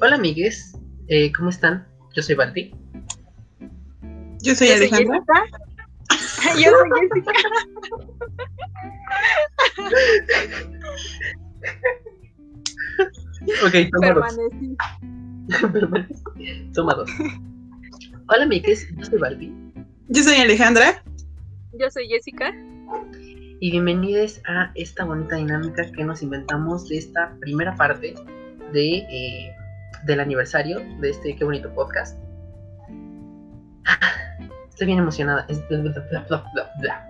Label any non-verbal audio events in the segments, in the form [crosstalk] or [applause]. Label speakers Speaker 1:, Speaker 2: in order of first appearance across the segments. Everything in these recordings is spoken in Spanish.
Speaker 1: Hola amigues, eh, ¿cómo están? Yo soy Balti.
Speaker 2: Yo Ah, soy
Speaker 3: Yo soy
Speaker 2: Alejandra.
Speaker 3: Jessica. Yo soy Jessica.
Speaker 1: Ok, toma dos.
Speaker 3: Permanecí.
Speaker 1: [laughs] toma dos. Hola amigues, yo soy Balti.
Speaker 2: [laughs] Yo soy Alejandra.
Speaker 3: Yo soy Jessica.
Speaker 1: Y bienvenidos a esta bonita dinámica que nos inventamos de esta primera parte de, eh, del aniversario de este qué bonito podcast. Ah, Estoy bien emocionada. Es- bla, bla, bla, bla, bla, bla.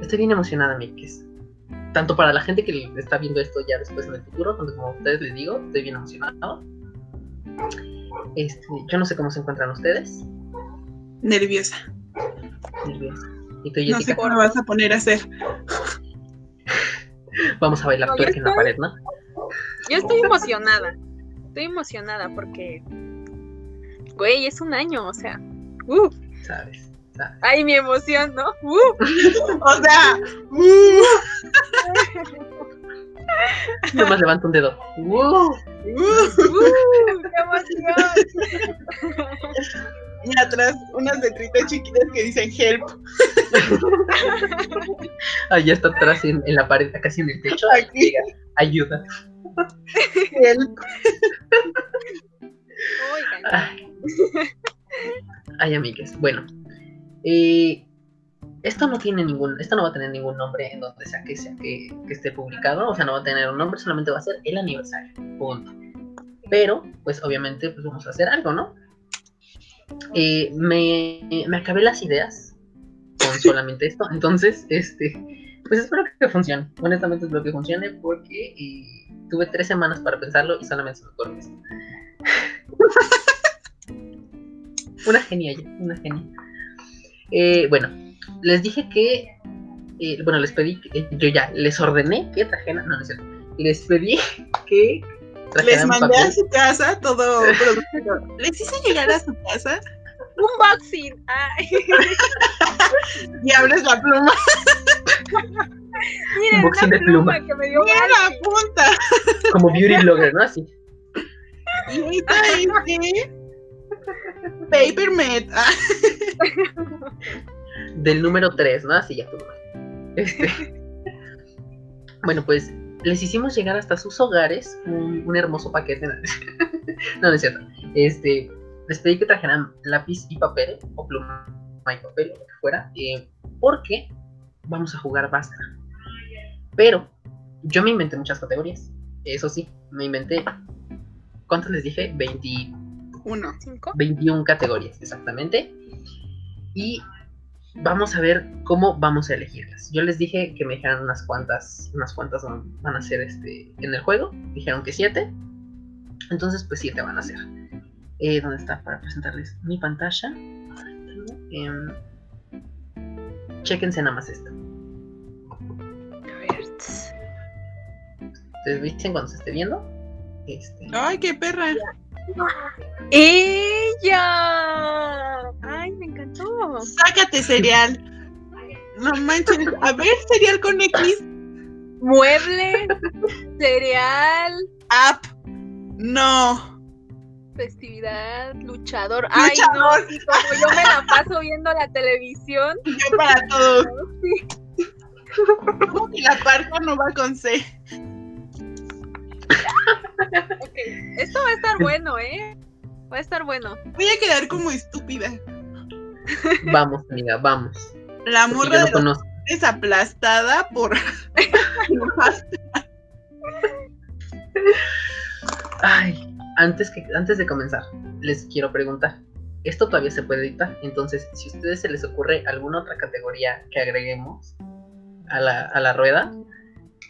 Speaker 1: Estoy bien emocionada, amigues. Tanto para la gente que está viendo esto ya después en el futuro, tanto como a ustedes les digo, estoy bien emocionado. Este, yo no sé cómo se encuentran ustedes.
Speaker 2: Nerviosa.
Speaker 1: Nerviosa. Y tú,
Speaker 2: No sé
Speaker 1: Jessica,
Speaker 2: cómo lo vas a poner a hacer.
Speaker 1: vamos a bailar
Speaker 3: No, yo
Speaker 1: twerk en la
Speaker 3: estoy-
Speaker 1: pared, ¿no?
Speaker 3: Yo estoy emocionada. Estoy emocionada porque, güey, es un año, o sea. ¡uh!
Speaker 1: ¿Sabes? ¿Sabes?
Speaker 3: ay, mi emoción, ¿no? ¡Uh!
Speaker 2: [laughs] O sea, [laughs] uh,
Speaker 1: Nomás levanta un dedo. ¡Wow!
Speaker 2: uh,
Speaker 3: ¡Uh! ¡Qué emoción!
Speaker 2: y atrás unas letritas chiquitas que dicen help.
Speaker 1: Allá está atrás en, en la pared, casi en el techo.
Speaker 2: Aquí,
Speaker 1: Ayuda.
Speaker 2: help.
Speaker 3: Oigan,
Speaker 1: Ay, Ay, amigues. Bueno. eh, esto no tiene ningún, esto no va a tener ningún nombre en donde sea que sea que, que esté publicado. O sea, no va a tener un nombre, solamente va a ser el aniversario. Punto. Pero, pues obviamente, pues vamos a hacer algo, ¿no? Eh, me, me acabé las ideas con solamente esto. Entonces, este, pues espero que funcione. Honestamente espero que funcione porque eh, tuve tres semanas para pensarlo y solamente se me ocurrió esto. [laughs] una genia yo, una genia. Eh, bueno, les dije que, eh, bueno, les pedí, que- eh, yo ya, les ordené que trajeran, no, no es cierto, les pedí [laughs] que
Speaker 2: Les
Speaker 1: trajeran
Speaker 2: mandé a
Speaker 1: papel.
Speaker 2: su casa todo producido. Les hice llegar a su casa
Speaker 3: un boxing. Ay,
Speaker 2: y abres la pluma.
Speaker 3: miren, una
Speaker 1: Boxing de
Speaker 3: pluma,
Speaker 1: pluma.
Speaker 3: que me dio
Speaker 2: Mira ¡Ah, la
Speaker 3: Barbie.
Speaker 2: punta.
Speaker 1: como beauty blogger, ¿no? Así.
Speaker 2: Y ahorita dice Paper Met. Ah,
Speaker 1: del número 3, ¿no? Así ya. pues, Este. bueno, pues les hicimos llegar hasta sus hogares un, un hermoso paquete. [laughs] ¿no? no, no es cierto. Este, les pedí que trajeran lápiz y papel, o pluma y papel, lo que fuera, eh, porque vamos a jugar basta. Pero yo me inventé muchas categorías. Eso sí, me inventé. ¿Cuántas les dije? 20,
Speaker 2: Uno.
Speaker 3: ¿Cinco?
Speaker 1: 21 categorías, exactamente. Y vamos a ver cómo vamos a elegirlas. Yo les dije que me dijeran unas cuantas, unas cuantas van, van a ser este, en el juego. Dijeron que 7. Entonces, pues 7 van a ser. Eh, ¿Dónde está? Para presentarles mi pantalla. Em, chéquense nada más esto.
Speaker 3: A ver. tss.
Speaker 1: Ustedes dicen cuando se esté viendo. Este,
Speaker 2: Ay, qué perra.
Speaker 3: ¡Ella! ¡Ay, me encantó!
Speaker 2: Sácate cereal. No manches. A ver, cereal con X.
Speaker 3: Mueble, cereal,
Speaker 2: App. No.
Speaker 3: festividad, luchador. Ay, no,
Speaker 2: Luchador.
Speaker 3: sí, como yo me la paso viendo la televisión.
Speaker 2: Yo para todos.
Speaker 1: [laughs]
Speaker 2: ¿Cómo que la parca no va con C?
Speaker 3: Ok, Esto va a estar bueno, ¿eh? Va a estar bueno.
Speaker 2: Voy a quedar como estúpida.
Speaker 1: Vamos, amiga, vamos.
Speaker 2: La
Speaker 1: Porque yo no
Speaker 2: morra de los
Speaker 1: conozco.
Speaker 2: tres aplastada por. [laughs]
Speaker 1: Ay, antes, que, antes de comenzar, les quiero preguntar. Esto todavía se puede editar, entonces si a ustedes se les ocurre alguna otra categoría que agreguemos a la, a la rueda,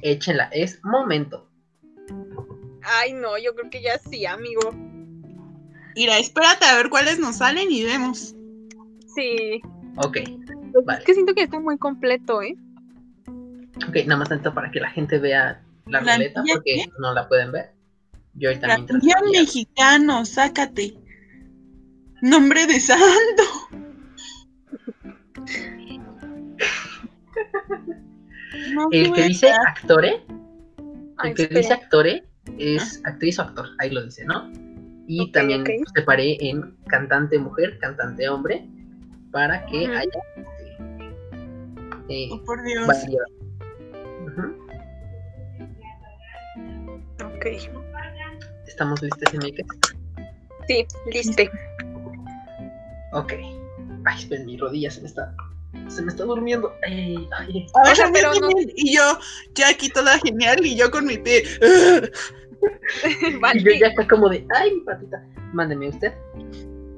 Speaker 1: échenla. Es momento.
Speaker 3: Ay, no, yo creo que ya sí, amigo.
Speaker 2: Mira, espérate a ver cuáles nos salen y vemos.
Speaker 3: Sí.
Speaker 1: Ok,
Speaker 3: Pues
Speaker 1: Vale.
Speaker 3: Es que siento que está muy completo, ¿eh?
Speaker 1: ok, nada más tanto para que la gente vea la
Speaker 2: ¿La
Speaker 1: ruleta,
Speaker 2: mía
Speaker 1: porque no la pueden ver. Yo ahorita mientras-
Speaker 2: Campeón mexicano, sácate. Nombre de santo. No,
Speaker 1: El que
Speaker 2: güey.
Speaker 1: dice actore,
Speaker 3: Ay,
Speaker 1: el que
Speaker 3: espera.
Speaker 1: dice actore es actriz o actor, ahí lo dice, ¿no? Y
Speaker 3: Ok,
Speaker 1: también
Speaker 3: ok.
Speaker 1: separé en cantante mujer, cantante hombre, para que
Speaker 3: Ujú.
Speaker 1: haya este, eh,
Speaker 2: Oh, por Dios.
Speaker 1: variedad. Ujú.
Speaker 3: Ok.
Speaker 1: ¿Estamos listos, Enrique?
Speaker 3: Sí, [laughs] liste.
Speaker 1: Ok. Ay, esperen, mi rodilla se me está, se me está durmiendo. Ay, ay.
Speaker 2: Ahora
Speaker 3: O sea,
Speaker 2: me
Speaker 3: pero no-
Speaker 2: tienen- Y yo, ya quito la genial y yo con mi pie.
Speaker 1: Y yo
Speaker 3: Valdi,
Speaker 1: ya está como de, ay, mi patita. Mándeme usted.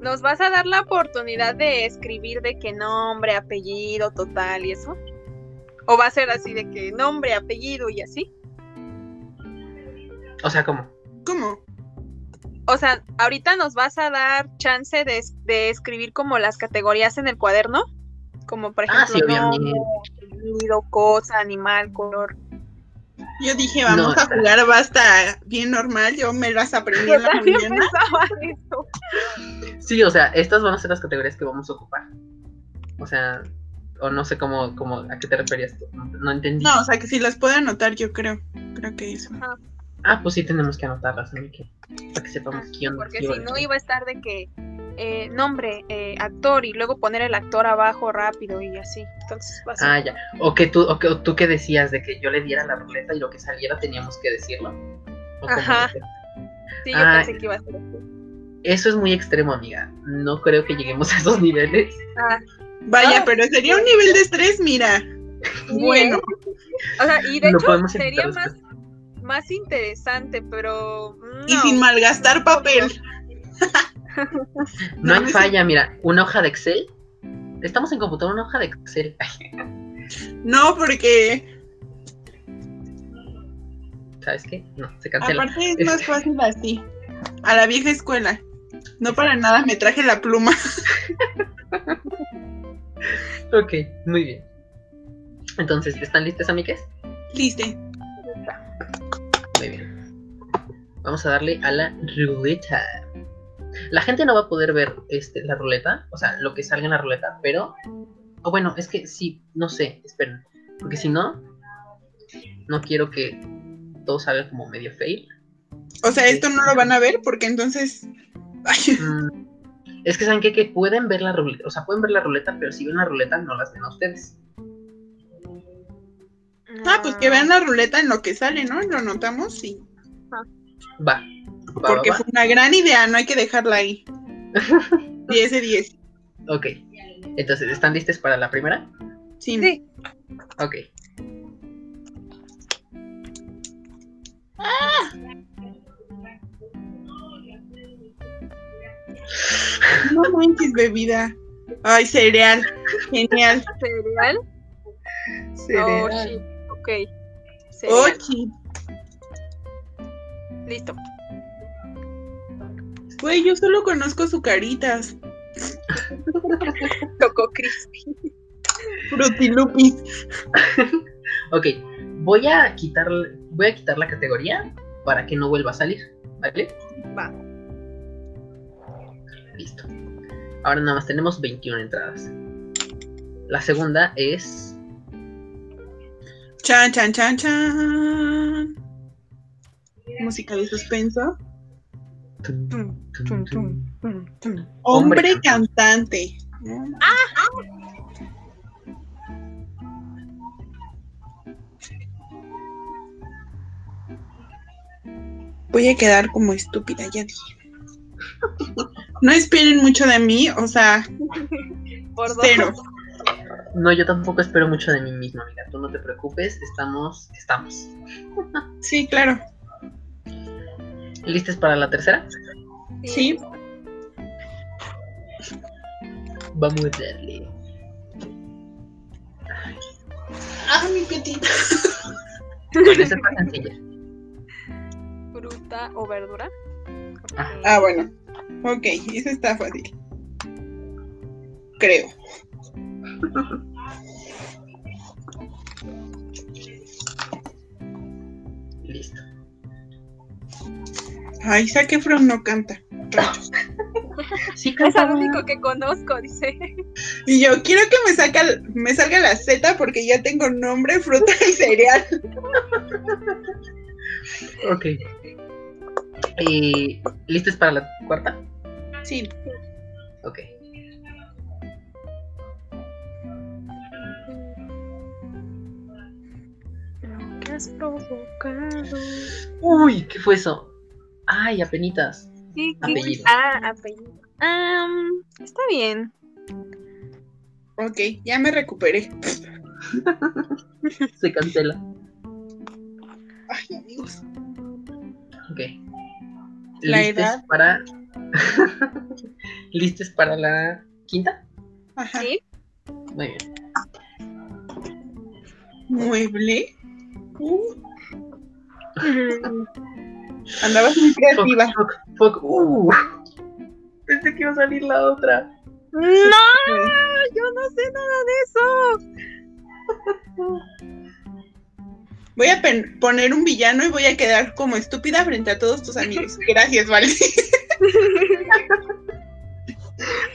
Speaker 3: ¿nos vas a dar la oportunidad de escribir de qué nombre, apellido, total y eso? ¿O va a ser así de que nombre, apellido y así?
Speaker 1: O sea, ¿cómo?
Speaker 2: ¿Cómo?
Speaker 3: O sea, ahorita nos vas a dar chance de, es- de escribir como las categorías en el cuaderno, como por
Speaker 1: Ah, sí,
Speaker 3: ejemplo nombre,
Speaker 1: obviamente.
Speaker 3: apellido, cosa, animal, color.
Speaker 2: Yo dije, vamos
Speaker 1: No,
Speaker 2: a
Speaker 1: está-
Speaker 2: jugar basta bien normal. Yo me las
Speaker 3: [laughs]
Speaker 2: aprendí
Speaker 3: Yo
Speaker 2: en la
Speaker 3: también
Speaker 2: mañana.
Speaker 3: pensaba eso.
Speaker 1: Sí, o sea, estas van a ser las categorías que vamos a ocupar. O sea, o no sé cómo, cómo a qué te referías. tú. No entendí.
Speaker 2: No, o sea, que si las puedo anotar, yo creo. Creo que eso.
Speaker 1: Ah, pues sí, tenemos que anotarlas, Enrique. Para que sepamos quién.
Speaker 3: Ah, Porque
Speaker 1: quién
Speaker 3: si
Speaker 1: va a
Speaker 3: no
Speaker 1: ser.
Speaker 3: iba a estar de que eh, nombre, eh, actor y luego poner el actor abajo rápido y así. Entonces va a ser-
Speaker 1: Ah, ya. O que tú, o que tú que decías de que yo le diera la ruleta y lo que saliera teníamos que decirlo. O cómo
Speaker 3: Ajá.
Speaker 1: decir.
Speaker 3: sí, yo
Speaker 1: ah,
Speaker 3: pensé que iba a ser así.
Speaker 1: Eso es muy extremo, amiga. No creo que lleguemos a esos niveles.
Speaker 3: Ah,
Speaker 2: Vaya,
Speaker 3: Ah.
Speaker 2: pero sería un nivel de estrés, mira.
Speaker 3: sí,
Speaker 2: Bueno,
Speaker 3: ¿eh? O sea, y de
Speaker 1: Lo
Speaker 3: hecho
Speaker 1: podemos
Speaker 3: sería
Speaker 1: intentar
Speaker 3: más, más interesante, pero
Speaker 2: y
Speaker 3: no.
Speaker 2: sin malgastar papel.
Speaker 1: No
Speaker 2: No,
Speaker 1: hay
Speaker 2: sí.
Speaker 1: falla, mira. Una hoja de Excel. Estamos en computadora, una hoja de Excel.
Speaker 2: No, porque
Speaker 1: ¿Sabes qué? No, se cancela.
Speaker 2: aparte
Speaker 1: Es-
Speaker 2: es más fácil así. A la vieja escuela. No para nada me traje la pluma. [laughs]
Speaker 1: Ok, muy bien. Entonces, ¿están listas, amigues?
Speaker 2: Listo.
Speaker 1: Muy bien. Vamos a darle a la ruleta. La gente no va a poder ver este, la ruleta, o sea, lo que salga en la ruleta, pero. O bueno, es que sí, no sé, esperen. Porque si no, no quiero que todo salga como medio fail.
Speaker 2: O sea, esto no lo van a ver porque entonces. Ay, [laughs]
Speaker 1: Mm, Es que saben qué? que pueden ver la ruleta, o sea, pueden ver la ruleta, pero si ven la ruleta no las ven a ustedes.
Speaker 2: Ah, pues que vean la ruleta en lo que sale, ¿no? Lo notamos, sí.
Speaker 1: Va. va, va,
Speaker 2: Porque
Speaker 1: va.
Speaker 2: fue una gran idea, no hay que dejarla
Speaker 3: [laughs]
Speaker 2: ahí. 10 de 10.
Speaker 1: Ok. Entonces, ¿están listos para la primera?
Speaker 2: Sí.
Speaker 3: Sí.
Speaker 1: Ok.
Speaker 2: No manches, bebida. Ay, cereal. Genial.
Speaker 3: ¿Cereal? Oh, shit. Ok. Cereal.
Speaker 2: Ochi.
Speaker 3: Listo.
Speaker 2: Güey, yo solo conozco sucaritas.
Speaker 3: Coco Crispy.
Speaker 2: Frutilupis.
Speaker 1: Ok, voy a quitar, voy a quitar la categoría para que no vuelva a salir, ¿vale?
Speaker 3: Va.
Speaker 1: Listo. Ahora nada más tenemos 21 entradas. La segunda es
Speaker 2: Chan, chan, chan, chan. Música de suspenso.
Speaker 3: Tum, tum, tum, tum, tum.
Speaker 2: Hombre,
Speaker 1: Hombre
Speaker 2: cantante. Voy a quedar como estúpida, ya dije. No esperen mucho de mí, o sea,
Speaker 3: Por dos.
Speaker 2: cero.
Speaker 1: No, yo tampoco espero mucho de mí misma, amiga. Tú no te preocupes, estamos, estamos.
Speaker 2: Sí, claro.
Speaker 1: ¿Listos para la tercera?
Speaker 2: Sí.
Speaker 1: Vamos a darle.
Speaker 2: Ah, mi petita.
Speaker 1: Bueno,
Speaker 3: [laughs]
Speaker 1: esa está sencilla.
Speaker 3: Fruta o verdura.
Speaker 1: Ah.
Speaker 2: Ah, bueno. Ok, eso está fácil. Creo.
Speaker 1: Listo.
Speaker 2: Ay, saque From no canta. [laughs]
Speaker 1: Sí,
Speaker 3: Es el
Speaker 1: cantaba.
Speaker 3: único que conozco, dice.
Speaker 2: Y yo quiero que me, saca, me salga la Z porque ya tengo nombre, fruta y cereal.
Speaker 1: Ok. eh, ¿listos para la cuarta?
Speaker 2: Sí.
Speaker 1: Ok.
Speaker 3: Lo que has provocado.
Speaker 1: Uy, ¿qué fue eso? Ay, apenitas.
Speaker 3: Sí, sí.
Speaker 1: Apellido.
Speaker 3: Ah, apellido. Am, está bien.
Speaker 2: Ok, ya me recuperé.
Speaker 1: Se cancela.
Speaker 2: Ay, amigos.
Speaker 1: Ok.
Speaker 2: La
Speaker 1: ¿Listos
Speaker 2: edad.
Speaker 1: para. [laughs] ¿Listos para la quinta?
Speaker 2: Ajá.
Speaker 3: Sí.
Speaker 1: Muy bien.
Speaker 2: Mueble. Uh,
Speaker 3: Ujú.
Speaker 2: andabas muy
Speaker 1: Fuck,
Speaker 2: creativa.
Speaker 1: fuck, fuck. Uh. Pensé que iba a salir la otra.
Speaker 3: no, yo no sé nada de eso.
Speaker 2: Voy a pen- poner un villano y voy a quedar como estúpida frente a todos tus amigos. Gracias, Vale.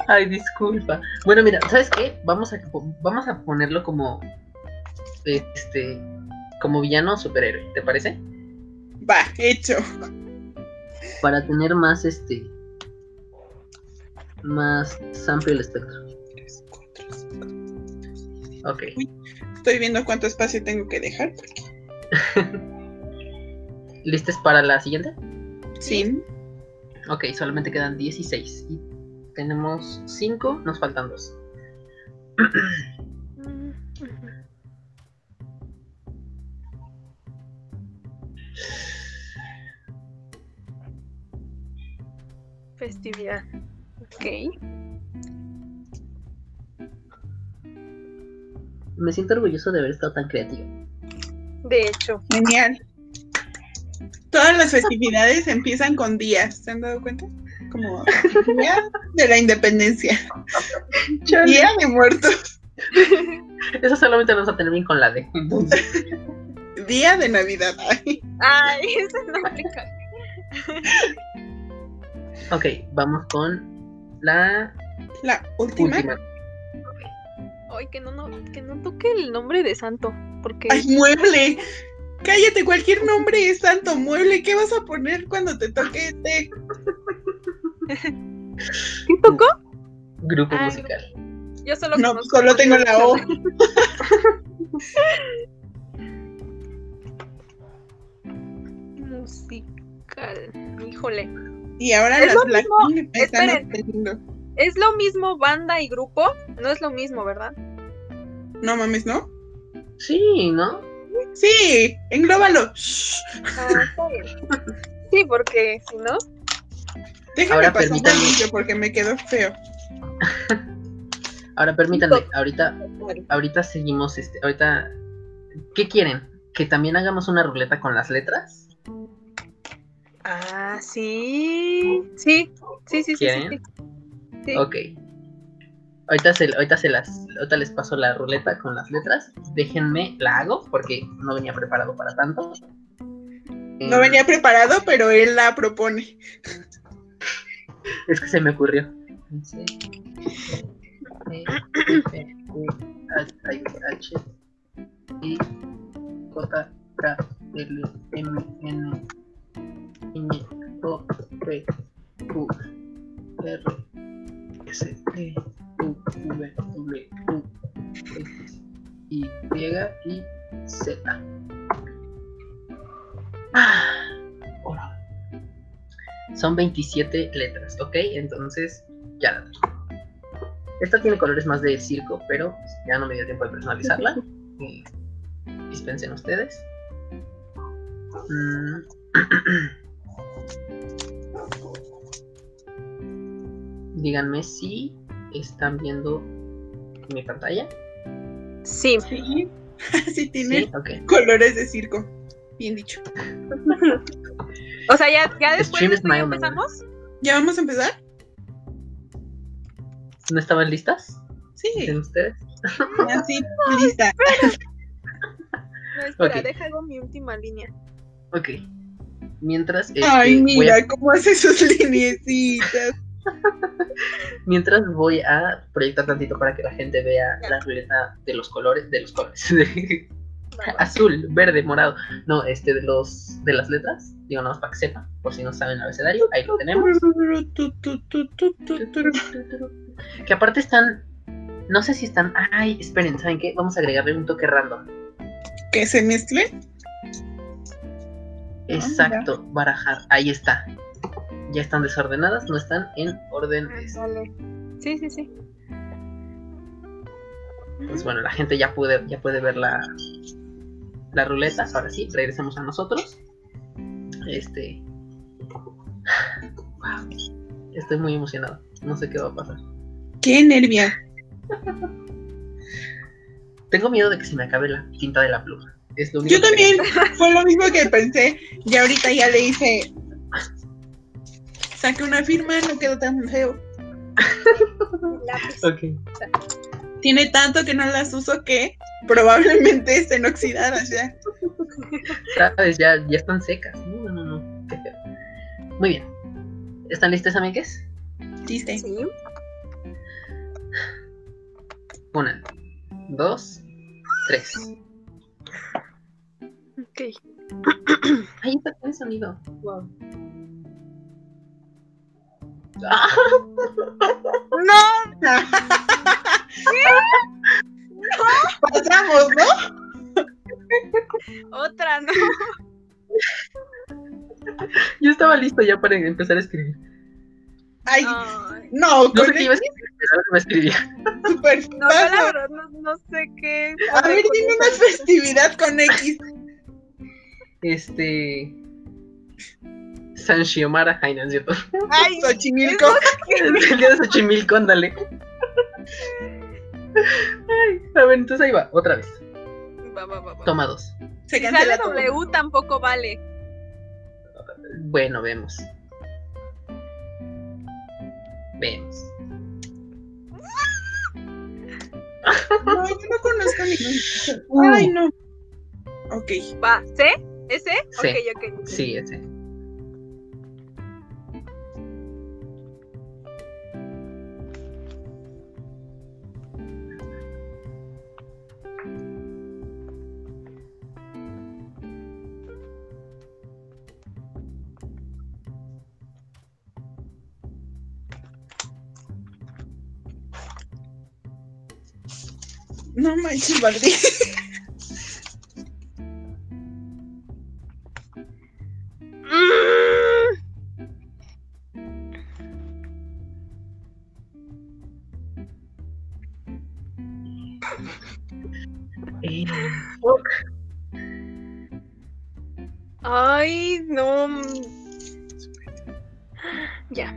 Speaker 1: Ay, disculpa. Bueno, mira, ¿sabes qué? Vamos a, vamos a ponerlo como. Este. Como villano o superhéroe, ¿te parece?
Speaker 2: Va, hecho.
Speaker 1: Para tener más este. Más amplio el espectro. Ok.
Speaker 2: Estoy viendo cuánto espacio tengo que dejar.
Speaker 1: ¿Listos para la siguiente?
Speaker 2: Sí.
Speaker 1: Ok, solamente quedan 16. Y tenemos 5, nos faltan 2.
Speaker 3: Festividad. Ok.
Speaker 1: Me siento orgulloso de haber estado tan creativo.
Speaker 3: De hecho,
Speaker 2: Genial. Todas las festividades empiezan con días. ¿Se han dado cuenta? Como día de la independencia. Día de muertos.
Speaker 1: Eso solamente nos va a tener bien con la D. Entonces,
Speaker 2: Día de Navidad. Ay,
Speaker 3: Ay, [laughs] esa no aplica.
Speaker 1: ok, vamos con la
Speaker 2: La última.
Speaker 1: última.
Speaker 3: Ay, que no, no, que no toque el nombre de santo, porque
Speaker 2: Ay, mueble. Cállate, cualquier nombre es santo mueble. ¿Qué vas a poner cuando te toque este?
Speaker 3: ¿qué tocó?
Speaker 1: Grupo
Speaker 3: Ah,
Speaker 1: musical.
Speaker 3: Yo solo
Speaker 2: No,
Speaker 3: conozco-
Speaker 2: solo tengo la O. [laughs]
Speaker 3: musical. Híjole.
Speaker 2: Y ahora
Speaker 3: Es
Speaker 2: las
Speaker 3: lo
Speaker 2: Blackpink están
Speaker 3: esperen.
Speaker 2: obteniendo.
Speaker 3: ¿Es lo mismo banda y grupo? No es lo mismo, ¿verdad?
Speaker 2: No mames, ¿no?
Speaker 1: Sí, ¿no?
Speaker 2: Sí, englóbalo. Shh.
Speaker 3: Ah, está bien. Sí, porque si no,
Speaker 2: Déjame
Speaker 1: Ahora
Speaker 2: pasar el
Speaker 1: permítanme.
Speaker 2: limpio porque me quedó feo.
Speaker 1: Ahora permítanme, ahorita, ahorita seguimos, este, ahorita, ¿qué quieren? ¿Que también hagamos una ruleta con las letras?
Speaker 3: Ah, sí. Sí, sí, sí, sí. sí,
Speaker 1: ¿Quieren?
Speaker 3: sí. Sí.
Speaker 1: Ok. Ahorita se, ahorita se las, ahorita les paso la ruleta con las letras. Déjenme, la hago porque no venía preparado para tanto.
Speaker 2: No
Speaker 1: Eh,
Speaker 2: venía preparado, pero él la propone.
Speaker 1: Es que se me ocurrió. Sí. Eh, F, U, H, I, H, I, J, K, L, M, N, N, O, P, Q, R, S, T, U, V, W, U, X, Y, y Z. Ah, ahora son 27 letras, ¿ok? Entonces, ya la tengo. Esta tiene colores más de circo, pero pues, ya no me dio tiempo de personalizarla.
Speaker 2: [laughs]
Speaker 1: Eh, Dispensen ustedes. Mm. [clears throat] Díganme si están viendo mi pantalla.
Speaker 3: Sí.
Speaker 2: [laughs] Sí. Así tiene
Speaker 1: Sí, ok.
Speaker 2: colores de circo. Bien dicho.
Speaker 3: O sea, ya, ya después
Speaker 1: Stream
Speaker 3: de esto ya
Speaker 1: Smile Man.
Speaker 3: empezamos.
Speaker 2: ¿Ya vamos a empezar?
Speaker 1: ¿No estaban listas?
Speaker 2: Sí.
Speaker 1: ¿Dicen ustedes?
Speaker 2: Así, lista.
Speaker 3: No, espera,
Speaker 1: Ok.
Speaker 3: deja algo mi última línea.
Speaker 1: Ok. Mientras. este,
Speaker 2: Ay,
Speaker 1: voy a-
Speaker 2: mira cómo hace sus linecitas.
Speaker 1: Mientras voy a proyectar tantito para que la gente vea la ruleta [laughs] de los colores, de los colores, de,
Speaker 3: Ah,
Speaker 1: azul, verde, morado. No, este de los de las letras, digo nada más para que sepan, por si no saben el abecedario, ahí lo [laughs] tenemos. Que aparte están, no sé si están, ay, esperen, ¿saben qué? Vamos a agregarle un toque random.
Speaker 2: ¿Que se mezcle?
Speaker 1: Exacto, barajar, ahí está. Ya están desordenadas, no están en orden. este,
Speaker 3: Ándale. Sí, sí, Mm, sí.
Speaker 1: Pues bueno, la gente ya puede, ya puede ver la, la ruleta. Ahora sí, regresamos a nosotros. Este. Wow. Estoy muy emocionado. No sé qué va a pasar.
Speaker 2: ¡Qué nervia!
Speaker 1: Tengo miedo de que se me acabe la tinta de la pluma. Es lo único
Speaker 2: Yo
Speaker 1: que
Speaker 2: también, fue lo mismo que pensé. Y ahorita ya le hice. Saqué una firma, no quedó tan feo.
Speaker 3: Lápiz.
Speaker 1: tengo.
Speaker 2: Tiene tanto que no las uso que probablemente estén oxidadas ya.
Speaker 1: Ok, sabes, ya, ya están secas. No, no, no, no, qué feo. Muy bien. ¿Están listas, amigues?
Speaker 2: Chiste.
Speaker 3: Sí.
Speaker 1: Una, dos, tres.
Speaker 3: Ok.
Speaker 1: Ahí está con el sonido. Wow.
Speaker 3: No,
Speaker 2: Pasamos, ¿no?
Speaker 3: otra no.
Speaker 1: Yo estaba listo ya para empezar a escribir.
Speaker 2: Ay,
Speaker 3: Ay,
Speaker 2: no,
Speaker 1: No sé
Speaker 2: con
Speaker 1: qué
Speaker 2: el
Speaker 1: iba a escribir, pero no escribía.
Speaker 2: super
Speaker 3: No, yo la verdad no, no sé qué.
Speaker 2: A ver, tiene una festividad con X.
Speaker 1: Este. San Xiomara Hainan, ¿cierto? [laughs]
Speaker 3: Ay,
Speaker 2: Xochimilco.
Speaker 1: El día de Xochimilco, ándale. Ay, a ver, entonces ahí va, otra vez.
Speaker 3: va, va, va, va.
Speaker 1: Toma dos.
Speaker 2: Se
Speaker 3: Si sale
Speaker 2: cancela todo.
Speaker 3: W tampoco vale.
Speaker 1: Bueno, vemos. Vemos.
Speaker 2: No, yo no conozco
Speaker 1: Uh.
Speaker 2: ningún. Ay, no. Ok.
Speaker 3: Va, ¿C? ¿Ese?
Speaker 1: Sí.
Speaker 3: Ok, ok. ok.
Speaker 1: Sí, ese.
Speaker 2: No manches, Valdés.
Speaker 3: Mm.
Speaker 1: Eh,
Speaker 3: Ay, no. Ya.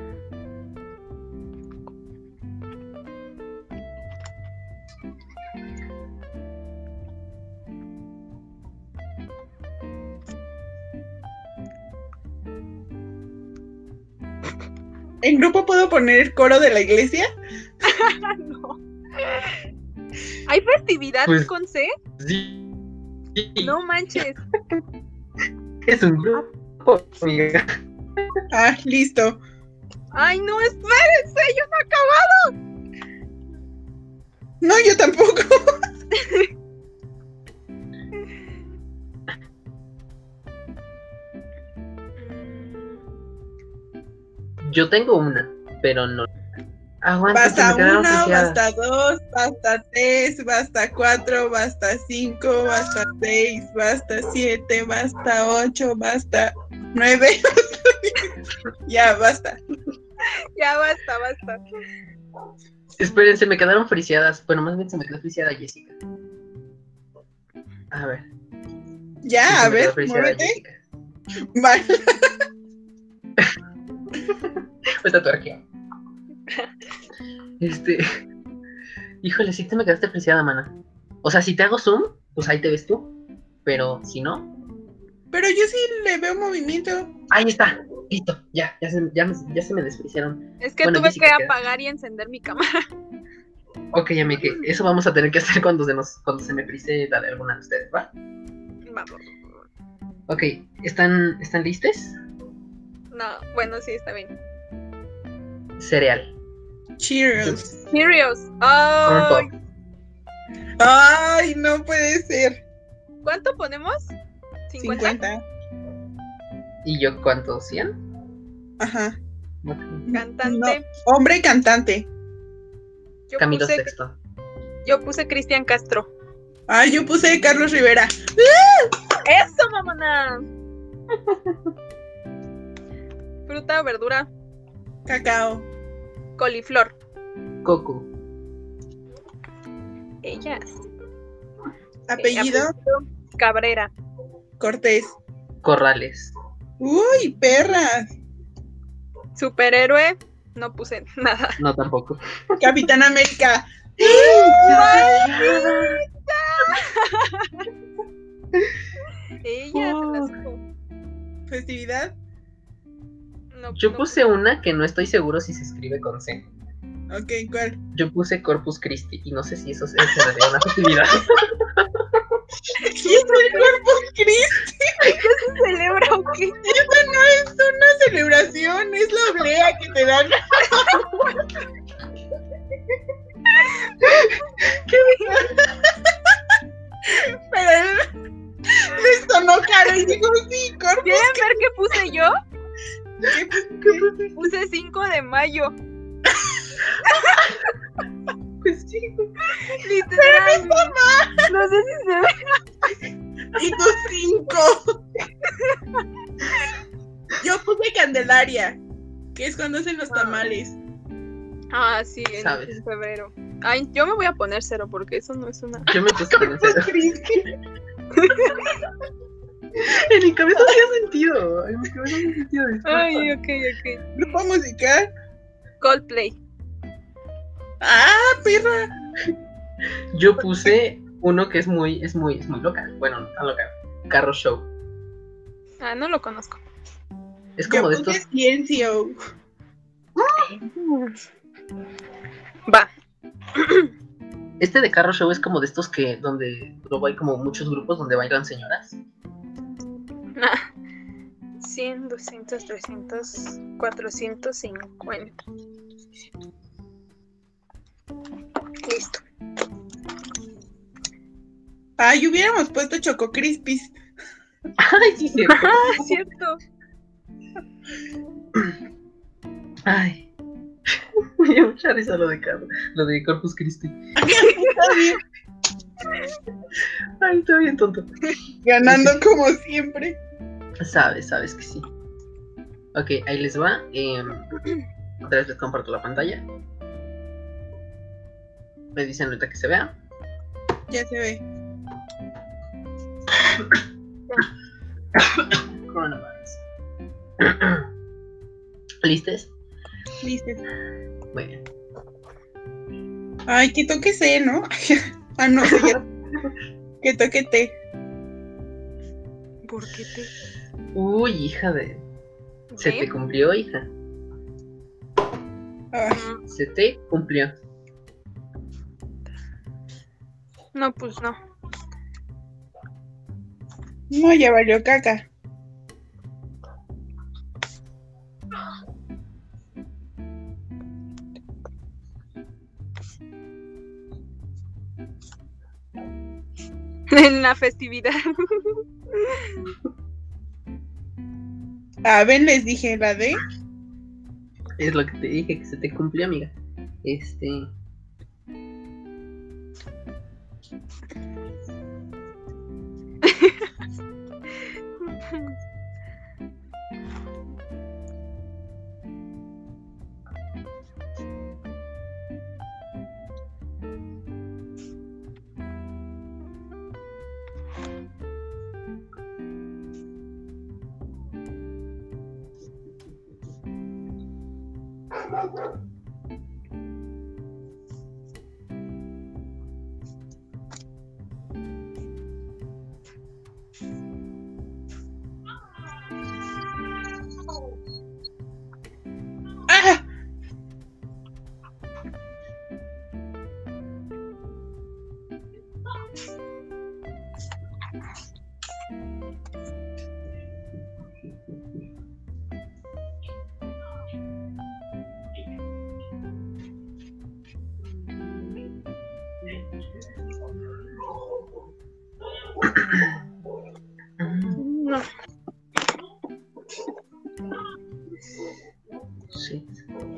Speaker 2: ¿En grupo puedo poner el coro de la iglesia?
Speaker 3: No. ¿Hay festividad
Speaker 1: Pues-
Speaker 3: con C?
Speaker 1: sí. Sí,
Speaker 3: No manches.
Speaker 1: Es un grupo, amiga.
Speaker 2: Ah, listo.
Speaker 3: Ay, no, espérense, yo no acabo.
Speaker 2: No, yo tampoco.
Speaker 1: Yo tengo una, pero no. Aguanta, que
Speaker 2: Basta
Speaker 1: me quedaron
Speaker 2: uno,
Speaker 1: friseadas.
Speaker 2: basta dos, basta tres, basta cuatro, basta cinco, basta seis, basta siete, basta ocho, basta nueve. [laughs] ya, basta.
Speaker 3: Ya basta, basta.
Speaker 1: Espérense, me quedaron friseadas. Bueno, más bien se me quedó friseada Jessica. A ver. sí,
Speaker 2: Ya,
Speaker 1: se
Speaker 2: Ah, a
Speaker 1: me quedó
Speaker 2: ver,
Speaker 1: friseada
Speaker 2: muévete.
Speaker 1: Jessica.
Speaker 2: Vale.
Speaker 1: Pues
Speaker 2: [laughs]
Speaker 1: tatuaje. Este. [laughs] Híjole, sí te me quedaste friseada, mana. O sea, si te hago zoom, pues ahí te ves tú. Pero si no,
Speaker 2: Pero yo sí le veo movimiento.
Speaker 1: ahí está. Listo, ya, ya se, ya, me- ya se me despreciaron.
Speaker 3: Es que
Speaker 1: Bueno,
Speaker 3: tuve
Speaker 1: Jessica,
Speaker 3: que
Speaker 1: ¿qué?
Speaker 3: apagar y encender mi cámara. [laughs]
Speaker 1: Ok, amigue, eso vamos a tener que hacer cuando se nos, cuando se me frise la de alguna de ustedes, ¿va?
Speaker 3: Vamos.
Speaker 1: Ok, ¿están, están listes?
Speaker 3: No, bueno, sí, está bien.
Speaker 1: Cereal.
Speaker 2: Cheers.
Speaker 3: Cheerios. Oh,
Speaker 1: Corn Pop.
Speaker 2: Ay, no puede ser.
Speaker 3: ¿Cuánto ponemos? 50.
Speaker 2: 50.
Speaker 1: ¿Y yo cuánto? ¿100?
Speaker 2: Ajá.
Speaker 1: Ok.
Speaker 3: Cantante.
Speaker 2: Hombre cantante.
Speaker 3: Yo,
Speaker 1: Camilo
Speaker 3: puse,
Speaker 1: Sexto.
Speaker 3: yo puse Cristian Castro.
Speaker 2: Ah, yo puse Carlos Rivera.
Speaker 3: ¡Eso, mamona! [laughs] Fruta, verdura,
Speaker 2: Cacao.
Speaker 3: coliflor.
Speaker 1: Coco.
Speaker 3: Ellas.
Speaker 2: Apellido
Speaker 3: Cabrera.
Speaker 2: Cortés.
Speaker 1: Corrales.
Speaker 2: Uy, perras.
Speaker 3: Superhéroe. No puse nada.
Speaker 1: No,
Speaker 3: [laughs]
Speaker 1: tampoco.
Speaker 2: Capitán América.
Speaker 3: Ellas. las co-
Speaker 2: Festividad.
Speaker 3: no-
Speaker 1: Yo
Speaker 3: no-
Speaker 1: puse una que no estoy seguro si se escribe con C.
Speaker 2: Ok, ¿cuál?
Speaker 1: Yo puse Corpus Christi y no sé si eso se se daría una
Speaker 3: [laughs]
Speaker 1: festividad.
Speaker 2: ¿Qué es el Corpus Christi?
Speaker 3: celebra o qué?
Speaker 2: Eso no es una celebración, es la oblea que te dan. [laughs] Pero [laughs] él les sonó caro y dijo, sí, Corpus.
Speaker 3: ¿Quieren ver qué puse yo?
Speaker 2: Christi.
Speaker 3: Puse 5 de mayo.
Speaker 1: Pues
Speaker 3: Literal. No sé si se ve.
Speaker 2: Y tú cinco. [laughs] Yo puse Candelaria, que es cuando hacen los tamales.
Speaker 3: Ah, sí, en,
Speaker 1: Sabes.
Speaker 3: en febrero. Ay, yo me voy a poner cero porque eso no es una.
Speaker 1: Yo me puse con cero.
Speaker 2: Christi.
Speaker 1: En mi cabeza hacía sentido. En mi cabeza hacía sentido. disculpa.
Speaker 3: Ay, ok, ok.
Speaker 2: Grupo musical.
Speaker 3: Coldplay.
Speaker 2: Ah, perra.
Speaker 1: Yo puse uno que es muy, es muy, es muy local. Bueno, no tan local. Carro Show.
Speaker 3: Ah, no lo conozco.
Speaker 1: Es
Speaker 2: Yo
Speaker 1: como de
Speaker 2: puse
Speaker 1: estos.
Speaker 2: Ciencio.
Speaker 3: Va.
Speaker 1: Este de Carro Show es como de estos que donde luego hay como muchos grupos donde bailan señoras.
Speaker 3: Ah, 100, 200, 300, 450. Listo.
Speaker 2: Ay, Ah, hubiéramos puesto Choco Crispis.
Speaker 1: Ay, sí, sí.
Speaker 3: Ah, cierto.
Speaker 1: Ay. [laughs] Me dio mucha risa lo de Carro, lo de Corpus Christi. Ay, está bien tonto.
Speaker 2: Ganando como siempre.
Speaker 1: Sabes, sabes que sí. Ok, ahí les va. eh, otra vez les comparto la pantalla. Me dicen ahorita que se vea.
Speaker 2: Ya se ve.
Speaker 1: Coronavirus. [clears throat] ¿Listes?
Speaker 2: Listo.
Speaker 1: Muy bien.
Speaker 2: Ay, que toque C, ¿no? [laughs] ah, no, sí, ya. que toque T.
Speaker 3: ¿Por qué te.?
Speaker 1: Uy, hija de. Se
Speaker 3: ¿Eh?
Speaker 1: te cumplió, hija.
Speaker 2: Ay,
Speaker 3: Mm,
Speaker 1: Se te cumplió.
Speaker 3: No, pues no. [laughs]
Speaker 2: no, ya valió caca.
Speaker 3: En la festividad.
Speaker 2: A ver, Ah, les dije la D.
Speaker 1: Es lo que te dije, que se te cumplió, amiga. Este.
Speaker 2: ¡Ah!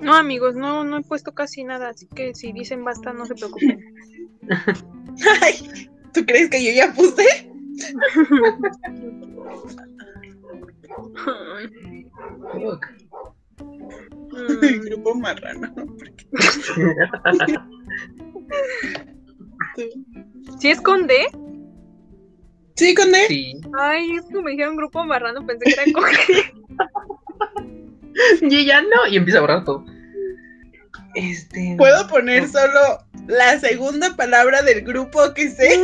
Speaker 3: amigos, no, no he puesto casi nada, así que si dicen basta, no se [laughs] preocupen.
Speaker 2: Ay, ¿Tú crees que yo ya puse?
Speaker 1: Fuck.
Speaker 2: [laughs] El
Speaker 3: Mm,
Speaker 2: grupo marrano. porque tú-
Speaker 3: ¿Sí es con D?
Speaker 2: Sí, con D.
Speaker 1: [laughs] sí.
Speaker 3: Ay, es que me dijeron grupo marrano, pensé que [laughs] era con G.
Speaker 1: Y ella no, y empieza a borrar todo. Este.
Speaker 2: Puedo poner solo la segunda palabra del grupo que sé.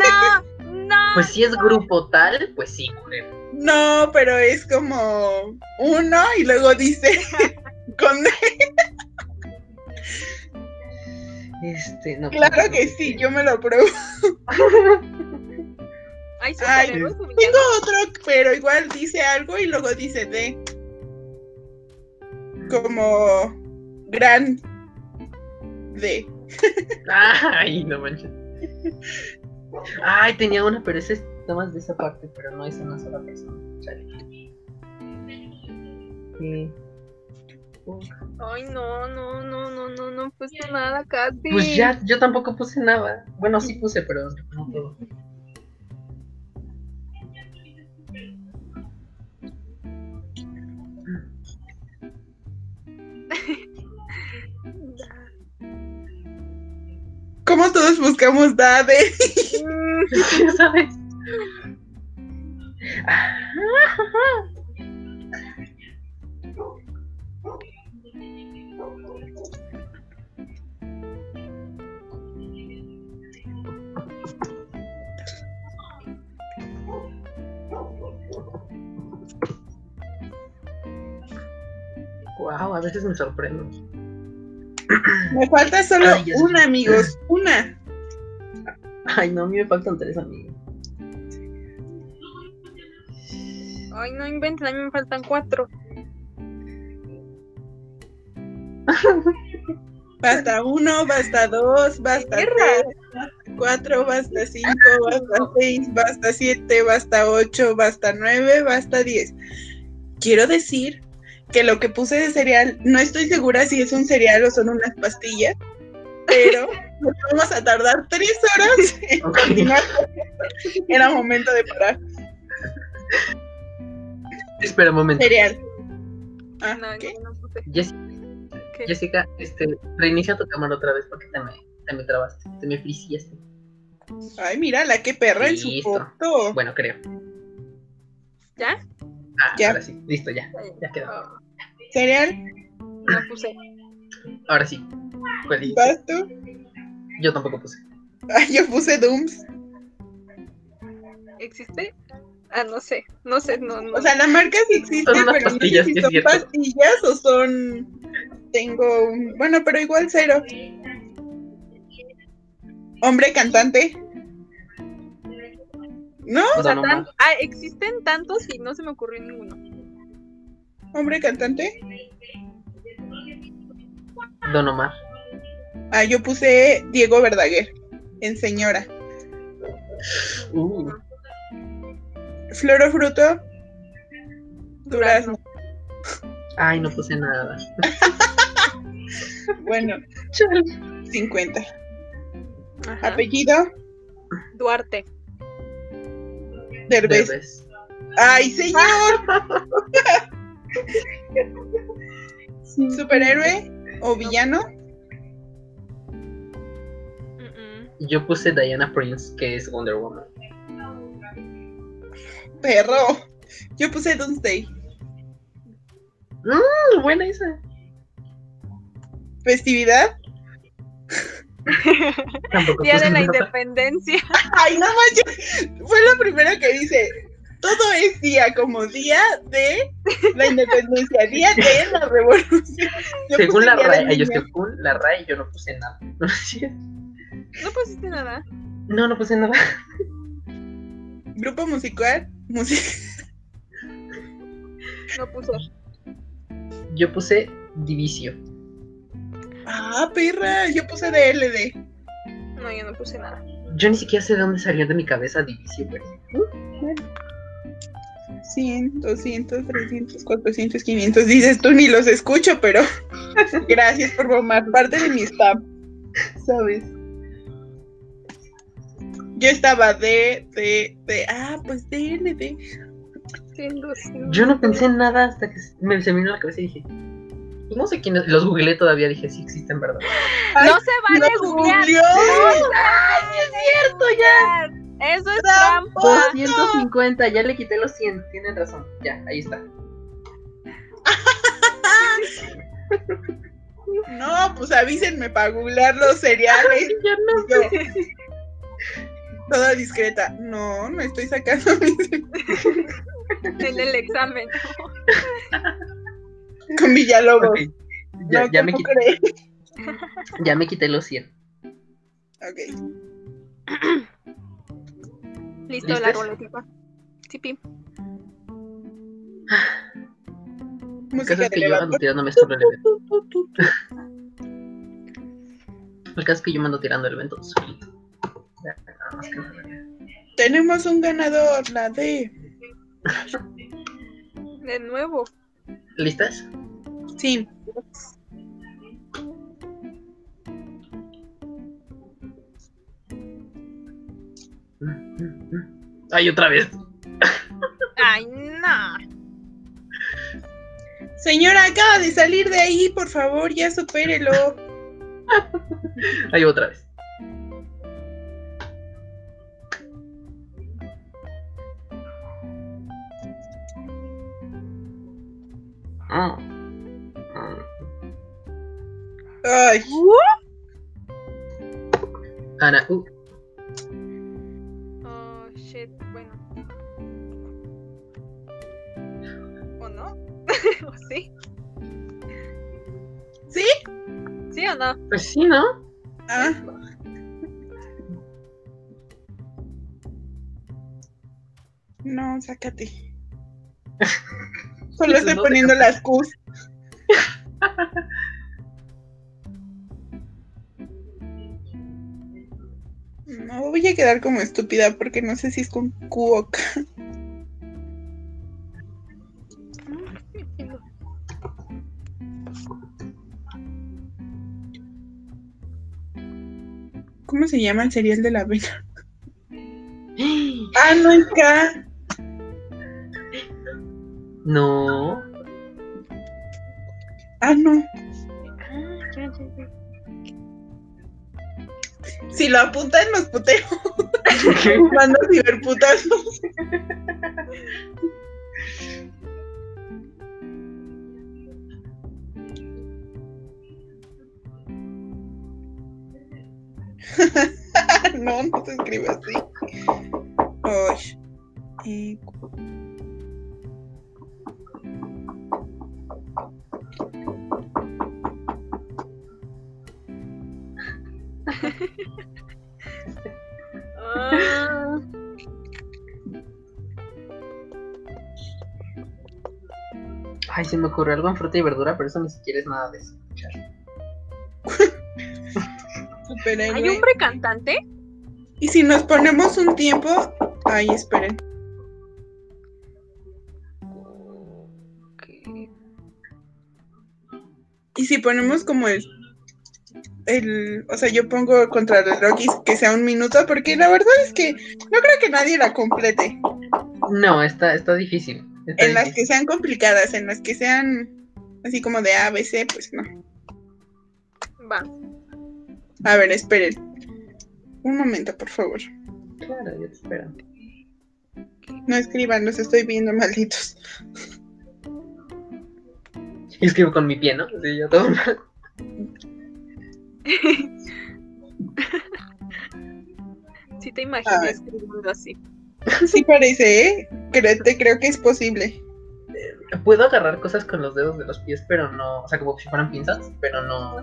Speaker 3: No, no.
Speaker 1: Pues si es grupo tal, pues sí, culero.
Speaker 2: No, pero es como uno y luego dice [laughs] con D.
Speaker 1: Este, no.
Speaker 2: Claro que sí, yo me lo pruebo. Ay,
Speaker 3: Ay, superhéroes
Speaker 2: Tengo
Speaker 3: humillados.
Speaker 2: otro, pero igual dice algo y luego dice D. Como gran D.
Speaker 1: [laughs] Ay, no manches. Ay, tenía una, pero esa es nada más de esa parte, pero no es una sola persona. Chale. Sí.
Speaker 3: Ay, no, no, no, no, no, no puse nada casi.
Speaker 1: Pues ya, yo tampoco puse nada. Bueno, sí puse, pero no todo.
Speaker 2: ¿Cómo todos buscamos DADE?
Speaker 3: Mm,
Speaker 1: Ya sabes. Ah, Wow, a veces me sorprendo.
Speaker 2: Me falta solo
Speaker 1: Ay, Dios.
Speaker 2: una, amigos. Una.
Speaker 1: Ay, no, a mí me faltan tres amigos.
Speaker 3: Ay, no inventen, a mí me faltan cuatro.
Speaker 2: Basta uno, basta dos, basta
Speaker 3: Mierda.
Speaker 2: tres, basta cuatro, basta cinco, basta seis, basta siete, basta ocho, basta nueve, basta diez. Quiero decir que lo que puse de cereal, no estoy segura si es un cereal o son unas pastillas, pero nos vamos a tardar tres horas en
Speaker 1: Ok.
Speaker 2: continuar. [laughs] Era momento de parar.
Speaker 1: [laughs] Espera un momento.
Speaker 2: Cereal. Ah,
Speaker 3: No,
Speaker 2: ¿qué?
Speaker 3: yo no puse.
Speaker 1: Jess-
Speaker 3: ¿Qué?
Speaker 1: Jessica, este, reinicia tu cámara otra vez porque te me, te me trabaste, te me friciaste.
Speaker 2: Ay, mira, la que perra en su
Speaker 1: Listo.
Speaker 2: foto.
Speaker 1: Bueno, creo.
Speaker 3: ¿Ya?
Speaker 1: Ah,
Speaker 2: Ya.
Speaker 1: ahora sí, listo, ya. Ya quedó.
Speaker 3: Ah,
Speaker 2: Cereal,
Speaker 3: No puse.
Speaker 1: Ahora sí. ¿Cuál dijiste?
Speaker 2: ¿vas tú?
Speaker 1: Yo tampoco puse.
Speaker 2: Ay, yo puse Dooms.
Speaker 3: ¿Existe? Ah, no sé, no sé, no, no.
Speaker 2: O sea, la marca sí existe,
Speaker 1: Son unas
Speaker 2: pero no sé
Speaker 1: pastillas,
Speaker 2: si
Speaker 1: sí es
Speaker 2: son
Speaker 1: cierto.
Speaker 2: pastillas o son. Tengo un. Bueno, pero igual cero. Hombre cantante. ¿No?
Speaker 1: O sea,
Speaker 3: tan- ah, existen tantos y no se me ocurrió ninguno.
Speaker 2: Hombre cantante.
Speaker 1: Don Omar.
Speaker 2: Ah, yo puse Diego Verdaguer en señora.
Speaker 1: Uh,
Speaker 2: Flor o fruto. Durazno.
Speaker 1: ay, no puse nada.
Speaker 2: Bueno, 50.
Speaker 1: Ah,
Speaker 3: Ajá.
Speaker 2: Apellido.
Speaker 3: Duarte.
Speaker 2: Derbez.
Speaker 1: Derbez.
Speaker 2: ¡Ay, señor! ¿Superhéroe o villano?
Speaker 3: Mm, mm.
Speaker 1: Yo puse Diana Prince, que es Wonder Woman.
Speaker 2: Perro. Yo puse Doomsday.
Speaker 3: Ah,
Speaker 1: Mm, buena esa.
Speaker 2: ¿Festividad?
Speaker 1: Tampoco
Speaker 3: Día de
Speaker 1: puse
Speaker 3: la
Speaker 1: nada.
Speaker 3: Independencia. [laughs]
Speaker 2: ¡Ay, no manches! Fue la primera que dice. Todo es día, como día de la independencia, día de la revolución. Yo
Speaker 1: Según
Speaker 2: puse
Speaker 1: la
Speaker 2: día del
Speaker 1: RAE, ay, yo
Speaker 2: niño.
Speaker 1: según la RAE, yo no puse nada. [laughs]
Speaker 3: No pusiste nada.
Speaker 1: No, no puse nada.
Speaker 2: Grupo musical, música.
Speaker 3: No puse.
Speaker 1: Yo puse Divicio.
Speaker 2: Ah, perra, yo puse DLD.
Speaker 3: No, yo no puse nada.
Speaker 1: Yo ni siquiera sé de dónde salió de mi cabeza Divicio, pero.
Speaker 2: 100, 200, 300, 400, 500. Dices tú ni los escucho, pero [laughs] gracias por formar parte de mi staff.
Speaker 1: ¿Sabes?
Speaker 2: Yo estaba de, de, de. Ah, pues de, de, de.
Speaker 1: Yo no pensé en nada hasta que me, se me vino a la cabeza y dije. No sé quién es. Los googleé todavía, dije, sí existen, ¿verdad?
Speaker 3: No se vale
Speaker 2: ¡Los
Speaker 3: googlear.
Speaker 2: googleó!
Speaker 1: ¡Ay, es cierto ya!
Speaker 3: Eso es trampa.
Speaker 1: 250, ya le quité los 100, tienen razón. Ya, ahí está.
Speaker 2: No, pues avísenme para googlear los cereales. Yo, toda discreta. No, no estoy sacando [laughs] mis-
Speaker 3: En el examen.
Speaker 2: con Villalobos.
Speaker 1: Ok, Ya,
Speaker 2: no,
Speaker 1: ya, me
Speaker 2: ¿cómo
Speaker 1: quité,
Speaker 2: crees?
Speaker 1: ya me quité los 100.
Speaker 2: Ok.
Speaker 3: Listo, la
Speaker 1: ¿Listos?
Speaker 3: ruletita. Sí, pim.
Speaker 1: El caso
Speaker 2: Música
Speaker 1: es
Speaker 2: de
Speaker 1: que yo
Speaker 2: elevador.
Speaker 1: ando tirándome sobre el evento. El caso es que yo me ando tirando el evento solito. Ya, nada más que nada.
Speaker 2: Tenemos un ganador, la D.
Speaker 3: De nuevo.
Speaker 1: ¿Listas?
Speaker 2: Sí.
Speaker 1: Mm, Ay, otra vez.
Speaker 3: Ay, no.
Speaker 2: Señora, acaba de salir de ahí, por favor, ya supérelo.
Speaker 1: Ahí otra vez. Ah. Ah.
Speaker 2: Ay,
Speaker 1: Ana, uh,
Speaker 3: Oh, shit. Bueno. ¿O no? [laughs] ¿O sí?
Speaker 2: ¿Sí?
Speaker 3: ¿Sí o no?
Speaker 1: pues sí, ¿no? [gasps]
Speaker 2: ah,
Speaker 1: [laughs]
Speaker 2: no, sácate. Solo
Speaker 1: Eso
Speaker 2: estoy
Speaker 1: no
Speaker 2: poniendo las Qs. [laughs] No voy a quedar como estúpida porque no sé si es con Q o K. ¿Cómo se llama el cereal de la avena? Ah, no es K.
Speaker 1: No.
Speaker 2: Ah, no.
Speaker 3: Ah, ya, ya, ya.
Speaker 2: Si lo apuntan, los puteo. Mando ciberputazo. [laughs] no, no se escribe así. Ay. Y-
Speaker 3: Ah.
Speaker 1: Ay, se me ocurrió algo en fruta y verdura, pero eso ni siquiera es nada de eso.
Speaker 2: superhéroe.
Speaker 3: ¿Hay hombre cantante?
Speaker 2: Y si nos ponemos un tiempo. Ay, esperen. Y si ponemos como el. El, o sea, yo pongo contra el Rocky que sea un minuto, porque la verdad es que no creo que nadie la complete.
Speaker 1: No, está, está difícil. Está
Speaker 2: En las
Speaker 1: difícil.
Speaker 2: que sean complicadas, en las que sean así como de A, B, C, pues no.
Speaker 3: Va. [laughs]
Speaker 2: A ver, esperen. Un momento, por favor.
Speaker 1: Claro, yo te espero.
Speaker 2: No escriban, los estoy viendo malditos.
Speaker 1: Yo escribo con mi pie, ¿no? Sí, yo todo mal.
Speaker 3: Si te imaginas
Speaker 2: Ay.
Speaker 3: escribiendo así.
Speaker 2: Sí parece, ¿eh? Creo, te creo que es posible.
Speaker 1: Puedo agarrar cosas con los dedos de los pies, pero no. O sea, como si fueran pinzas, pero no.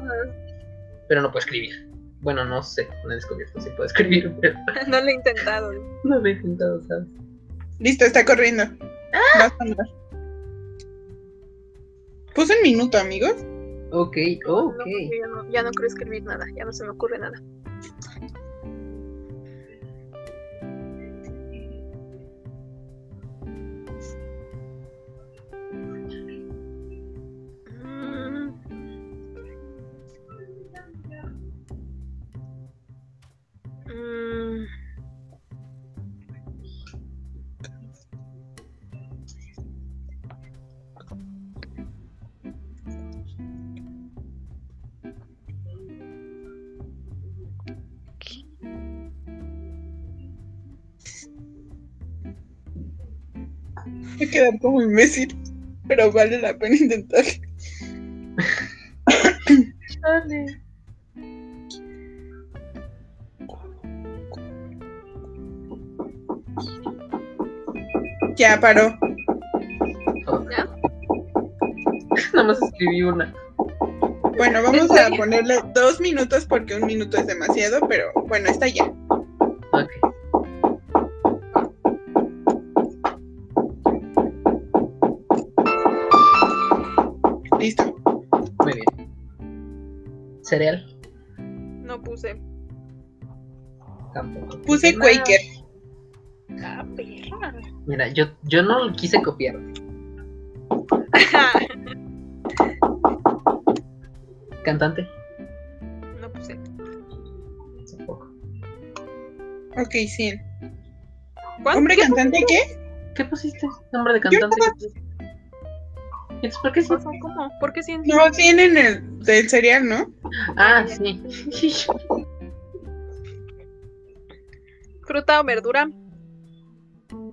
Speaker 1: Pero no puedo escribir. Bueno, no sé, no he descubierto si puedo escribir, [laughs] pero
Speaker 3: No lo he intentado.
Speaker 1: no lo he intentado, ¿sabes?
Speaker 2: Listo, está corriendo. Va a sonar. Puse un minuto, amigos.
Speaker 1: Ok, oh,
Speaker 3: No,
Speaker 1: ok.
Speaker 3: porque ya, no, ya no creo escribir nada. Ya no se me ocurre nada. Mm. Mm,
Speaker 2: Voy a quedar como imbécil, pero vale la pena intentar.
Speaker 3: Dale.
Speaker 2: Ya paró.
Speaker 1: [laughs] Nada más escribí una.
Speaker 2: Bueno, vamos
Speaker 3: Está
Speaker 2: a
Speaker 3: bien.
Speaker 2: ponerle dos minutos porque un minuto es demasiado, pero bueno, está ya.
Speaker 1: Ok.
Speaker 2: Listo.
Speaker 1: Muy bien. Cereal.
Speaker 3: No puse. [laughs]
Speaker 1: Tampoco.
Speaker 2: Puse
Speaker 1: Nada.
Speaker 2: Quaker.
Speaker 3: Ah, perra.
Speaker 1: Mira, yo, yo no quise copiar. Cantante.
Speaker 3: no puse.
Speaker 1: Tampoco.
Speaker 2: Ok, 100.
Speaker 3: ¿Cuál?
Speaker 2: ¿Hombre cantante qué?
Speaker 1: ¿Qué pusiste? Nombre de
Speaker 2: Yo
Speaker 1: cantante.
Speaker 2: nada-
Speaker 1: Entonces, ¿por qué sí?
Speaker 3: O sea, ¿Cómo? ¿Por qué siento?
Speaker 2: No, 100 en el del cereal, ¿no?
Speaker 1: Ah, sí. [laughs]
Speaker 3: Fruta o verdura.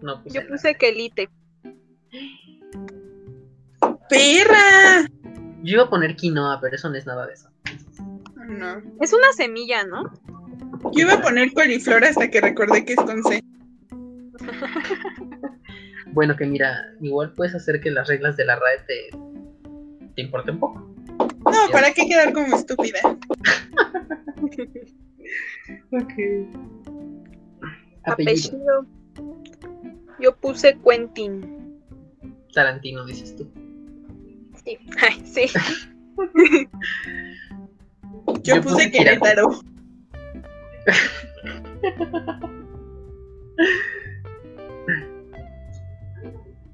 Speaker 1: No puse.
Speaker 3: Yo puse quelite.
Speaker 2: ¡Perra!
Speaker 1: Yo iba a poner quinoa, pero eso no es nada de eso.
Speaker 2: No.
Speaker 3: Es una semilla, ¿no?
Speaker 2: Yo iba a poner coliflor hasta que recordé que es con C.
Speaker 1: Bueno, que mira, igual puedes hacer que las reglas de la RAE te, te importen poco.
Speaker 2: No, ¿para qué quedar como estúpida?
Speaker 1: Ok. Apellido.
Speaker 3: Apellido. Yo puse Quentin.
Speaker 1: Tarantino, dices tú.
Speaker 3: Sí. Ay, sí.
Speaker 2: Yo, puse, Querétaro.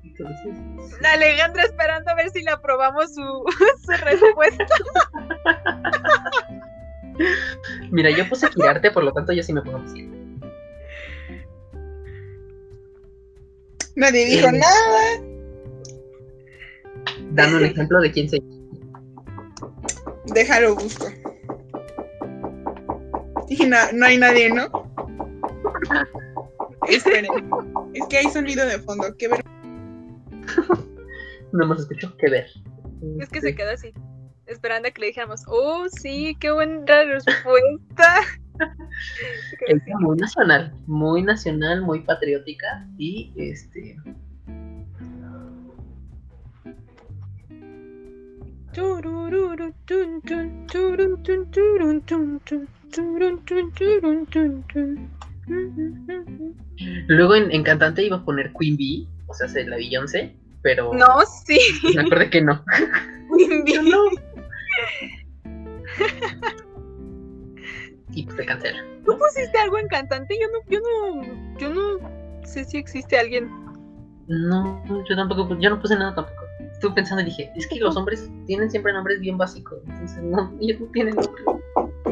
Speaker 1: Entonces,
Speaker 3: La Alejandra esperando a ver si le aprobamos su, [laughs] su respuesta.
Speaker 1: mira, yo puse Kirarte, por lo tanto yo sí me pongo así.
Speaker 2: Nadie dijo
Speaker 1: Sí.
Speaker 2: nada.
Speaker 1: Dame un ejemplo de quién se...
Speaker 2: Déjalo busco. Y no, no hay nadie, ¿no? Esperen. Es que hay sonido de fondo. Qué ver...
Speaker 1: No más escucho que ver. Este,
Speaker 3: Es que se quedó así, esperando a que le dijéramos, oh, sí, qué buena respuesta.
Speaker 1: Es muy nacional, muy nacional, muy patriótica y este...
Speaker 3: Churururu, chun, chun, churun, chun, churun, chun, chun, churun, chun, churun, chun, chun.
Speaker 1: Luego en, en cantante iba a poner Queen Bee, o sea, se la Beyoncé, pero
Speaker 3: No, sí.
Speaker 1: me acordé que no. Yo no. [laughs] y pues se cancela.
Speaker 3: ¿Tú pusiste algo en cantante? Yo no, yo no, yo no sé si existe alguien.
Speaker 1: No, yo tampoco, pu- yo no puse nada tampoco. Estuve pensando y dije, es que los hombres tienen siempre nombres bien básicos, entonces no, [laughs] ellos no tienen nombre.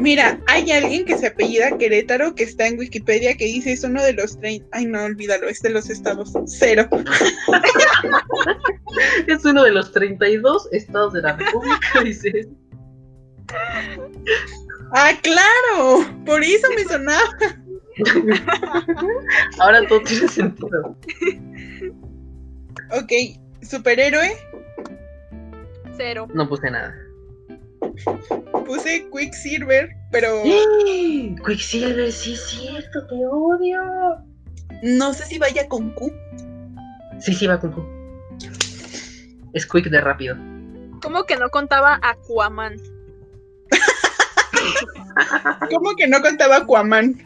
Speaker 2: Mira, hay alguien que se apellida Querétaro que está en Wikipedia que dice es uno de los 30. Ay, no, olvídalo, es de los estados. Cero.
Speaker 1: Es uno de los 32 estados de la República, [laughs] dice.
Speaker 2: ¡Ah, claro! Por eso me sonaba.
Speaker 1: Ahora todo tiene sentido.
Speaker 2: Ok, superhéroe.
Speaker 3: Cero.
Speaker 1: No puse nada.
Speaker 2: Puse Quicksilver, pero
Speaker 1: ¡Eh! Quicksilver, sí es cierto, te odio.
Speaker 2: no sé si vaya con Q.
Speaker 1: Sí, sí, va con Q. Es quick de rápido.
Speaker 3: ¿Cómo que no contaba Aquaman?
Speaker 2: ¿Cómo que no contaba Aquaman?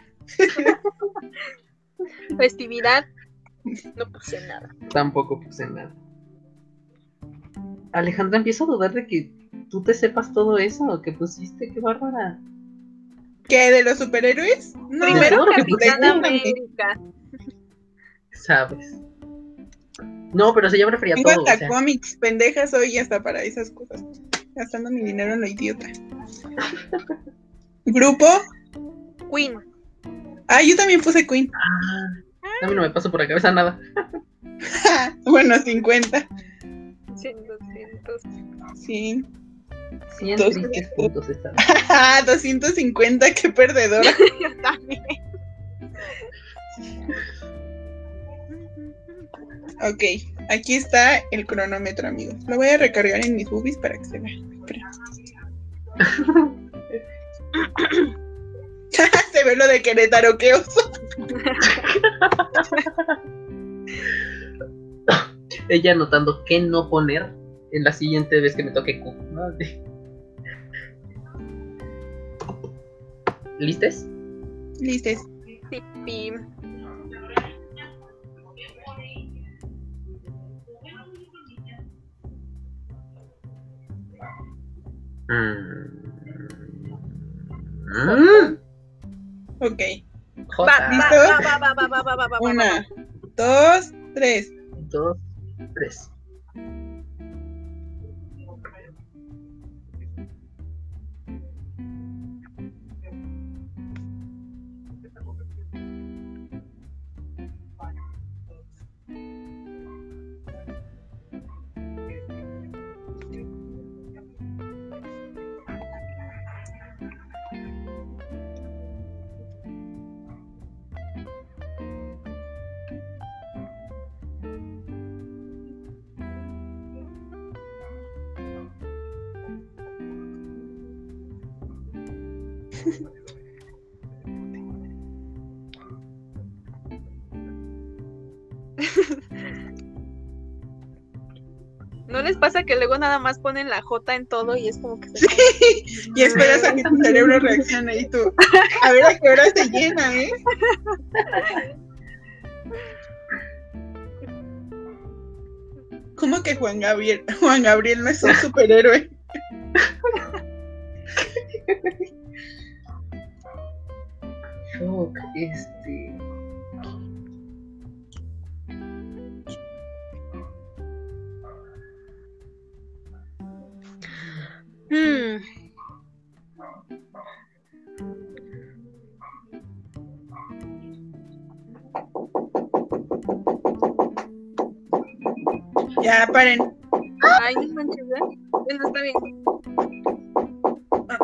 Speaker 3: Festividad. No puse nada.
Speaker 1: Tampoco puse nada. Alejandra, empiezo a dudar de que tú te sepas todo eso que pusiste, qué bárbara.
Speaker 2: ¿Qué? ¿De los superhéroes? No,
Speaker 3: Primero
Speaker 1: seguro que
Speaker 3: Capitán
Speaker 2: puse Aquaman.
Speaker 3: América.
Speaker 1: Sabes. No, pero se yo me refería a
Speaker 2: Tengo
Speaker 1: todo. o
Speaker 2: hasta
Speaker 1: sea,
Speaker 2: cómics, pendeja soy y hasta para esas cosas. Gastando mi dinero en lo
Speaker 1: [laughs]
Speaker 2: idiota. Grupo.
Speaker 3: Queen.
Speaker 2: Ah, yo también puse Queen. [laughs]
Speaker 1: ah, a mí no me pasó por la cabeza nada.
Speaker 2: bueno, 50.
Speaker 3: 100, 200.
Speaker 2: Sí.
Speaker 1: 100
Speaker 2: Dos
Speaker 1: tristes
Speaker 2: minutos.
Speaker 1: puntos esta vez.
Speaker 2: 250, qué perdedora.
Speaker 3: Yo [laughs] también.
Speaker 2: Ok, Aquí está el cronómetro, amigos. Lo voy a recargar en mis boobies para que se vean. Espera. Ah, se ve lo de Querétaro, qué oso.
Speaker 1: [laughs] Ella anotando qué no poner en la siguiente vez que me toque Q. ¿no? [laughs] ¿Listes?
Speaker 2: Listes.
Speaker 3: Pi.
Speaker 1: Mm.
Speaker 2: Ok.
Speaker 1: J.
Speaker 3: Va, va, va, va, va, va, va, va, va, va,
Speaker 2: Una, dos, tres.
Speaker 1: dos, tres.
Speaker 3: ¿No les pasa que luego nada más ponen la J en todo y es como que se Mm.
Speaker 2: Y esperas a que tu cerebro reaccione y tú. A ver a qué hora se llena, ¿eh? ¿Cómo que Juan Gabriel? [laughs] Juan Gabriel no es un superhéroe.
Speaker 1: Fuck, este.
Speaker 3: Hmm.
Speaker 2: Ya, paren.
Speaker 3: Ay, no manches, ¿eh? Bueno, está bien.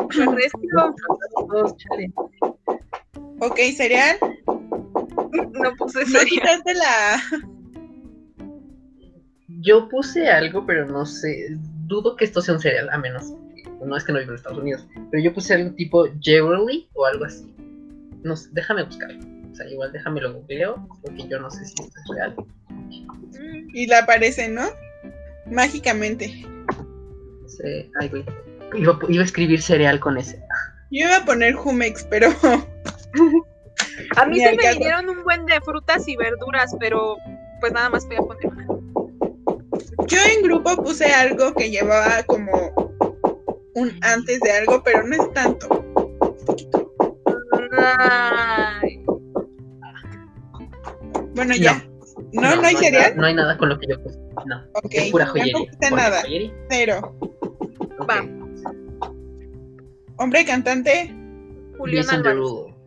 Speaker 2: [coughs]
Speaker 3: Refresco.
Speaker 1: Dos, chale.
Speaker 2: Ok, cereal.
Speaker 3: No puse
Speaker 2: No
Speaker 3: serio.
Speaker 2: quitaste la.
Speaker 1: Yo puse algo, pero no sé. Dudo que esto sea un cereal, a menos. No es que no vivo en Estados Unidos. Pero yo puse algo tipo Jewelry o algo así. No sé, déjame buscarlo. O sea, igual déjame lo googleo, porque yo no sé si esto es real.
Speaker 3: Mm.
Speaker 2: Y la aparece, ¿no? Mágicamente.
Speaker 1: Sí, ay, güey. Iba, iba a escribir cereal con ese.
Speaker 2: Yo iba a poner Jumex, pero. [laughs]
Speaker 3: A mí
Speaker 2: Ni
Speaker 3: se
Speaker 2: al
Speaker 3: me
Speaker 2: caso.
Speaker 3: vinieron un buen de frutas y verduras, pero pues nada más voy a poner una.
Speaker 2: Yo en grupo puse algo que llevaba como un antes de algo, pero no es tanto.
Speaker 3: Ay,
Speaker 2: Bueno, ya. No, no, hay cereal.
Speaker 1: nada- No hay nada con lo que yo puse. No,
Speaker 2: Ok,
Speaker 1: es pura
Speaker 2: no
Speaker 1: joyería.
Speaker 2: puse
Speaker 1: Pura
Speaker 2: nada.
Speaker 1: joyería.
Speaker 2: Cero.
Speaker 1: Ok.
Speaker 3: Va.
Speaker 2: Hombre cantante,
Speaker 3: Julián
Speaker 1: Jason
Speaker 3: Álvarez.
Speaker 1: Derulo.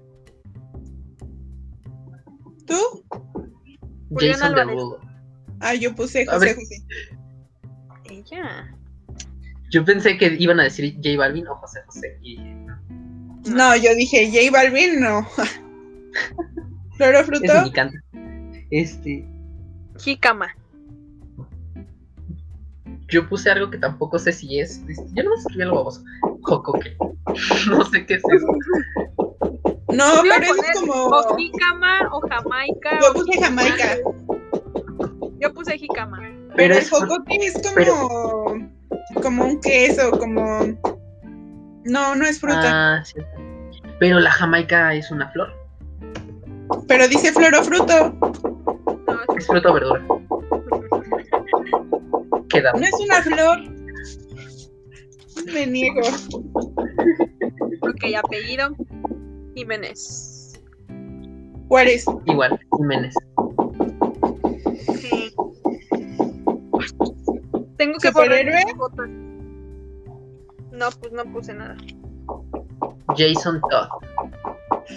Speaker 2: tú.
Speaker 3: Julián
Speaker 1: Jason
Speaker 3: Álvarez.
Speaker 1: Derulo.
Speaker 2: Ah, yo puse
Speaker 1: A
Speaker 2: José
Speaker 1: ver.
Speaker 2: José.
Speaker 3: Ella.
Speaker 1: Yo pensé que iban a decir J Balvin o José José. Y dije,
Speaker 2: No, yo dije J Balvin, no. [laughs] Floro
Speaker 1: ese
Speaker 2: Fruto,
Speaker 1: ni canta. Este,
Speaker 3: Jícama.
Speaker 1: yo puse algo que tampoco sé si es. este, yo no escribí algo baboso. Jocoque. [laughs] No sé qué es eso.
Speaker 2: no,
Speaker 3: Yo iba a
Speaker 2: pero eso
Speaker 3: poner
Speaker 2: es como.
Speaker 3: O jícama o jamaica.
Speaker 2: Oh. Yo
Speaker 3: o
Speaker 2: puse
Speaker 3: jicama.
Speaker 2: Jamaica.
Speaker 3: Yo puse jícama.
Speaker 2: Pero el
Speaker 1: es fru-
Speaker 2: jocoque es como.
Speaker 1: pero-
Speaker 2: Como un queso, como. No, no es fruta.
Speaker 1: Ah, cierto. Pero la jamaica es una flor. Ah.
Speaker 2: Pero dice floro fruto.
Speaker 3: No,
Speaker 1: Es fruta o verdura. Queda.
Speaker 2: No es una flor. Me niego.
Speaker 3: ok, apellido. Jiménez.
Speaker 2: Juárez.
Speaker 1: Igual, Jiménez.
Speaker 3: Tengo que poner
Speaker 2: ¿Superhéroe?
Speaker 3: las botas. No, pues no puse nada.
Speaker 1: Jason ah,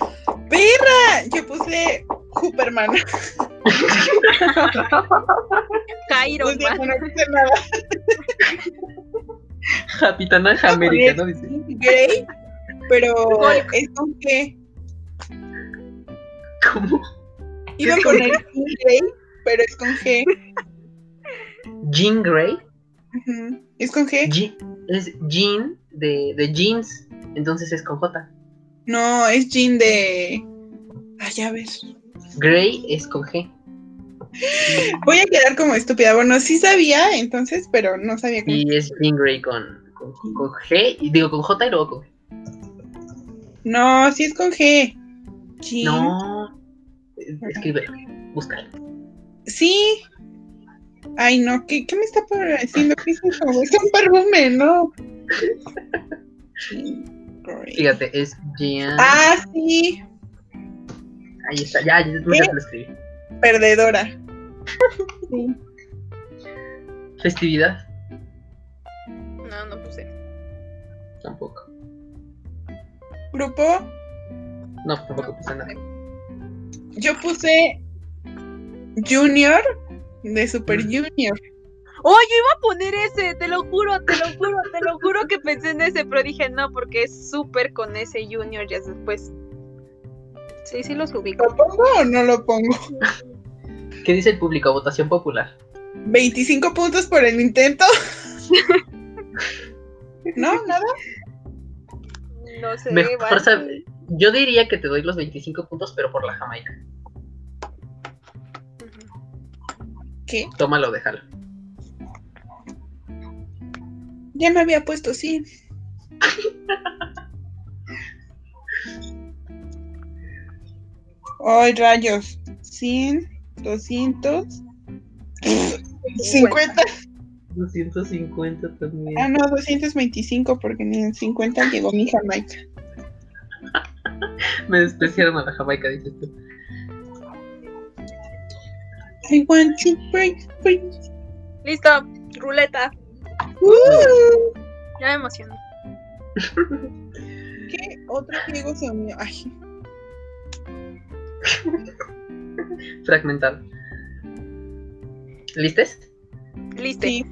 Speaker 1: Todd.
Speaker 2: ¡Perra! Yo puse Superman. Lo
Speaker 3: Cairo, man.
Speaker 2: siento, no puse nada. Ah,
Speaker 1: Capitana América, ¿no? Dice.
Speaker 2: Grey, pero es con qué.
Speaker 1: ¿Cómo?
Speaker 2: Iba a poner un Grey, pero es con G.
Speaker 1: Jean Grey.
Speaker 2: Ujú. ¿Es con G?
Speaker 1: Je- es Jean de, de jeans. Entonces es con J.
Speaker 2: No, es Jean de. Ay, a ver.
Speaker 1: Grey es con
Speaker 2: [laughs]
Speaker 1: G.
Speaker 2: Voy a quedar como estúpida. Bueno, sí sabía entonces, pero no sabía cómo.
Speaker 1: Y es Jean Grey con, con, con G. y Digo, con J y luego con G.
Speaker 2: No, sí es con G. Jean.
Speaker 1: No. Escribe. Búscalo.
Speaker 2: Sí. Ay, no, ¿qué, qué me está diciendo? ¿Qué es eso? Es un
Speaker 1: [laughs]
Speaker 2: perfume, ¿no? Jean Grey.
Speaker 1: Fíjate, es Jean.
Speaker 2: Ah, sí.
Speaker 1: Ahí está. Ya, ya, ya te lo escribí.
Speaker 2: Perdedora. Sí.
Speaker 1: Festividad.
Speaker 3: No, no puse.
Speaker 1: Tampoco.
Speaker 2: Grupo,
Speaker 1: No, tampoco pasa nada.
Speaker 2: yo puse Junior de Super Junior.
Speaker 3: ¡Oh, yo iba a poner ese! Te lo juro, te lo juro, te lo juro que pensé en ese, pero dije no, porque es súper con ese Junior ya después. Sí, sí los ubico.
Speaker 2: ¿Lo pongo o no lo pongo?
Speaker 1: ¿Qué dice el público? Votación popular.
Speaker 2: 25 puntos por el intento. ¿No? ¿Nada?
Speaker 3: No sé,
Speaker 1: Mejor
Speaker 3: vale.
Speaker 1: sabe- Yo diría que te doy los 25 puntos, pero por la Jamaica.
Speaker 3: Ujú.
Speaker 2: ¿Qué?
Speaker 1: Tómalo, déjalo.
Speaker 2: Ya me había puesto 100. Ay, rayos. 100, 200, 50.
Speaker 1: 250 también.
Speaker 2: Ah, no, 225 porque ni en 50 llegó mi Jamaica.
Speaker 1: Me despreciaron a la Jamaica, este dices tú.
Speaker 2: I want to break free.
Speaker 3: Listo, ruleta.
Speaker 2: Uh,
Speaker 3: Ya me emocioné.
Speaker 2: ¿Qué otro juego se unió? Ay,
Speaker 1: Fragmentar. ¿Listes?
Speaker 3: Listo.
Speaker 2: sí.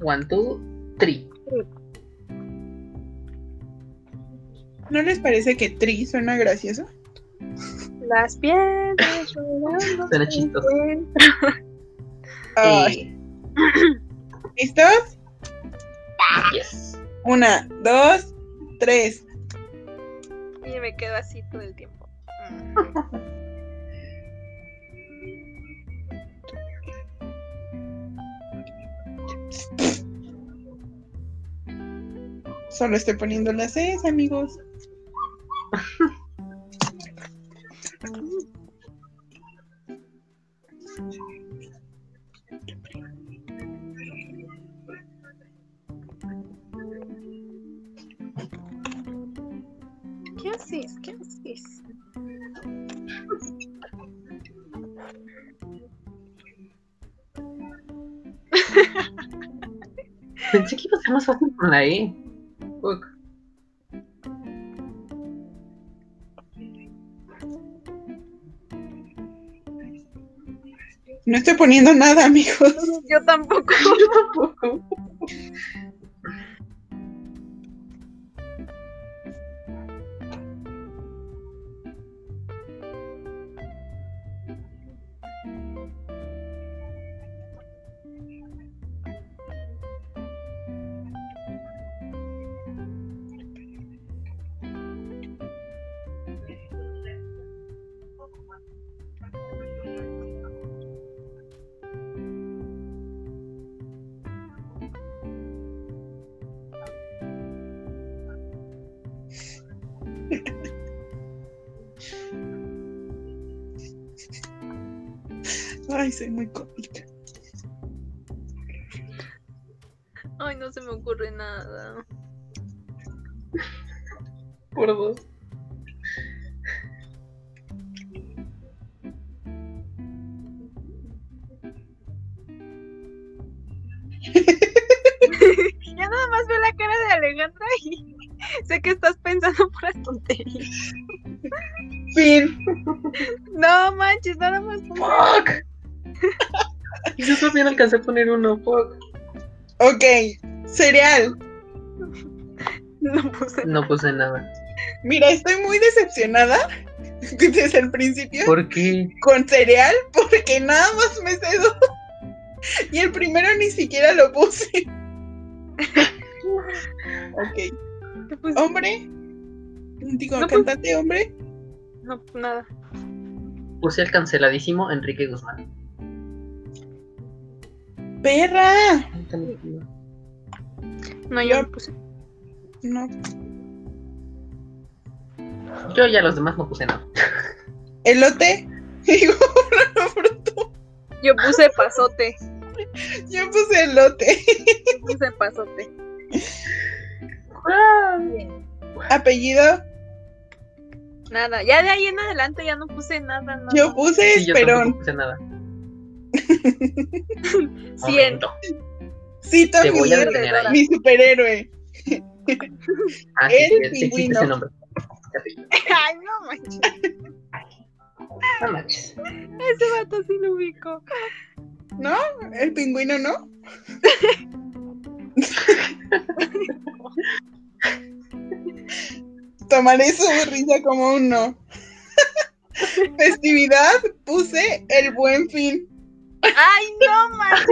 Speaker 1: One, two, three.
Speaker 2: ¿No les parece que Tri suena gracioso?
Speaker 3: Las
Speaker 1: [laughs]
Speaker 3: piedras rodando
Speaker 1: Suena
Speaker 3: se
Speaker 1: chistoso.
Speaker 3: encuentran.
Speaker 2: Ay,
Speaker 1: Eh,
Speaker 2: ¿Listos?
Speaker 1: Eh, yes.
Speaker 2: Una, dos, tres.
Speaker 3: Y me quedo así todo el tiempo. Mm.
Speaker 2: Solo estoy poniendo las Cs, amigos.
Speaker 3: ¿Qué haces? ¿Qué haces?
Speaker 1: Pensé que iba a ser más fácil con la E. Fuck.
Speaker 2: No estoy poniendo nada, amigos.
Speaker 3: Yo tampoco.
Speaker 2: Ay, soy muy cómica.
Speaker 3: Ay, no se me ocurre nada.
Speaker 1: [laughs] Por dos.
Speaker 3: Ya nada más veo la cara de Alejandra y [laughs] sé que estás pensando puras tonterías.
Speaker 2: Fin.
Speaker 3: No manches, nada más. puse-
Speaker 2: [laughs]
Speaker 1: Fuck. [laughs] Yo también alcancé a poner uno. Fuck.
Speaker 2: Ok. Cereal.
Speaker 3: No puse.
Speaker 1: No puse nada.
Speaker 2: Mira, estoy muy decepcionada [laughs] desde el principio
Speaker 1: ¿Por qué?
Speaker 2: con cereal porque nada más me cedo. Y el primero ni siquiera lo puse. ok.
Speaker 3: Pues,
Speaker 2: ¿Hombre? Digo,
Speaker 3: No, pues-
Speaker 2: cantante hombre.
Speaker 3: no, nada.
Speaker 1: Puse el canceladísimo Enrique Guzmán.
Speaker 2: ¡Perra!
Speaker 3: No, yo no puse.
Speaker 2: No.
Speaker 1: Yo ya los demás no puse nada.
Speaker 2: ¿Elote? [laughs] Digo, no, fruta.
Speaker 3: Yo puse pasote.
Speaker 2: yo puse elote.
Speaker 3: Yo puse pasote.
Speaker 2: Ah, ¿Apellido?
Speaker 3: Nada. Ya de ahí en adelante ya no puse nada. No.
Speaker 2: Yo puse
Speaker 1: Sí, yo
Speaker 2: Esperón.
Speaker 1: tampoco puse nada.
Speaker 3: 100.
Speaker 1: Momento.
Speaker 2: Cito a
Speaker 1: Te
Speaker 2: mi,
Speaker 1: voy a
Speaker 2: hero-
Speaker 1: detener ahí.
Speaker 2: mi superhéroe.
Speaker 1: Ah, sí,
Speaker 2: El
Speaker 1: sí, sí, existe
Speaker 2: pingüino.
Speaker 1: ese nombre.
Speaker 3: [laughs] Ay, no manches.
Speaker 1: No manches.
Speaker 3: Ese vato sí lo ubicó.
Speaker 2: El pingüino, ¿no? [laughs] Tomaré su risa como un no. [laughs] Festividad, puse el buen fin.
Speaker 3: Ay, no manches.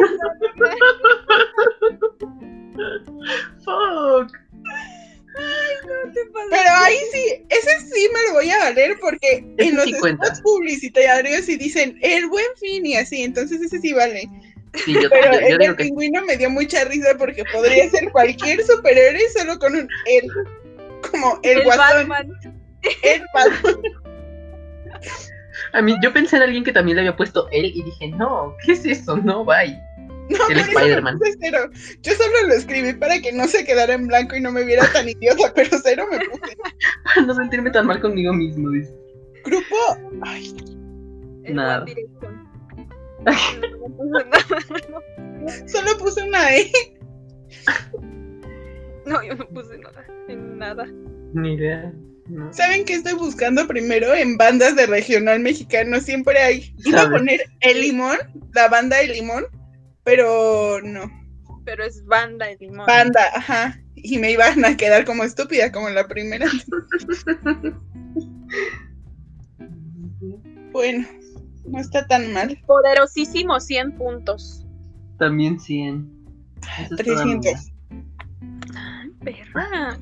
Speaker 1: Fuck.
Speaker 3: No te pases.
Speaker 2: Pero ahí sí, ese sí me lo voy a valer porque
Speaker 1: Ese
Speaker 2: en los
Speaker 1: sí cuenta.
Speaker 2: spots publicitarios sí dicen el buen fin y así, entonces ese sí vale.
Speaker 1: Sí, Ah, yo,
Speaker 2: Pero
Speaker 1: yo- yo digo
Speaker 2: el del
Speaker 1: que
Speaker 2: pingüino me dio mucha risa porque podría ser cualquier superhéroe solo con un el. Como el,
Speaker 3: El
Speaker 2: guasón,
Speaker 3: Batman.
Speaker 2: el Batman.
Speaker 1: a mí yo pensé en alguien que también le había puesto él y dije, "No, ¿qué es eso? No, bye." [laughs]
Speaker 2: No,
Speaker 1: El
Speaker 2: por eso
Speaker 1: Spider-Man.
Speaker 2: me puse cero. Yo solo lo escribí para que no se quedara en blanco y no me viera tan idiota, [laughs] pero cero me puse.
Speaker 1: Para no sentirme tan mal conmigo mismo, dice.
Speaker 2: Grupo,
Speaker 3: El
Speaker 1: Nada.
Speaker 3: One Direction. No, no puse nada. [laughs]
Speaker 2: solo puse una E.
Speaker 3: No, yo no puse nada. En nada.
Speaker 1: Ni idea. No.
Speaker 2: ¿Saben qué estoy buscando primero? En bandas de regional mexicano siempre hay. Iba a
Speaker 1: Sabe.
Speaker 2: poner el limón, la banda de limón, pero no.
Speaker 3: Pero es banda de limón.
Speaker 2: Banda, ajá. Y me iban a quedar como estúpida, como la primera. Bueno, no está tan mal.
Speaker 3: Poderosísimo 100 puntos.
Speaker 1: También 100. Eso es toda mi vida.
Speaker 2: 300.
Speaker 3: Perra.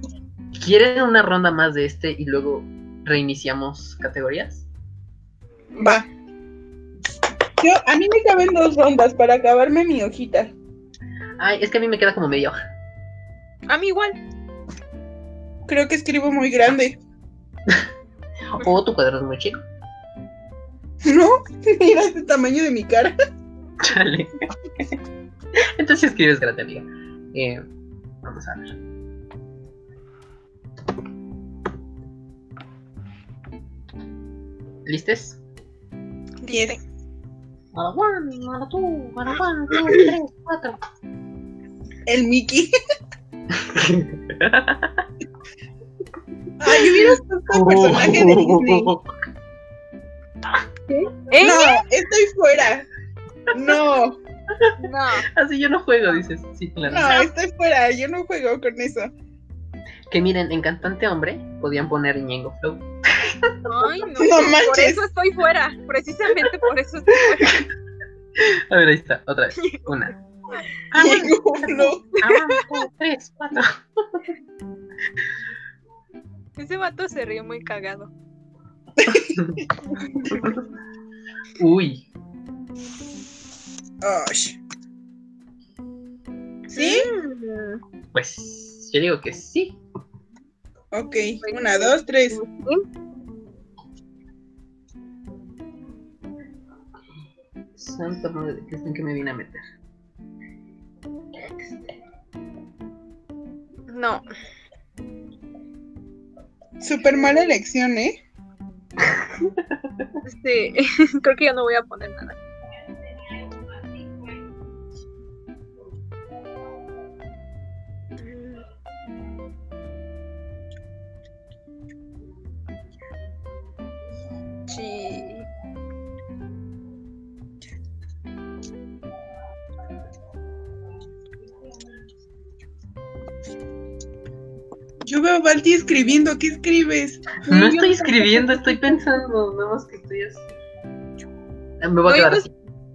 Speaker 1: ¿Quieren una ronda más de este y luego reiniciamos categorías?
Speaker 2: Va. Yo, a mí me caben dos rondas para acabarme mi hojita.
Speaker 1: Ay, es que a mí me queda como media hoja.
Speaker 3: A mí igual.
Speaker 2: Creo que escribo muy grande. [laughs]
Speaker 1: O tu cuaderno es muy [laughs] chico.
Speaker 2: ¿No? Mira este tamaño de mi cara.
Speaker 1: Chale. Entonces sí escribes grande, amiga. Eh, vamos a ver. ¿Listes?
Speaker 2: Diez.
Speaker 1: A la one, a la two, a la one, [laughs] dos, tres, cuatro.
Speaker 2: El Mickey. Ay, hubiera sido
Speaker 1: [laughs]
Speaker 2: un personaje de Disney.
Speaker 3: ¿Eh?
Speaker 2: No, estoy fuera. No,
Speaker 3: No.
Speaker 1: Así yo no juego, dices. Sí, claro.
Speaker 2: no, estoy fuera. Yo no juego con eso.
Speaker 1: Que miren, en cantante hombre podían poner Ñengo Flow.
Speaker 3: Ay, no.
Speaker 2: No
Speaker 3: Por
Speaker 2: manches.
Speaker 3: eso estoy fuera. Precisamente por eso estoy fuera.
Speaker 1: A ver, ahí está, otra vez. Una.
Speaker 2: Ah, Ninguno.
Speaker 1: Ah, bueno, dos, tres, cuatro.
Speaker 3: Ese vato se rió muy cagado.
Speaker 1: Uy.
Speaker 2: Ay. ¿Sí?
Speaker 3: Mm.
Speaker 1: Pues yo digo que sí.
Speaker 2: Ok, una, dos, tres.
Speaker 1: Santa madre de Cristo, ¿en qué me vine a meter?
Speaker 3: No.
Speaker 2: Super mala elección, ¿eh?
Speaker 3: Sí. este, [laughs] Creo que yo no voy a poner nada. Mm. Sí.
Speaker 2: Yo veo a Balti escribiendo. ¿Qué escribes?
Speaker 1: No estoy escribiendo, estoy pensando, nada más que estoy así. Ah, Me voy a
Speaker 2: pues
Speaker 3: No, yo
Speaker 1: quedar
Speaker 3: no-
Speaker 1: así.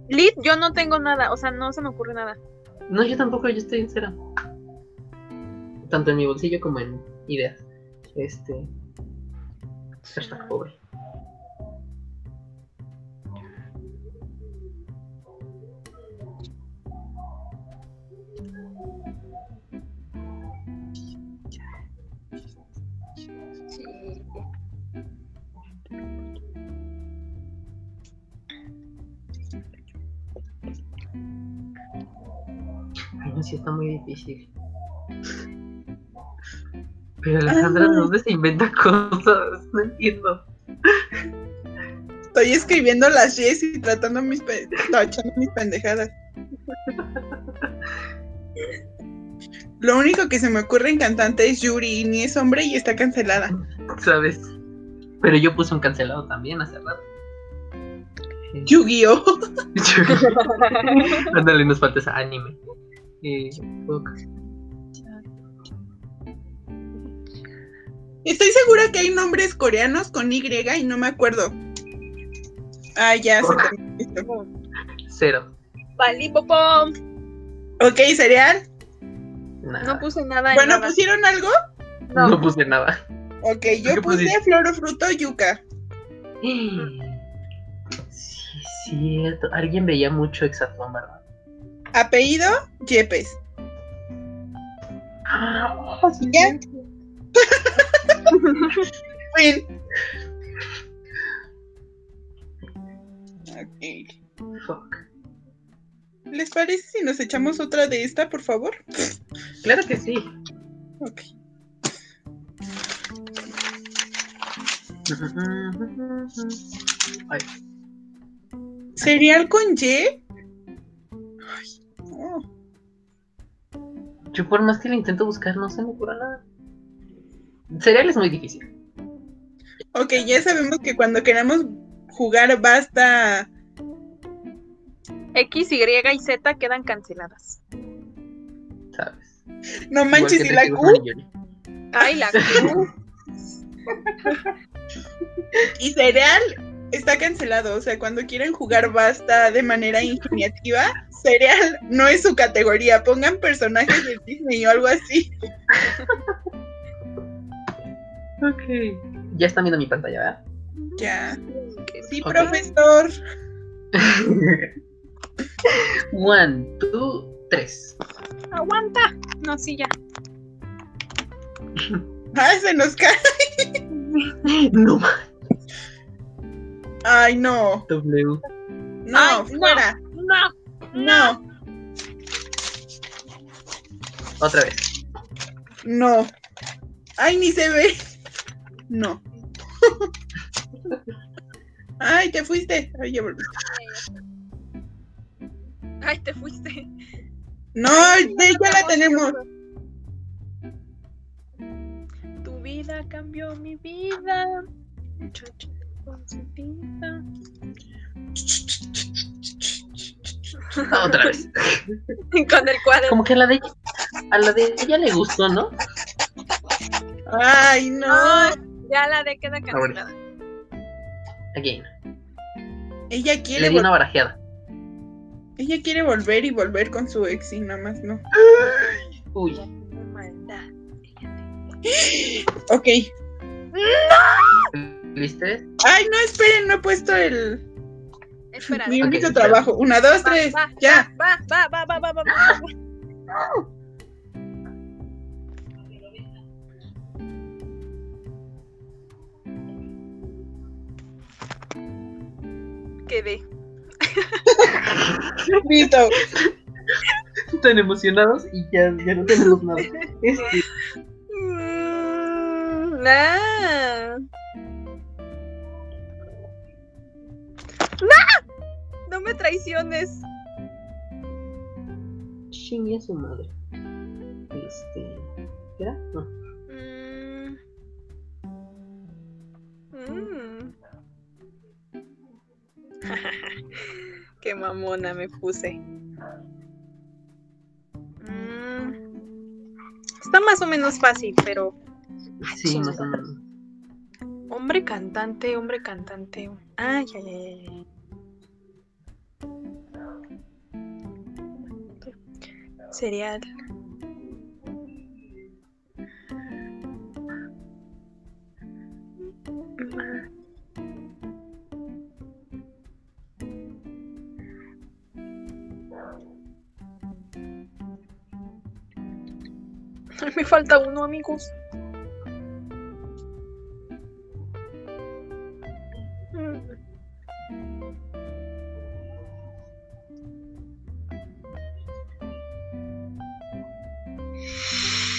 Speaker 3: Lit, yo no tengo nada, o sea, no se me ocurre nada.
Speaker 1: No, yo tampoco, yo estoy en cero. Tanto en mi bolsillo como en ideas. Este. Hashtag pobre. Ay, no, sí está muy difícil. Pero Alejandra,
Speaker 2: Ay.
Speaker 1: ¿dónde se inventa [laughs] cosas? No entiendo.
Speaker 2: Estoy escribiendo las yes y tratando mis, pe- no, echando mis [laughs] pendejadas. Lo único que se me ocurre en cantante es Yuri, y ni es hombre y está cancelada.
Speaker 1: ¿Sabes? Pero yo puse un cancelado también hace rato.
Speaker 2: Yu-Gi-Oh! [laughs]
Speaker 1: Ándale, nos falta esa anime. Eh, fuck.
Speaker 2: Estoy segura que hay nombres coreanos con Y y no me acuerdo. Ah, ya se terminó esto.
Speaker 1: Cero.
Speaker 3: Palipopom.
Speaker 2: Ok, cereal.
Speaker 1: Nada.
Speaker 3: No puse nada en
Speaker 2: Ah. Bueno, pues,
Speaker 3: nada.
Speaker 2: ¿pusieron algo?
Speaker 1: No,
Speaker 3: No.
Speaker 1: puse nada. [gasps]
Speaker 2: Ok,
Speaker 1: ¿Qué
Speaker 2: yo puse
Speaker 1: pusiste?
Speaker 2: flor o fruto yuca.
Speaker 1: Sí, es cierto. Alguien veía mucho Exatlón, ¿verdad?
Speaker 2: Apellido, Yepes.
Speaker 1: Ah,
Speaker 2: [laughs] Ya. Fin. Ok.
Speaker 1: fuck.
Speaker 2: ¿Les parece si nos echamos otra de esta, por favor?
Speaker 1: Claro que sí.
Speaker 2: Ok.
Speaker 1: Ay,
Speaker 2: ¿Cereal con Y? Ay, no.
Speaker 1: yo por más que lo intento buscar, no se me ocurre nada. Cereal es muy difícil.
Speaker 2: Ok, ya sabemos que cuando queramos jugar basta.
Speaker 3: X, Y y Z quedan canceladas.
Speaker 1: ¿Sabes?
Speaker 2: No
Speaker 1: Igual
Speaker 2: manches,
Speaker 1: que
Speaker 2: y la
Speaker 1: Ricky
Speaker 2: Q
Speaker 1: Guzmán y Yuri.
Speaker 3: Ay,
Speaker 2: [laughs]
Speaker 3: la Q.
Speaker 2: y cereal está cancelado. O sea, cuando quieren jugar basta de manera ingeniativa, cereal no es su categoría. Pongan personajes de Disney o algo así.
Speaker 1: Ok. Ya están viendo mi pantalla, ¿verdad? [laughs]
Speaker 2: Ya. Sí,
Speaker 1: Ok.
Speaker 2: profesor.
Speaker 1: One, two, tres.
Speaker 3: Aguanta. No, sí, ya.
Speaker 2: Ah, se nos cae.
Speaker 1: No,
Speaker 2: Ay, no.
Speaker 1: W.
Speaker 2: No,
Speaker 3: Ay, no.
Speaker 2: fuera.
Speaker 3: No.
Speaker 2: No,
Speaker 1: Otra vez.
Speaker 2: no. Ay, ni se ve. No. [laughs] Ay, te fuiste. Ay, ya volví.
Speaker 3: Ay, te fuiste.
Speaker 2: No, ya ya la tenemos.
Speaker 3: Tu vida cambió mi vida. Muchacho con su tinta.
Speaker 1: Otra vez.
Speaker 3: Con el cuadro.
Speaker 1: Como que a la de ella, a la de ella le gustó, ¿no?
Speaker 2: Ay, no.
Speaker 3: Ah, ya la de
Speaker 2: Ah,
Speaker 3: queda cancelada.
Speaker 1: Again.
Speaker 2: Ella quiere,
Speaker 1: Le di
Speaker 2: vol-
Speaker 1: una barajeada.
Speaker 2: ella quiere volver y volver con su ex y nada más no.
Speaker 1: Uy.
Speaker 3: Qué maldad.
Speaker 2: Ok.
Speaker 1: ¿Viste?
Speaker 2: Ay, no, esperen, no he puesto el
Speaker 3: Espera.
Speaker 2: mi
Speaker 1: Ok,
Speaker 2: único
Speaker 1: espera.
Speaker 2: trabajo. Una, dos,
Speaker 3: Va,
Speaker 2: tres.
Speaker 3: va,
Speaker 2: Ya.
Speaker 3: Va, va, va, va, va, va, va. Quedé.
Speaker 2: Listo.
Speaker 1: Tan emocionados y ya, ya no tenemos nada. Este,
Speaker 3: Mm, ah. ¡No! No me traiciones.
Speaker 1: chingue a su madre. Este. ¿Qué era? No.
Speaker 3: Mm. [laughs] Mm. Qué mamona me puse. Mm. Está más o menos fácil, pero
Speaker 1: Sí, más o menos.
Speaker 3: hombre cantante, hombre cantante. Ay, ay, ay, ay, ay. Cereal. Me falta uno, amigos. Mm.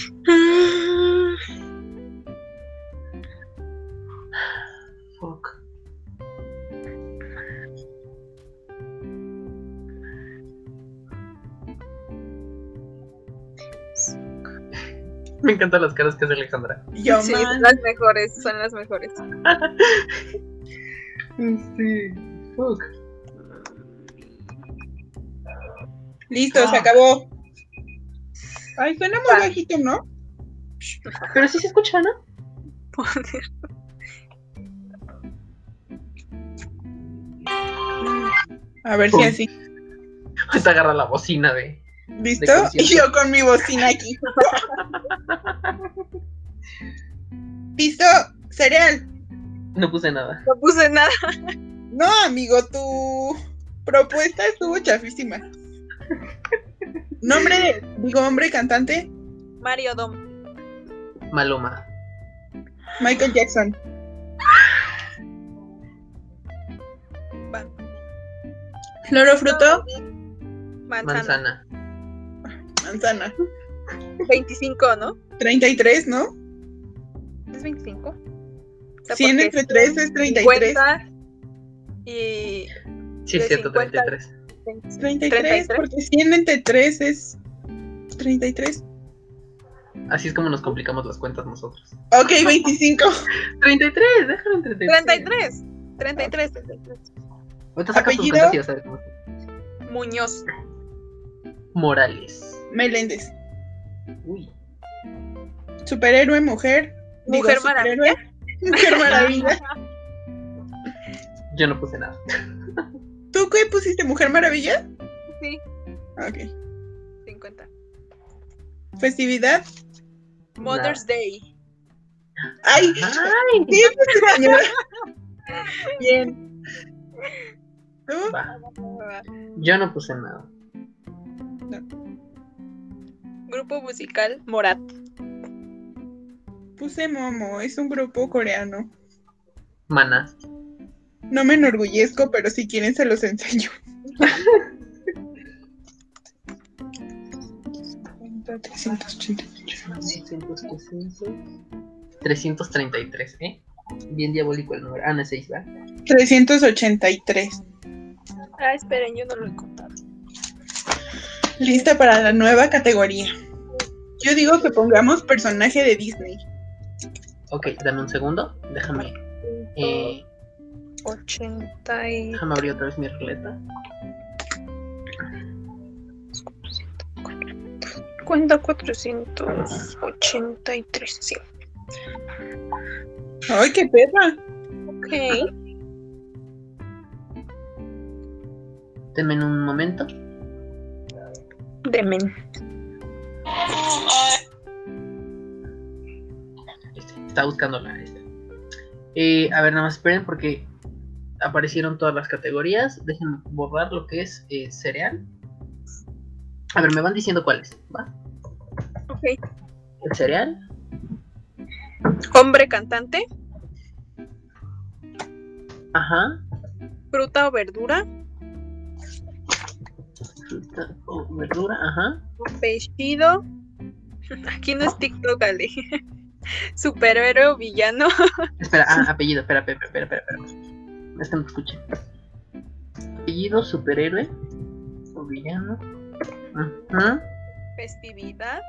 Speaker 3: Ah,
Speaker 1: Fuck. Me encantan las caras que hace Alejandra.
Speaker 2: Yo,
Speaker 3: [laughs] sí, son
Speaker 2: man.
Speaker 3: las mejores, son las mejores.
Speaker 1: Sí.
Speaker 2: este,
Speaker 1: Fuck.
Speaker 2: Listo,
Speaker 3: Ah.
Speaker 2: se acabó. Ay, suena muy bajito, ¿no?
Speaker 1: Pero sí se escucha, ¿no?
Speaker 3: Poder.
Speaker 2: A ver
Speaker 1: Pum.
Speaker 2: si así.
Speaker 1: Se Pues agarra la bocina de.
Speaker 2: ¿Listo?
Speaker 1: De concierto.
Speaker 2: [laughs] Y yo con mi bocina
Speaker 3: [laughs]
Speaker 2: aquí. [laughs] ¿Listo? Cereal.
Speaker 1: No puse nada.
Speaker 3: No puse nada.
Speaker 2: No, amigo, tu propuesta estuvo chafísima. Nombre, de- digo, hombre cantante,
Speaker 3: Mario Dom.
Speaker 1: Maluma.
Speaker 2: Michael Jackson.
Speaker 3: Ba-
Speaker 2: Flor o fruto,
Speaker 3: Manzana.
Speaker 1: Manzana.
Speaker 2: manzana.
Speaker 3: 25, ¿no?
Speaker 2: 33, ¿no?
Speaker 3: ¿Es 25? O sea,
Speaker 2: 100
Speaker 3: porque
Speaker 2: entre 3 es 33.
Speaker 3: 50 y
Speaker 1: Sí,
Speaker 3: De
Speaker 1: es cierto,
Speaker 3: 50.
Speaker 1: 33.
Speaker 2: 33,
Speaker 3: 33.
Speaker 2: porque 100 entre 3 es 33.
Speaker 1: Así es como nos complicamos las cuentas nosotros.
Speaker 2: Ok, 25.
Speaker 1: 33, déjalo en 33.
Speaker 3: 33. 33, 33.
Speaker 1: Ahorita sacas tus
Speaker 2: ¿Apellido?
Speaker 1: cuentas y vas a ver cómo está.
Speaker 3: Muñoz.
Speaker 1: Morales.
Speaker 2: Meléndez.
Speaker 1: Uy.
Speaker 2: Superhéroe, mujer. Digo,
Speaker 3: Mujer
Speaker 2: superhéroe.
Speaker 3: maravilla.
Speaker 2: Mujer maravilla.
Speaker 1: Yo no puse nada.
Speaker 2: ¿Tú qué pusiste? ¿Mujer maravilla? Ah,
Speaker 3: Sí,
Speaker 2: Ok.
Speaker 3: 50.
Speaker 2: Festividad.
Speaker 3: Mother's Day.
Speaker 2: Ay,
Speaker 1: Ay,
Speaker 2: sí, pues, señora.
Speaker 1: bien.
Speaker 2: ¿Tú?
Speaker 1: Va. Yo no puse nada.
Speaker 3: Grupo musical Morat.
Speaker 2: Puse Momo, es un grupo coreano.
Speaker 1: Mana.
Speaker 2: No me enorgullezco, pero si quieren se los enseño. 388.
Speaker 1: 333, ¿eh? Bien diabólico el número. Ah, no es 6, ¿verdad?
Speaker 2: 383.
Speaker 3: Ah, esperen, yo no lo he contado.
Speaker 2: Lista para la nueva categoría. Yo digo que pongamos personaje de Disney.
Speaker 1: Ok, dame un segundo. Déjame. eh,
Speaker 3: 80 y...
Speaker 1: déjame abrir otra vez mi ruleta.
Speaker 3: Cuenta 483, sí.
Speaker 2: ¡Ay, qué perra!
Speaker 3: Ok.
Speaker 1: Deme en un momento.
Speaker 3: Demen.
Speaker 1: Este, está buscando la lista. Eh, a ver, nada más esperen porque aparecieron todas las categorías. Déjenme borrar lo que es eh, cereal. A ver, me van diciendo cuáles. ¿va?
Speaker 3: Ok.
Speaker 1: El cereal,
Speaker 3: Hombre cantante,
Speaker 1: ajá.
Speaker 3: fruta o verdura,
Speaker 1: fruta o verdura, ajá.
Speaker 3: apellido. [laughs] Aquí no es TikTok, Ale. [laughs] Superhéroe o villano. [laughs]
Speaker 1: Espera, ah, apellido, espera, espera, espera, espera. espera. Es que no te escuché. Apellido, superhéroe o villano. Ajá,
Speaker 3: Festividad.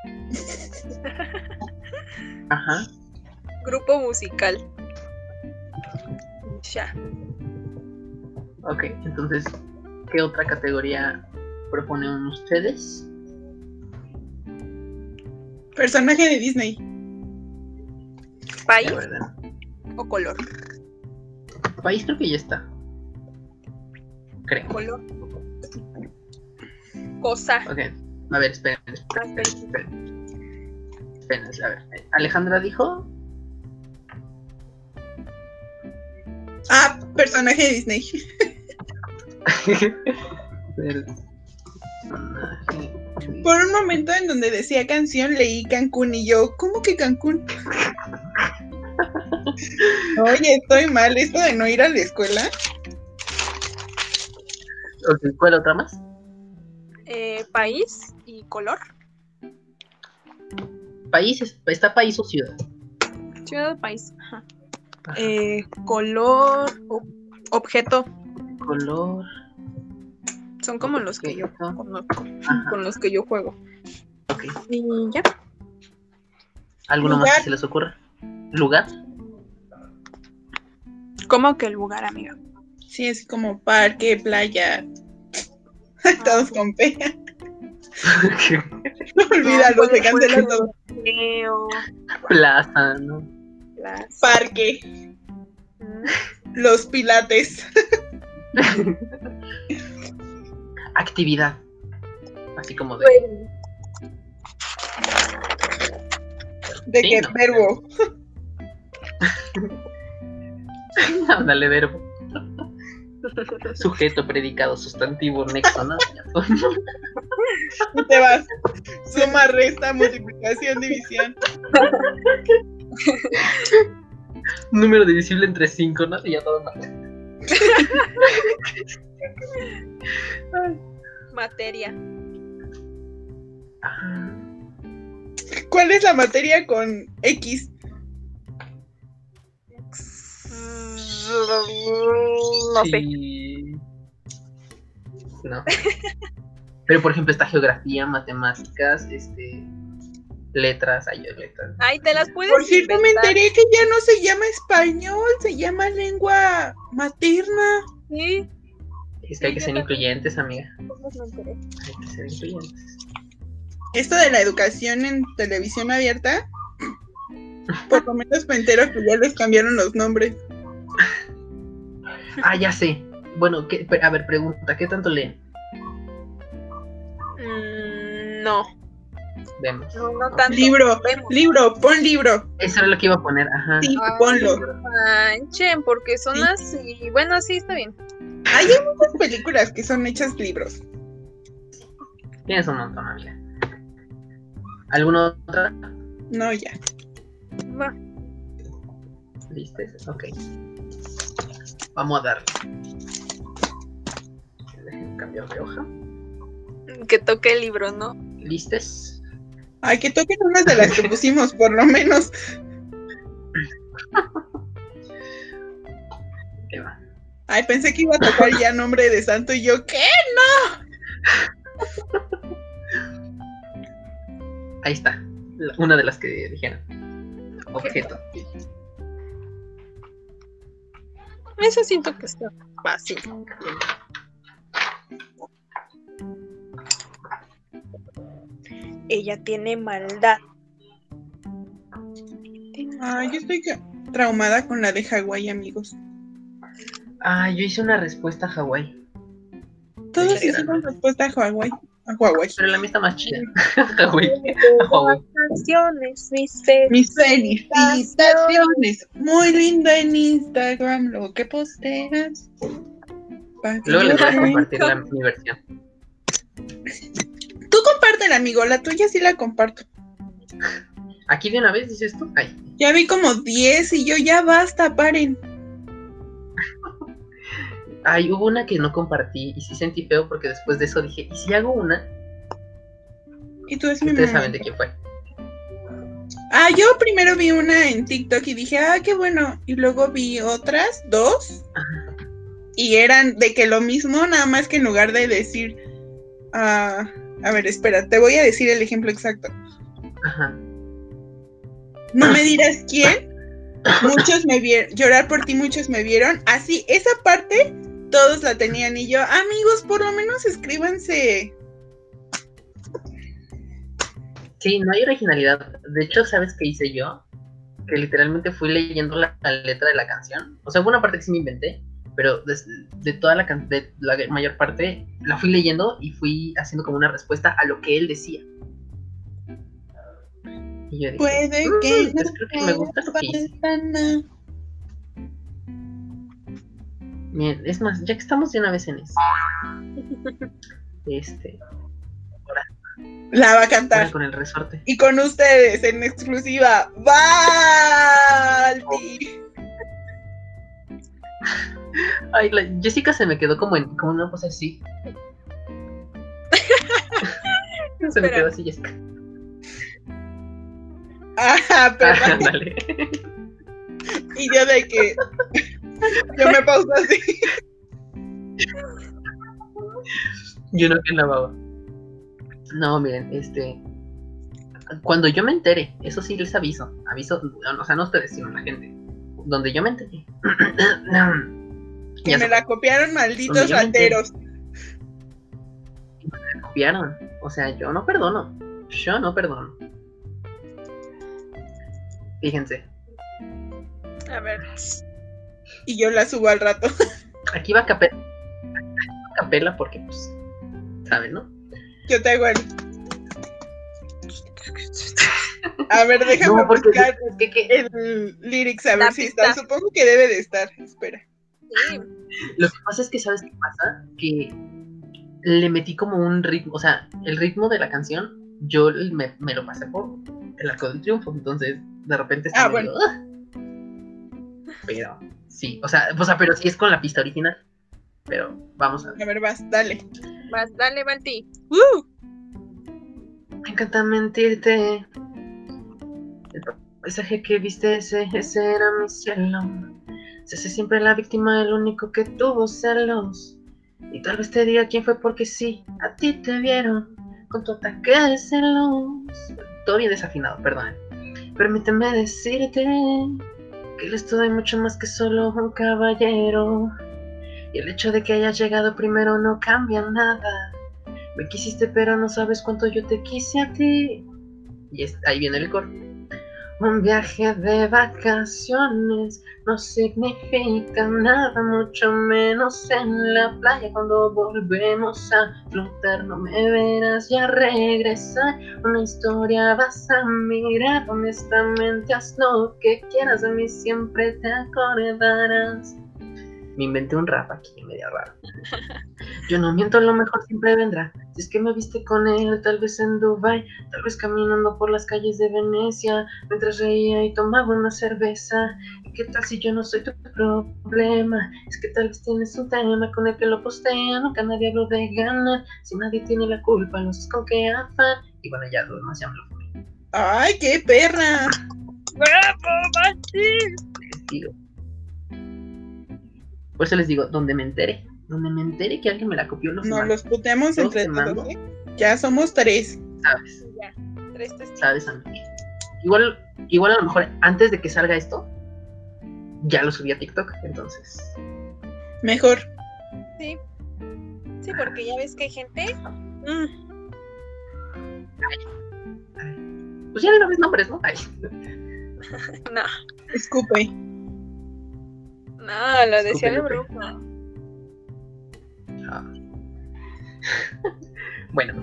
Speaker 1: ajá.
Speaker 3: Grupo musical. Ya.
Speaker 1: Ok, entonces, ¿qué otra categoría proponen ustedes?
Speaker 2: Personaje de Disney.
Speaker 3: País
Speaker 1: La verdad.
Speaker 3: o color.
Speaker 1: País creo que ya está. Creo.
Speaker 3: Color. Cosa.
Speaker 1: Ok. A ver, esperen,
Speaker 3: Más
Speaker 1: esperen,
Speaker 3: pequeño.
Speaker 1: esperen. Esperen, a ver. Alejandra
Speaker 3: [laughs]
Speaker 1: dijo.
Speaker 2: Ah, personaje de Disney. [laughs]
Speaker 1: Personaje de-
Speaker 2: Por un momento en donde decía canción, leí Cancún y yo, ¿cómo que Cancún? Oye, estoy mal, esto de no ir a la escuela.
Speaker 1: Ok, ¿Cuál otra más?
Speaker 3: Eh, país y color.
Speaker 1: País, es- está país o ciudad.
Speaker 3: Ciudad o país. Ajá.
Speaker 1: Ajá.
Speaker 3: Eh, color, o- objeto.
Speaker 1: Color.
Speaker 3: Son como los que yo
Speaker 1: objeto.
Speaker 3: conozco,
Speaker 1: Ajá,
Speaker 3: con los que yo juego.
Speaker 1: ok.
Speaker 3: Y ya.
Speaker 1: ¿Alguno más
Speaker 2: Lugar.
Speaker 1: que se les ocurra? ¿Lugar? [laughs]
Speaker 3: ¿Cómo que el lugar, amiga?
Speaker 2: Sí, es como parque, playa. [laughs]
Speaker 3: Ah.
Speaker 2: Todos con P. [laughs] Olvídalo, se cancela todo.
Speaker 3: Leo,
Speaker 1: Plaza, ¿no?
Speaker 3: las...
Speaker 2: Parque,
Speaker 3: Mm,
Speaker 2: los pilates.
Speaker 1: Actividad. Así como de.
Speaker 2: ¿De
Speaker 1: Sí,
Speaker 2: qué
Speaker 1: no.
Speaker 2: verbo?
Speaker 3: Pues,
Speaker 1: [laughs] Ándale, verbo. Sujeto, predicado, sustantivo, nexo, ¿no? [laughs]
Speaker 2: Y te vas. Suma, resta, multiplicación, división.
Speaker 1: Número divisible entre 5, ¿no? Y ya todo mal.
Speaker 3: [laughs] Materia.
Speaker 1: Ah,
Speaker 2: ¿Cuál es la materia con X?
Speaker 3: No sé.
Speaker 1: Sí. No. Pero por ejemplo está geografía, matemáticas, este letras, hay letras.
Speaker 3: Ay, te las puedes
Speaker 2: Por cierto, me
Speaker 3: inventar.
Speaker 2: enteré que ya no se llama español, se llama lengua materna.
Speaker 3: Sí,
Speaker 1: Es que hay que ser
Speaker 3: Sí, yo también.
Speaker 1: incluyentes, amiga.
Speaker 3: pues me enteré.
Speaker 1: Hay que ser incluyentes.
Speaker 2: Esto de la educación en televisión abierta, por lo menos me entero que ya les cambiaron los nombres.
Speaker 1: Ah, ya sé. Bueno, ¿qué- a ver, pregunta, ¿qué tanto leen?
Speaker 3: Mm, no,
Speaker 1: Vemos.
Speaker 3: no, no tanto.
Speaker 2: Libro,
Speaker 3: Vemos.
Speaker 2: libro, pon libro.
Speaker 1: Eso era lo que iba a poner, ajá.
Speaker 2: Sí,
Speaker 3: Ah.
Speaker 2: ponlo.
Speaker 3: Manchen, porque son
Speaker 2: Sí.
Speaker 3: así. Bueno, sí, está bien.
Speaker 2: Hay muchas películas que son hechas libros.
Speaker 1: Tienes un montón, amiga. ¿Alguna otra?
Speaker 2: No, ya.
Speaker 3: Va.
Speaker 1: ¿Viste? Ok. Vamos a darle. Dejen cambiar de hoja.
Speaker 3: Que toque el libro, ¿no?
Speaker 1: ¿Listes?
Speaker 2: Ay, que toquen unas de las que pusimos, por lo menos.
Speaker 1: Ahí va.
Speaker 2: Ay, pensé que iba a tocar ya nombre de santo y yo, ¿qué?
Speaker 1: Ahí está. La- Una de las que dijeron. Objeto.
Speaker 3: Eso siento que está fácil. Ella tiene maldad.
Speaker 2: Ay, yo estoy ca- traumada con la de Hawái, amigos.
Speaker 1: Ah, yo hice una respuesta a Hawái.
Speaker 2: Todos
Speaker 1: Sí,
Speaker 2: hicieron respuesta a Hawái. A Hawái.
Speaker 1: Pero la mía está más chida. [laughs] Hawái.
Speaker 3: Las canciones, mis fe-
Speaker 2: Mis felicitaciones. Muy lindo en Instagram lo que posteas. Pa' que
Speaker 1: Luego les voy a
Speaker 2: lo vean.
Speaker 1: compartir la, mi versión.
Speaker 2: Tú compártela, amigo. La tuya sí la comparto.
Speaker 1: Aquí de una vez dices tú. Ay.
Speaker 2: Ya vi como 10 y yo ya basta, paren.
Speaker 1: Ay, hubo una que no compartí y sí sentí feo porque después de eso dije, ¿y si hago una?
Speaker 2: Y tú es mi
Speaker 1: Ustedes
Speaker 2: mamá.
Speaker 1: saben de quién fue.
Speaker 2: Ah, yo primero vi una en TikTok y dije, ah, qué bueno. Y luego vi otras, dos,
Speaker 1: Ajá.
Speaker 2: y eran de que lo mismo, nada más que en lugar de decir, ah, a ver, espera, te voy a decir el ejemplo exacto.
Speaker 1: Ajá.
Speaker 2: No me dirás quién. Muchos me vieron, llorar por ti, muchos me vieron. Así, esa parte todos la tenían y yo, amigos, por lo menos escríbanse.
Speaker 1: Sí, no hay originalidad. De hecho, ¿sabes qué hice yo? Que literalmente fui leyendo la, la letra de la canción. O sea, hubo una parte que sí me inventé, pero des- de, toda la, can- de la mayor parte la fui leyendo y fui haciendo como una respuesta a lo que él decía. Y yo dije,
Speaker 2: Puede que
Speaker 1: "Mm, pues creo que me gusta lo que hice".
Speaker 2: Banana.
Speaker 1: Bien, es más, ya que estamos de una vez en eso. Este,
Speaker 2: La va a
Speaker 1: ahora
Speaker 2: cantar.
Speaker 1: con el resorte.
Speaker 2: Y con ustedes en exclusiva, Valdi.
Speaker 1: Ay, la- Jessica se me quedó como en como en una cosa así. se me
Speaker 3: Espera.
Speaker 1: quedó así, Jessica.
Speaker 2: Ajá,
Speaker 1: [laughs]
Speaker 2: pero
Speaker 1: Ándale.
Speaker 2: y yo de que yo me pauso así.
Speaker 1: Y uno que lavaba. No, miren, este. Cuando yo me entere, eso sí les aviso. Aviso, o sea, no ustedes, sino la gente. Donde yo me entere. [clears throat]
Speaker 2: Que
Speaker 1: ya
Speaker 2: me
Speaker 1: se
Speaker 2: la copiaron malditos
Speaker 1: Donde yo me entere.
Speaker 2: rateros.
Speaker 1: copiaron. O sea, yo no perdono. Yo no perdono. Fíjense.
Speaker 3: A ver.
Speaker 2: Y yo la subo al rato. [laughs]
Speaker 1: Aquí va a capela. capela porque, pues. ¿Saben, no?
Speaker 2: Yo te hago el. A ver, déjame
Speaker 1: No, porque.
Speaker 2: buscar
Speaker 1: es que- que-
Speaker 2: el lyrics a ver
Speaker 3: La
Speaker 2: si está.
Speaker 3: pista.
Speaker 2: Supongo que debe de estar. Espera.
Speaker 3: Sí.
Speaker 1: Lo que pasa es que, ¿sabes qué pasa? Que le metí como un ritmo, o sea, el ritmo de la canción, yo l- me, me lo pasé por el arco del triunfo, entonces de repente está
Speaker 2: Ah,
Speaker 1: medio, "Ah". Pero, sí, o sea, o sea, pero sí es con la pista original. Pero vamos a ver.
Speaker 2: A ver, vas, dale.
Speaker 3: Vas, dale, Balti. ¡Uh!
Speaker 1: Me encanta mentirte. El paisaje que viste, ese, ese era mi cielo. Se hace siempre la víctima, el único que tuvo celos. Y tal vez te diga quién fue porque sí, a ti te vieron con tu ataque de celos. Todo bien desafinado, perdón. Permíteme decirte que eres todo y mucho más que solo un caballero. Y el hecho de que hayas llegado primero no cambia nada. Me quisiste, pero no sabes cuánto yo te quise a ti. Y es- ahí viene el coro. Un viaje de vacaciones no significa nada, mucho menos en la playa. Cuando volvemos a flotar, no me verás ya regresar. Una historia vas a mirar, honestamente haz lo que quieras, de mí siempre te acordarás. Me inventé un rap aquí, medio raro. Yo no miento, lo mejor siempre vendrá. Si es que me viste con él, tal vez en Dubai, tal vez caminando por las calles de Venecia, mientras reía y tomaba una cerveza. ¿Y qué tal si yo no soy tu problema? Es que tal vez tienes un tema con el que lo postea, nunca nadie habló de ganar. Si nadie tiene la culpa, no sé con qué afán. Y bueno, ya lo demás ya me lo fumé.
Speaker 2: ¡Ay, qué perra!
Speaker 3: ¡Bravo, Balti!
Speaker 1: les digo. Por eso les digo, donde me entere, donde me entere que alguien me la copió, los
Speaker 2: Nos
Speaker 1: demás,
Speaker 2: los puteamos
Speaker 1: Yo
Speaker 2: entre
Speaker 1: te mando.
Speaker 2: todos. ¿eh? Ya somos tres.
Speaker 1: ¿sabes?
Speaker 3: Ya, tres testigos.
Speaker 1: ¿sabes? Amigo? Igual, igual a lo mejor antes de que salga esto, ya lo subí a TikTok, entonces.
Speaker 2: Mejor.
Speaker 3: Sí. Sí, porque ya ves que hay gente. mm,
Speaker 1: Pues ya de una vez nombres, ¿no? Ay, [laughs]
Speaker 3: no,
Speaker 2: Escupe.
Speaker 3: no, lo decía el
Speaker 1: Escúpelo, pe.
Speaker 3: brujo.
Speaker 1: Bueno,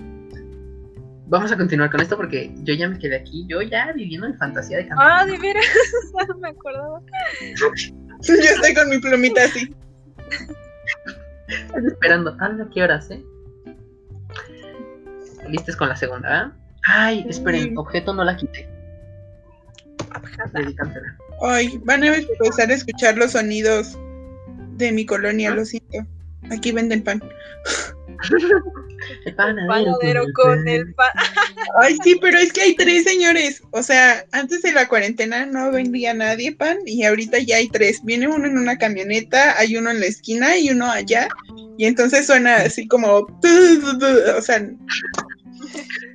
Speaker 1: vamos a continuar con esto porque yo ya me quedé aquí, yo ya viviendo en fantasía de cantar.
Speaker 3: Ah, de veras, [laughs] no me acordaba.
Speaker 2: [laughs] Yo estoy con mi plumita así.
Speaker 1: Estoy esperando. Ah, no, ¿qué horas, eh? Listes con la segunda, ¿ah? Ay, esperen,
Speaker 2: Mm.
Speaker 1: objeto no la quité. Debí cancelar.
Speaker 2: Ay, van a empezar a escuchar los sonidos de mi colonia, lo siento. Aquí venden pan.
Speaker 1: El pues,
Speaker 3: Panadero con el pan.
Speaker 2: Ay, sí, pero es que hay tres señores. O sea, antes de la cuarentena no vendía nadie pan y ahorita ya hay tres. Viene uno en una camioneta, hay uno en la esquina y uno allá. Y entonces suena así como... tu, tu, tu, O sea,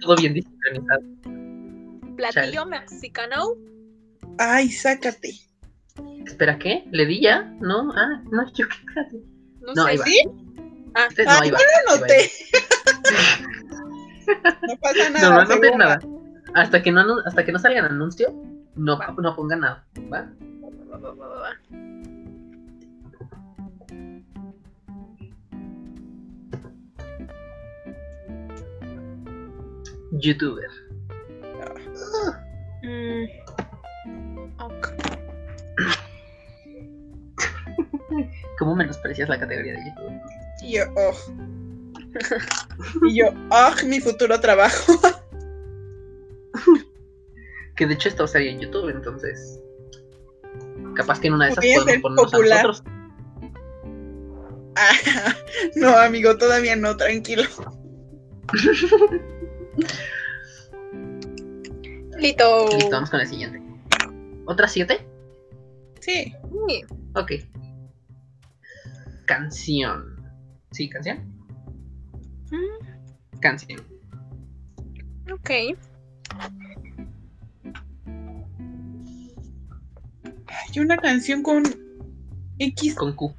Speaker 1: Todo bien desincronizado.
Speaker 3: Platillo mexicano.
Speaker 2: ay, sácate.
Speaker 1: Espera, ¿qué? ¿Le di ya? No, ah, no, yo qué espérate.
Speaker 3: No,
Speaker 1: No,
Speaker 3: sé.
Speaker 1: ahí va.
Speaker 2: ¿sí?
Speaker 3: Ah.
Speaker 1: Este- no,
Speaker 2: Ah,
Speaker 1: ahí va.
Speaker 2: No
Speaker 1: ahí va, ahí
Speaker 2: noté. [laughs] No pasa
Speaker 1: va.
Speaker 2: nada.
Speaker 1: No, no noté
Speaker 2: segunda.
Speaker 1: nada. Hasta que no, anu- hasta que no salgan anuncio, no,
Speaker 3: Va.
Speaker 1: no pongan nada. ¿va?
Speaker 3: va, va, va, va, va.
Speaker 1: Youtuber.
Speaker 3: Mm. Ok.
Speaker 1: ¿Cómo menosprecias la categoría de youtuber?
Speaker 2: Y yo, oh. Y yo, oh, mi futuro trabajo. [laughs]
Speaker 1: Que de hecho esto sería en YouTube, entonces. Capaz que en una de esas
Speaker 2: Podría
Speaker 1: podemos
Speaker 2: ser
Speaker 1: ponernos a
Speaker 2: popular.
Speaker 1: nosotros.
Speaker 2: Ah, no, amigo, todavía no, tranquilo.
Speaker 3: Lito.
Speaker 1: Listo, vamos con el siguiente. ¿Otras siete?
Speaker 2: Sí.
Speaker 3: Sí.
Speaker 1: Ok. Canción. ¿Sí, canción?
Speaker 3: Mm,
Speaker 1: Canción.
Speaker 3: Ok.
Speaker 2: Hay una canción con X.
Speaker 1: Con Q.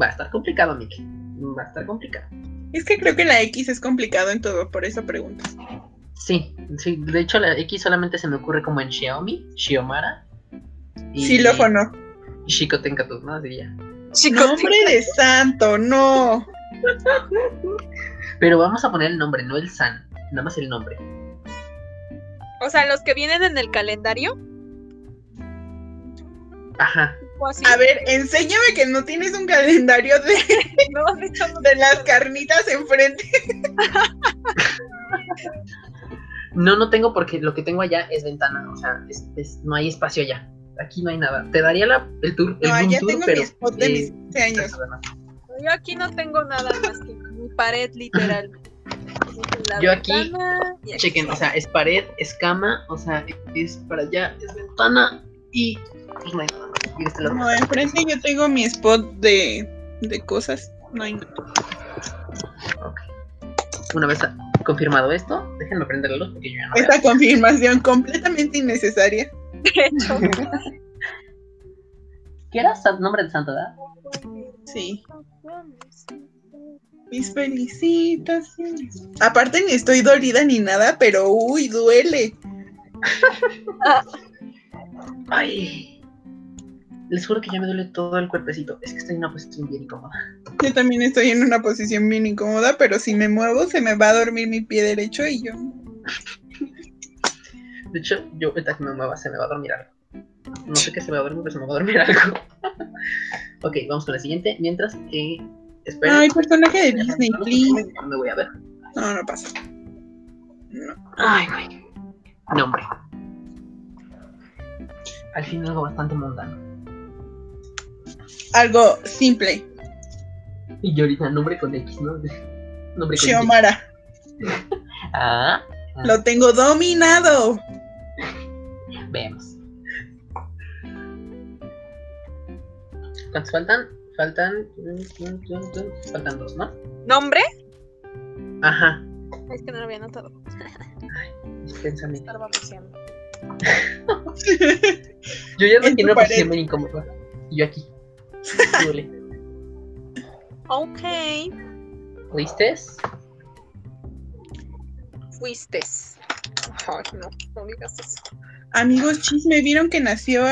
Speaker 1: Va a estar complicado, Miki. Va a estar complicado.
Speaker 2: Es que creo que la X es complicado en todo, por eso pregunto.
Speaker 1: Sí, sí. De hecho, la X solamente se me ocurre como en Xiaomi, Xiomara. Y
Speaker 2: Xilófono.
Speaker 1: y Chico Tenkatu, ¿no? Así ya.
Speaker 3: Chico,
Speaker 2: Nombre de santo, no.
Speaker 1: Pero vamos a poner el nombre, no el san. Nada más el nombre.
Speaker 3: O sea, los que vienen en el calendario.
Speaker 1: Ajá.
Speaker 3: o así.
Speaker 2: A ver, enséñame que no tienes un calendario de,
Speaker 3: [laughs] No, de hecho, no.
Speaker 2: de las carnitas enfrente.
Speaker 1: No, no tengo porque lo que tengo allá es ventana. O sea, es- es- no hay espacio allá. Aquí no hay nada. Te daría la, el tour. el
Speaker 2: No,
Speaker 1: room
Speaker 2: allá
Speaker 1: tour,
Speaker 2: tengo
Speaker 1: pero,
Speaker 2: mi spot de
Speaker 1: eh,
Speaker 2: mis 15 años.
Speaker 3: Yo aquí no tengo nada más que mi pared, literal. La
Speaker 1: Yo aquí-
Speaker 3: ventana y aquí. [laughs]
Speaker 1: Chequen, o sea, es pared, es cama, o sea, es para allá, es ventana y pues no hay nada más. Y de este lado-
Speaker 2: No, enfrente yo tengo mi spot de, de cosas. No hay nada.
Speaker 1: Ok. Una vez ha- confirmado esto, déjenme prender la luz porque yo ya no veo.
Speaker 2: Esta confirmación completamente innecesaria.
Speaker 3: De hecho,
Speaker 1: ¿Qué era san- nombre de santo, verdad?
Speaker 2: Sí. Mis felicitaciones. Aparte ni estoy dolida ni nada, pero uy, duele.
Speaker 1: Ay. Les juro que ya me duele todo el cuerpecito. Es que estoy en una posición bien incómoda.
Speaker 2: Yo también estoy en una posición bien incómoda, pero si me muevo se me va a dormir mi pie derecho y yo.
Speaker 1: De hecho, yo ahorita que me mueva se me va a dormir algo. No sé qué se me va a dormir, pero se me va a dormir algo. [laughs] ok, vamos con la siguiente. Mientras que. Esperen.
Speaker 2: Ay, personaje de Disney, please.
Speaker 1: Me voy a ver.
Speaker 2: No, no pasa. No.
Speaker 1: Ay, güey. Nombre. Al fin algo bastante mundano.
Speaker 2: Algo simple.
Speaker 1: Y yo ahorita nombre con X, ¿no? [laughs] Nombre con X.
Speaker 2: Xiomara.
Speaker 1: Ah,
Speaker 2: Lo tengo dominado.
Speaker 1: veamos. ¿Cuántos faltan? Faltan. mm, Faltan dos, ¿no?
Speaker 3: ¿Nombre?
Speaker 1: Ajá.
Speaker 3: Es que no lo había notado.
Speaker 1: Pensame.
Speaker 3: Estaba buceando.
Speaker 1: Yo ya
Speaker 2: En
Speaker 1: me
Speaker 2: tu
Speaker 1: tiene una
Speaker 2: pared.
Speaker 1: posición muy incómoda. Y yo aquí. Duele.
Speaker 3: Ok.
Speaker 1: ¿Oíste?
Speaker 3: Fuiste. Ay, no, no digas eso.
Speaker 2: Amigos, chisme, ¿vieron que nació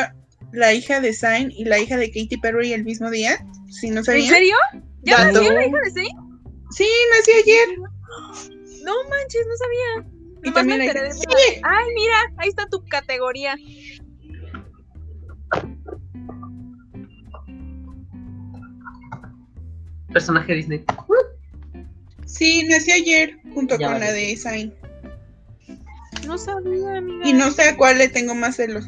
Speaker 2: la hija de Zayn y la hija de Katy Perry el mismo día? Si no
Speaker 3: ¿En
Speaker 2: sabían.
Speaker 3: serio? ¿Ya
Speaker 2: Dato.
Speaker 3: nació la hija de Zayn?
Speaker 2: Sí, nació ayer.
Speaker 3: No manches, no sabía.
Speaker 2: Y
Speaker 3: Nomás
Speaker 2: también
Speaker 3: me
Speaker 2: hay-
Speaker 3: enteré de-
Speaker 2: Sí.
Speaker 3: Ay, mira, ahí está tu categoría.
Speaker 1: Personaje Disney.
Speaker 2: Sí, nació ayer junto
Speaker 1: Ya
Speaker 2: con
Speaker 1: vale.
Speaker 2: la de Zayn.
Speaker 3: No sabía, amiga.
Speaker 2: Y no sé a cuál le tengo más celos.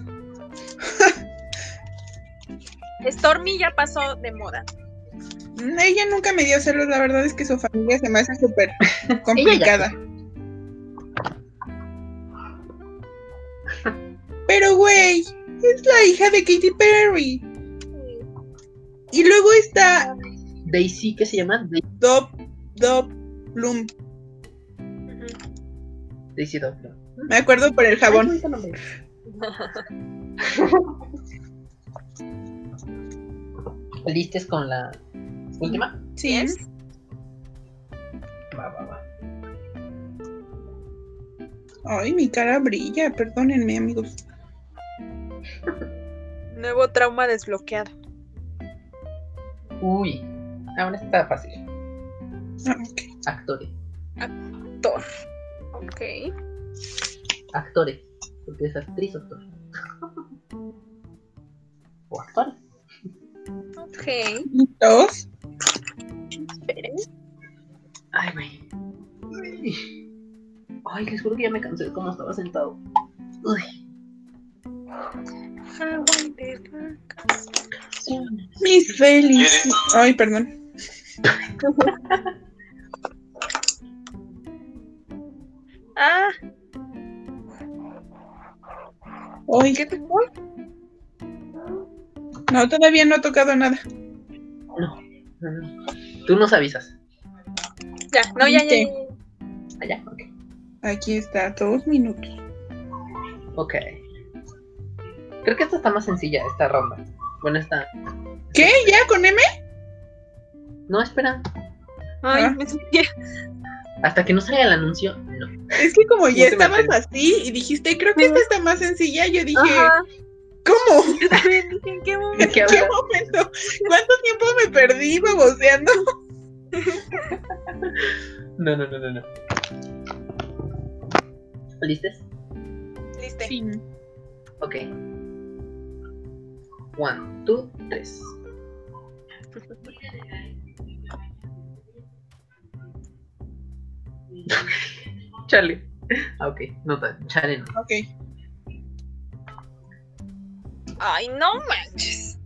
Speaker 3: Stormy ya pasó de moda.
Speaker 2: Ella nunca me dio celos, la verdad es que su familia se me hace súper complicada. Pero güey, es la hija de Katy Perry. Y luego está
Speaker 1: Daisy, ¿qué se llama? Da-
Speaker 2: Dob Dob Bloom.
Speaker 3: Ujú.
Speaker 1: Daisy Doble.
Speaker 2: Me acuerdo por el jabón.
Speaker 1: ¿Listes con la última?
Speaker 2: Sí.
Speaker 3: Yes.
Speaker 1: Va, va, va.
Speaker 2: Ay, mi cara brilla, perdónenme, amigos.
Speaker 3: Nuevo trauma desbloqueado.
Speaker 1: ah, Uy, ahora está fácil.
Speaker 2: Ah, Ok.
Speaker 1: Actores.
Speaker 3: Actor. Ok.
Speaker 1: Actores. Porque es actriz o actor. [laughs] o actor.
Speaker 3: Ok.
Speaker 2: Dos.
Speaker 3: Esperen.
Speaker 1: Ay, güey. Ay. Ay, les juro que ya me cansé de cómo estaba sentado. Uy.
Speaker 3: Aguante.
Speaker 2: Mis Félix. Ay, perdón.
Speaker 3: Ah,
Speaker 2: Ay,
Speaker 3: ¿qué te
Speaker 2: no, todavía no ha tocado nada.
Speaker 1: No. no, no. Tú nos avisas.
Speaker 3: Ya, no, ya, ya. ya, ya.
Speaker 1: Allá, ok.
Speaker 2: Aquí está, dos minutos.
Speaker 1: Ok. Creo que esta está más sencilla, esta ronda. Bueno, esta.
Speaker 2: ¿Qué? ¿Ya con M?
Speaker 1: No, espera.
Speaker 3: Ay,
Speaker 2: Ah.
Speaker 3: me sentí-
Speaker 1: Hasta que no salga el anuncio, no. [laughs]
Speaker 2: Es que como ya
Speaker 1: No te
Speaker 2: estabas
Speaker 1: imaginas.
Speaker 2: así y dijiste, creo que esta está más sencilla, yo dije,
Speaker 3: Ajá.
Speaker 2: ¿cómo? [laughs]
Speaker 3: Yo también dije, ¿en qué momento?
Speaker 1: ¿De qué
Speaker 2: ¿En qué momento? ¿Cuánto tiempo me perdí baboseando?
Speaker 1: No, no, no, no, no. ¿Listes?
Speaker 3: Listo.
Speaker 1: Ok. One, two, tres. Chale. Ah, ok. No, tan- chale no.
Speaker 2: Ok.
Speaker 3: Ay, no manches.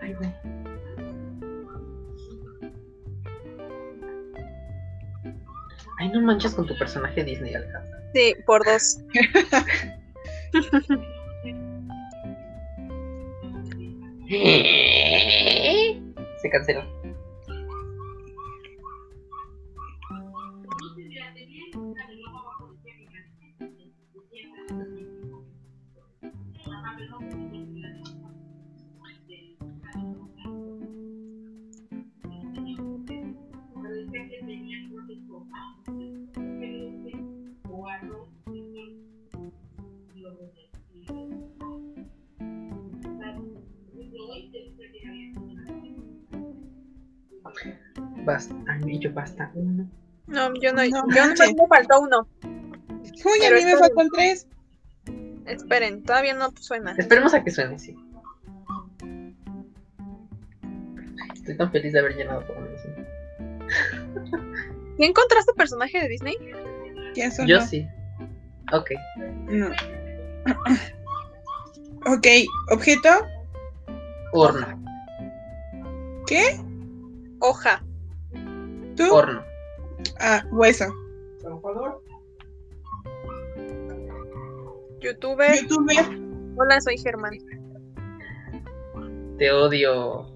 Speaker 1: Ay, güey. Ay, no manches con tu personaje Disney, Alejandra.
Speaker 3: Sí, por dos.
Speaker 1: Se canceló. Basta. Ay, yo basta. Uno.
Speaker 3: No, yo no.
Speaker 2: No
Speaker 3: yo nomás
Speaker 2: manches.
Speaker 3: me faltó uno.
Speaker 2: Uy, a
Speaker 3: Pero
Speaker 2: mí me
Speaker 3: está
Speaker 2: faltan tres.
Speaker 3: Esperen, todavía no suena.
Speaker 1: Esperemos a que suene, sí. Ay, Estoy tan feliz de haber llenado por lo menos uno.
Speaker 3: ¿Ya encontraste personaje de Disney?
Speaker 2: Ya son.
Speaker 1: Yo sí. Ok.
Speaker 2: No. [clears throat] Ok, objeto.
Speaker 1: Horno.
Speaker 2: ¿Qué?
Speaker 3: Hoja.
Speaker 2: ¿Tú?
Speaker 1: Horno.
Speaker 2: Ah, hueso.
Speaker 3: Youtuber.
Speaker 2: Youtuber.
Speaker 3: Hola, soy Germán.
Speaker 1: Te odio.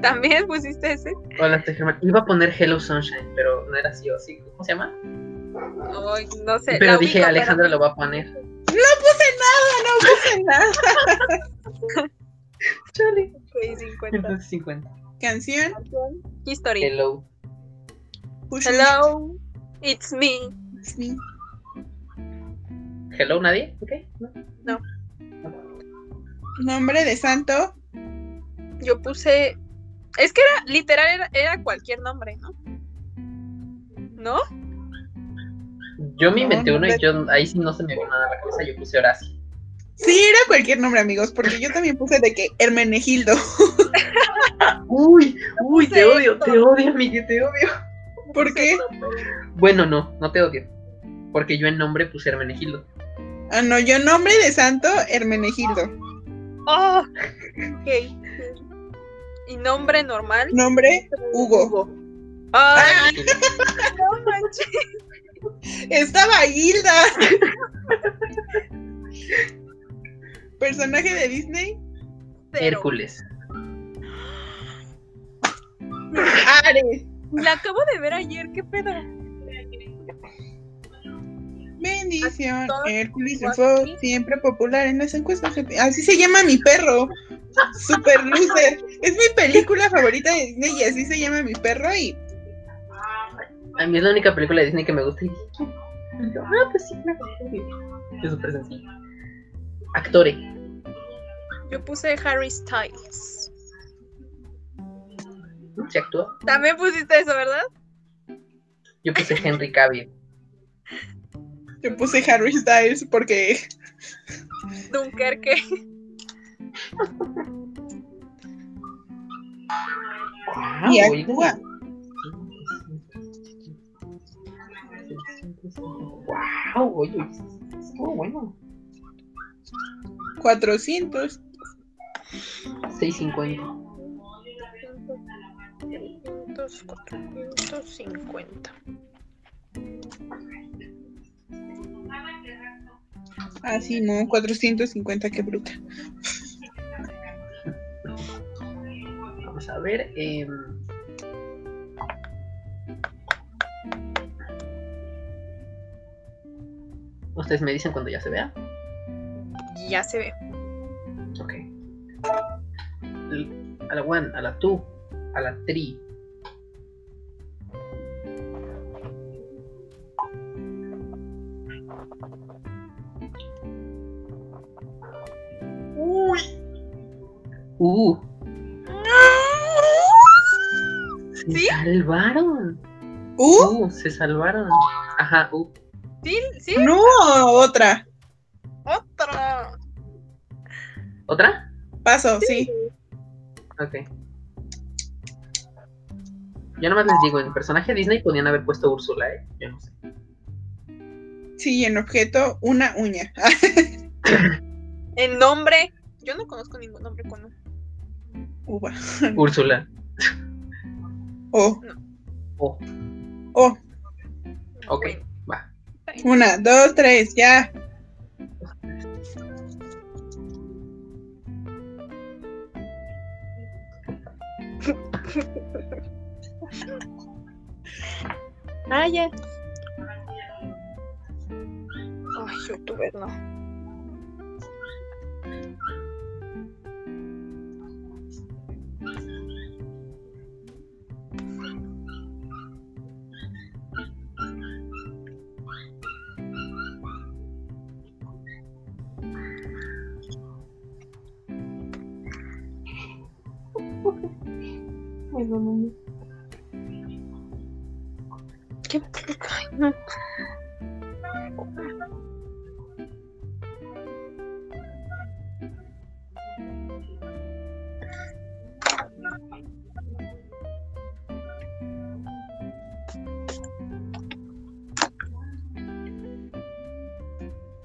Speaker 3: ¿También pusiste ese?
Speaker 1: Hola, soy Germán. Iba a poner Hello Sunshine, pero no era así o así. ¿Cómo se llama?
Speaker 3: Ay, no sé.
Speaker 1: pero
Speaker 3: la
Speaker 1: dije,
Speaker 3: ubico,
Speaker 1: Alejandra
Speaker 3: [laughs]
Speaker 1: lo va a poner.
Speaker 3: Ah,
Speaker 2: Nada.
Speaker 1: Chale.
Speaker 3: pero- Ok, 50.
Speaker 1: Entonces 50.
Speaker 2: Canción.
Speaker 3: History.
Speaker 1: Hello.
Speaker 2: Push
Speaker 3: Hello, it's me.
Speaker 2: It's me.
Speaker 1: Hello, nadie. Ok. ¿No?
Speaker 2: Nombre de santo.
Speaker 3: Yo puse. Es que era, literal, era, era cualquier nombre, ¿no? ¿No?
Speaker 1: Yo me
Speaker 2: No,
Speaker 1: inventé
Speaker 2: no
Speaker 1: uno y
Speaker 2: te-
Speaker 1: yo ahí sí no se me vio nada a la cabeza. Yo puse Horacio.
Speaker 2: Sí, era cualquier nombre, amigos, porque yo también puse de que Hermenegildo.
Speaker 1: Uy, uy, Uy, te odio, te odio, Miguel, te odio.
Speaker 2: ¿Por qué?
Speaker 1: Bueno, no, no te odio. Porque yo en nombre puse Hermenegildo.
Speaker 2: Ah, no, yo nombre de santo, Hermenegildo.
Speaker 3: Oh, ok. Y nombre normal.
Speaker 2: Nombre, Hugo.
Speaker 3: Ay, no manches.
Speaker 2: Estaba Hilda. Personaje de Disney,
Speaker 3: pero
Speaker 1: Hércules.
Speaker 2: Ares.
Speaker 3: La acabo de ver ayer, qué pedo.
Speaker 2: Bendición. Hércules fue siempre popular en las encuestas. Así se llama mi perro. Super Loser. Es mi película favorita de Disney y así se llama mi perro. Y
Speaker 1: A mí es la única película de Disney que me gusta. Y dije, "¿Quién?". Y yo, ah, pues sí, una película de Disney". Es súper sencillo. Actore.
Speaker 3: Yo puse Harry Styles.
Speaker 1: ¿Se actúa?
Speaker 3: También pusiste eso, ¿verdad?
Speaker 1: Yo puse Henry Cavill.
Speaker 2: yo puse Harry Styles porque
Speaker 3: Dunkerque.
Speaker 2: Y
Speaker 1: Wow,
Speaker 2: actúa.
Speaker 1: oigan. Wow, oye, estuvo bueno.
Speaker 2: 400.
Speaker 1: 650.
Speaker 3: 450.
Speaker 2: Así Ah, no, 450, qué bruta.
Speaker 1: Vamos a ver. em. Ustedes me dicen cuando ya se vea.
Speaker 3: Ya se ve.
Speaker 1: Ok. L- A la one, a la two, a la three.
Speaker 3: Uy.
Speaker 1: Uh, se
Speaker 3: ¿Sí?
Speaker 1: salvaron.
Speaker 2: ¿Uh?
Speaker 1: Uh, se salvaron. Ajá, uh.
Speaker 3: Sí, sí,
Speaker 2: ¿Eh? No, otra.
Speaker 3: otra.
Speaker 1: ¿Otra?
Speaker 2: Paso, sí.
Speaker 1: Ok. Yo nomás les digo, en personaje Disney podían haber puesto Úrsula, ¿eh? Yo no sé.
Speaker 3: [laughs]
Speaker 2: Sí, en objeto, una uña. Ah,
Speaker 3: El nombre. Yo no conozco ningún nombre con un-
Speaker 2: Uva.
Speaker 1: Úrsula.
Speaker 2: O,
Speaker 1: Oh,
Speaker 2: o.
Speaker 1: ok,
Speaker 3: Bueno,
Speaker 1: va.
Speaker 2: Una, dos, tres, ya.
Speaker 3: Ah, ya. Ay, youtuber, no. ¿Qué? Ay, no.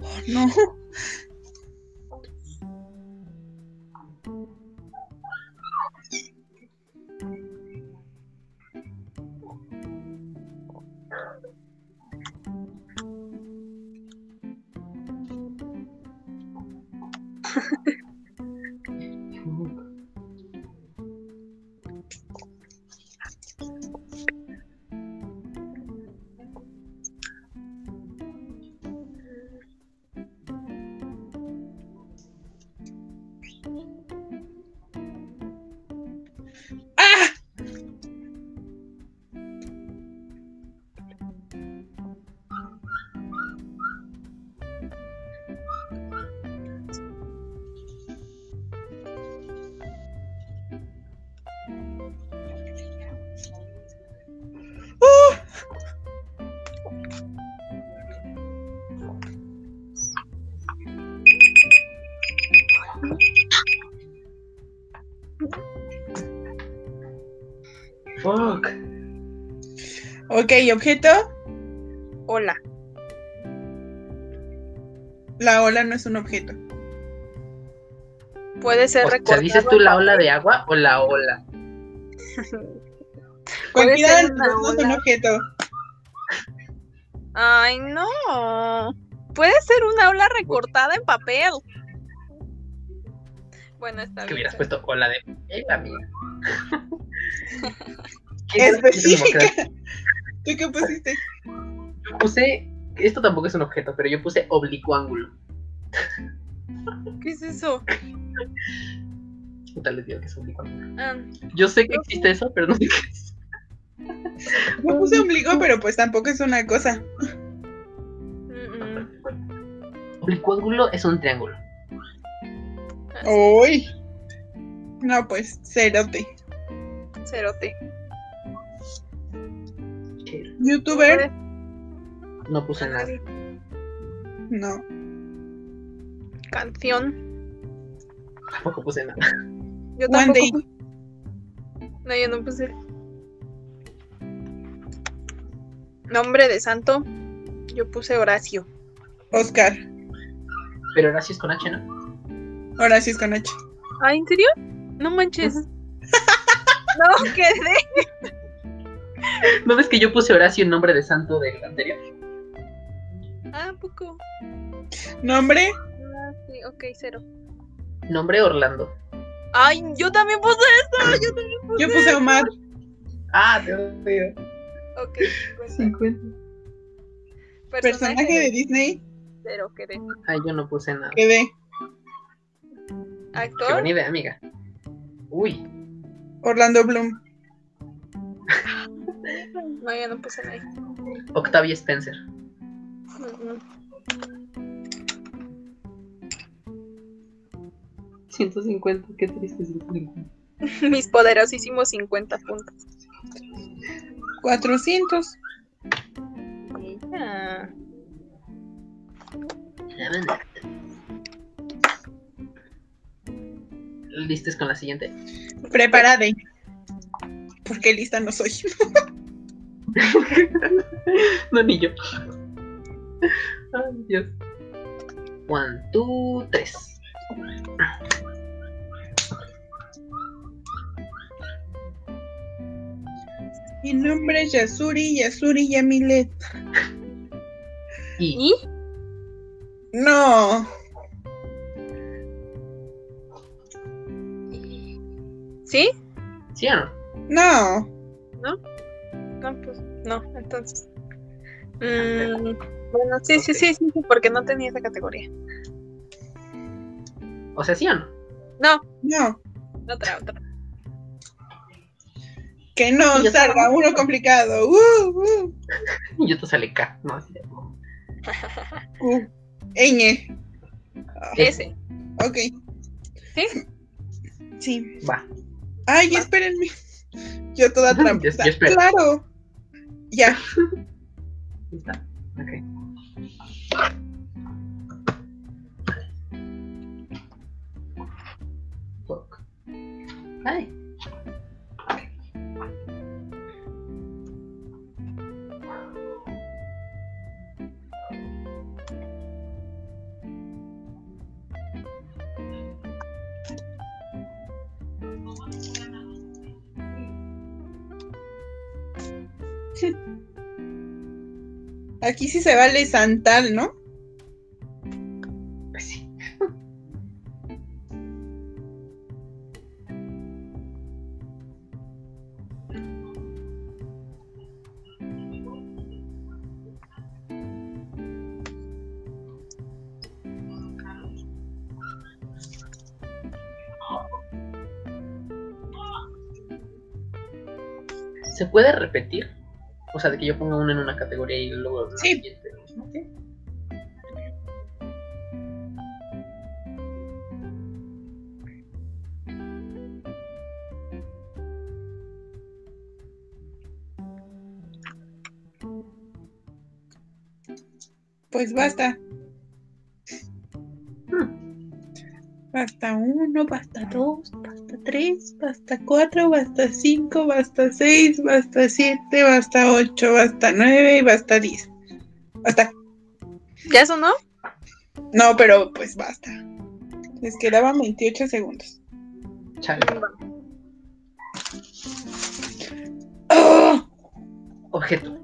Speaker 2: Oh, no. ¡Ah! ¡Oh!
Speaker 1: Fuck.
Speaker 2: Ok, objeto.
Speaker 3: Hola.
Speaker 2: La ola no es un objeto.
Speaker 3: Puede ser
Speaker 1: O sea,
Speaker 3: recortado.
Speaker 1: ¿dices tú la ola de agua o la ola?
Speaker 3: Puede
Speaker 2: Cualquiera de
Speaker 3: ser
Speaker 2: los
Speaker 3: una
Speaker 2: dos es un
Speaker 3: ola.
Speaker 2: objeto.
Speaker 3: Ay, no. Puede ser una ola recortada en papel. Bueno, está
Speaker 1: Que
Speaker 3: bien.
Speaker 1: hubieras puesto ola de papel, amiga.
Speaker 2: Específica.
Speaker 1: Específica.
Speaker 2: ¿Tú qué pusiste?
Speaker 1: Puse, esto tampoco es un objeto, pero yo puse oblicuángulo. Pues,
Speaker 3: ¿Qué es eso?
Speaker 1: ¿Qué tal les digo que es oblicuángulo?
Speaker 3: Ah,
Speaker 1: Yo sé que
Speaker 3: Yo
Speaker 1: existe eso, pero no sé qué es.
Speaker 2: Yo puse ombligo, pero pues tampoco es una cosa.
Speaker 3: mm, mm.
Speaker 1: Oblicuángulo es un triángulo.
Speaker 2: Uy. No, pues, cerote.
Speaker 3: Cerote.
Speaker 2: ¿Youtuber?
Speaker 1: No puse nada.
Speaker 3: Pues,
Speaker 2: No.
Speaker 3: Canción.
Speaker 1: Tampoco puse nada.
Speaker 3: Yo
Speaker 2: One
Speaker 3: tampoco.
Speaker 2: day.
Speaker 3: pu- No, yo no puse. Nombre de santo. Yo puse Horacio.
Speaker 2: Oscar.
Speaker 1: Pero ahora sí es con H, ¿no?
Speaker 2: Ahora sí es con H.
Speaker 3: ¿Ah, en serio? No manches. [laughs] no, quedé.
Speaker 1: ¿No ves que yo puse Horacio en nombre de santo del anterior?
Speaker 3: Ah, poco.
Speaker 2: ¿Nombre?
Speaker 3: Ah, sí, ok, cero.
Speaker 1: Nombre Orlando.
Speaker 3: Ay, yo también puse esto. Yo también puse.
Speaker 2: Yo puse Omar.
Speaker 1: Ah, Dios mío.
Speaker 3: Ok, pues,
Speaker 2: Personaje de Disney.
Speaker 3: Cero, quedé.
Speaker 1: Ay, yo no puse nada.
Speaker 2: Que ve.
Speaker 1: Qué
Speaker 3: Actor.
Speaker 1: buena idea, amiga. Uy,
Speaker 2: Orlando Bloom.
Speaker 3: No, yo no puse nadie.
Speaker 1: Octavia Spencer.
Speaker 3: Mm, mm.
Speaker 1: 150, qué triste 150.
Speaker 3: [laughs] Mis poderosísimos 50 puntos.
Speaker 2: 400.
Speaker 3: Ah.
Speaker 1: ¿Listes con la siguiente?
Speaker 2: Preparade. Porque lista no soy.
Speaker 1: [laughs] No, ni yo. Ay, Dios. One, two, tres.
Speaker 2: Mi nombre es Yasuri, Yasuri Yamilet.
Speaker 1: Y
Speaker 3: ¿Y?
Speaker 2: No.
Speaker 3: ¿Sí?
Speaker 1: ¿Sí o no?
Speaker 2: No.
Speaker 3: No, pues no, entonces. Mm, bueno, sí, sí, sí, sí, sí, porque no tenía esa categoría.
Speaker 1: O sea, ¿sí o no?
Speaker 3: No,
Speaker 2: No.
Speaker 3: otra, otra.
Speaker 2: Que no
Speaker 1: Y yo
Speaker 2: salga
Speaker 1: salgo.
Speaker 2: uno complicado. Uh, uh.
Speaker 1: Y yo te sale K. No, así de- "Oh,
Speaker 2: Uh. Ñ.
Speaker 3: Ese.
Speaker 2: Ok.
Speaker 3: ¿Sí?
Speaker 2: Sí.
Speaker 1: Va.
Speaker 2: Ay, espérenme. Yo toda
Speaker 1: Yo-
Speaker 2: trampa.
Speaker 1: yo espero.
Speaker 2: Claro. Ya.
Speaker 1: Está. Ok. Fuck. Ay.
Speaker 2: Aquí sí se vale Santal, ¿no?
Speaker 1: Pues sí. ¿Se puede repetir? O sea, de que yo ponga uno en una categoría y luego... la
Speaker 2: Sí.
Speaker 1: siguiente. Ok.
Speaker 2: Pues basta. Basta uno, basta dos, basta basta tres, basta cuatro, basta cinco, basta seis, basta siete, basta ocho, basta nueve y basta diez. Basta.
Speaker 3: ¿Ya sonó?
Speaker 2: No, pero pues basta. Les quedaban 28 segundos.
Speaker 1: Chale.
Speaker 3: Mm,
Speaker 2: ¡Oh!
Speaker 1: Objeto.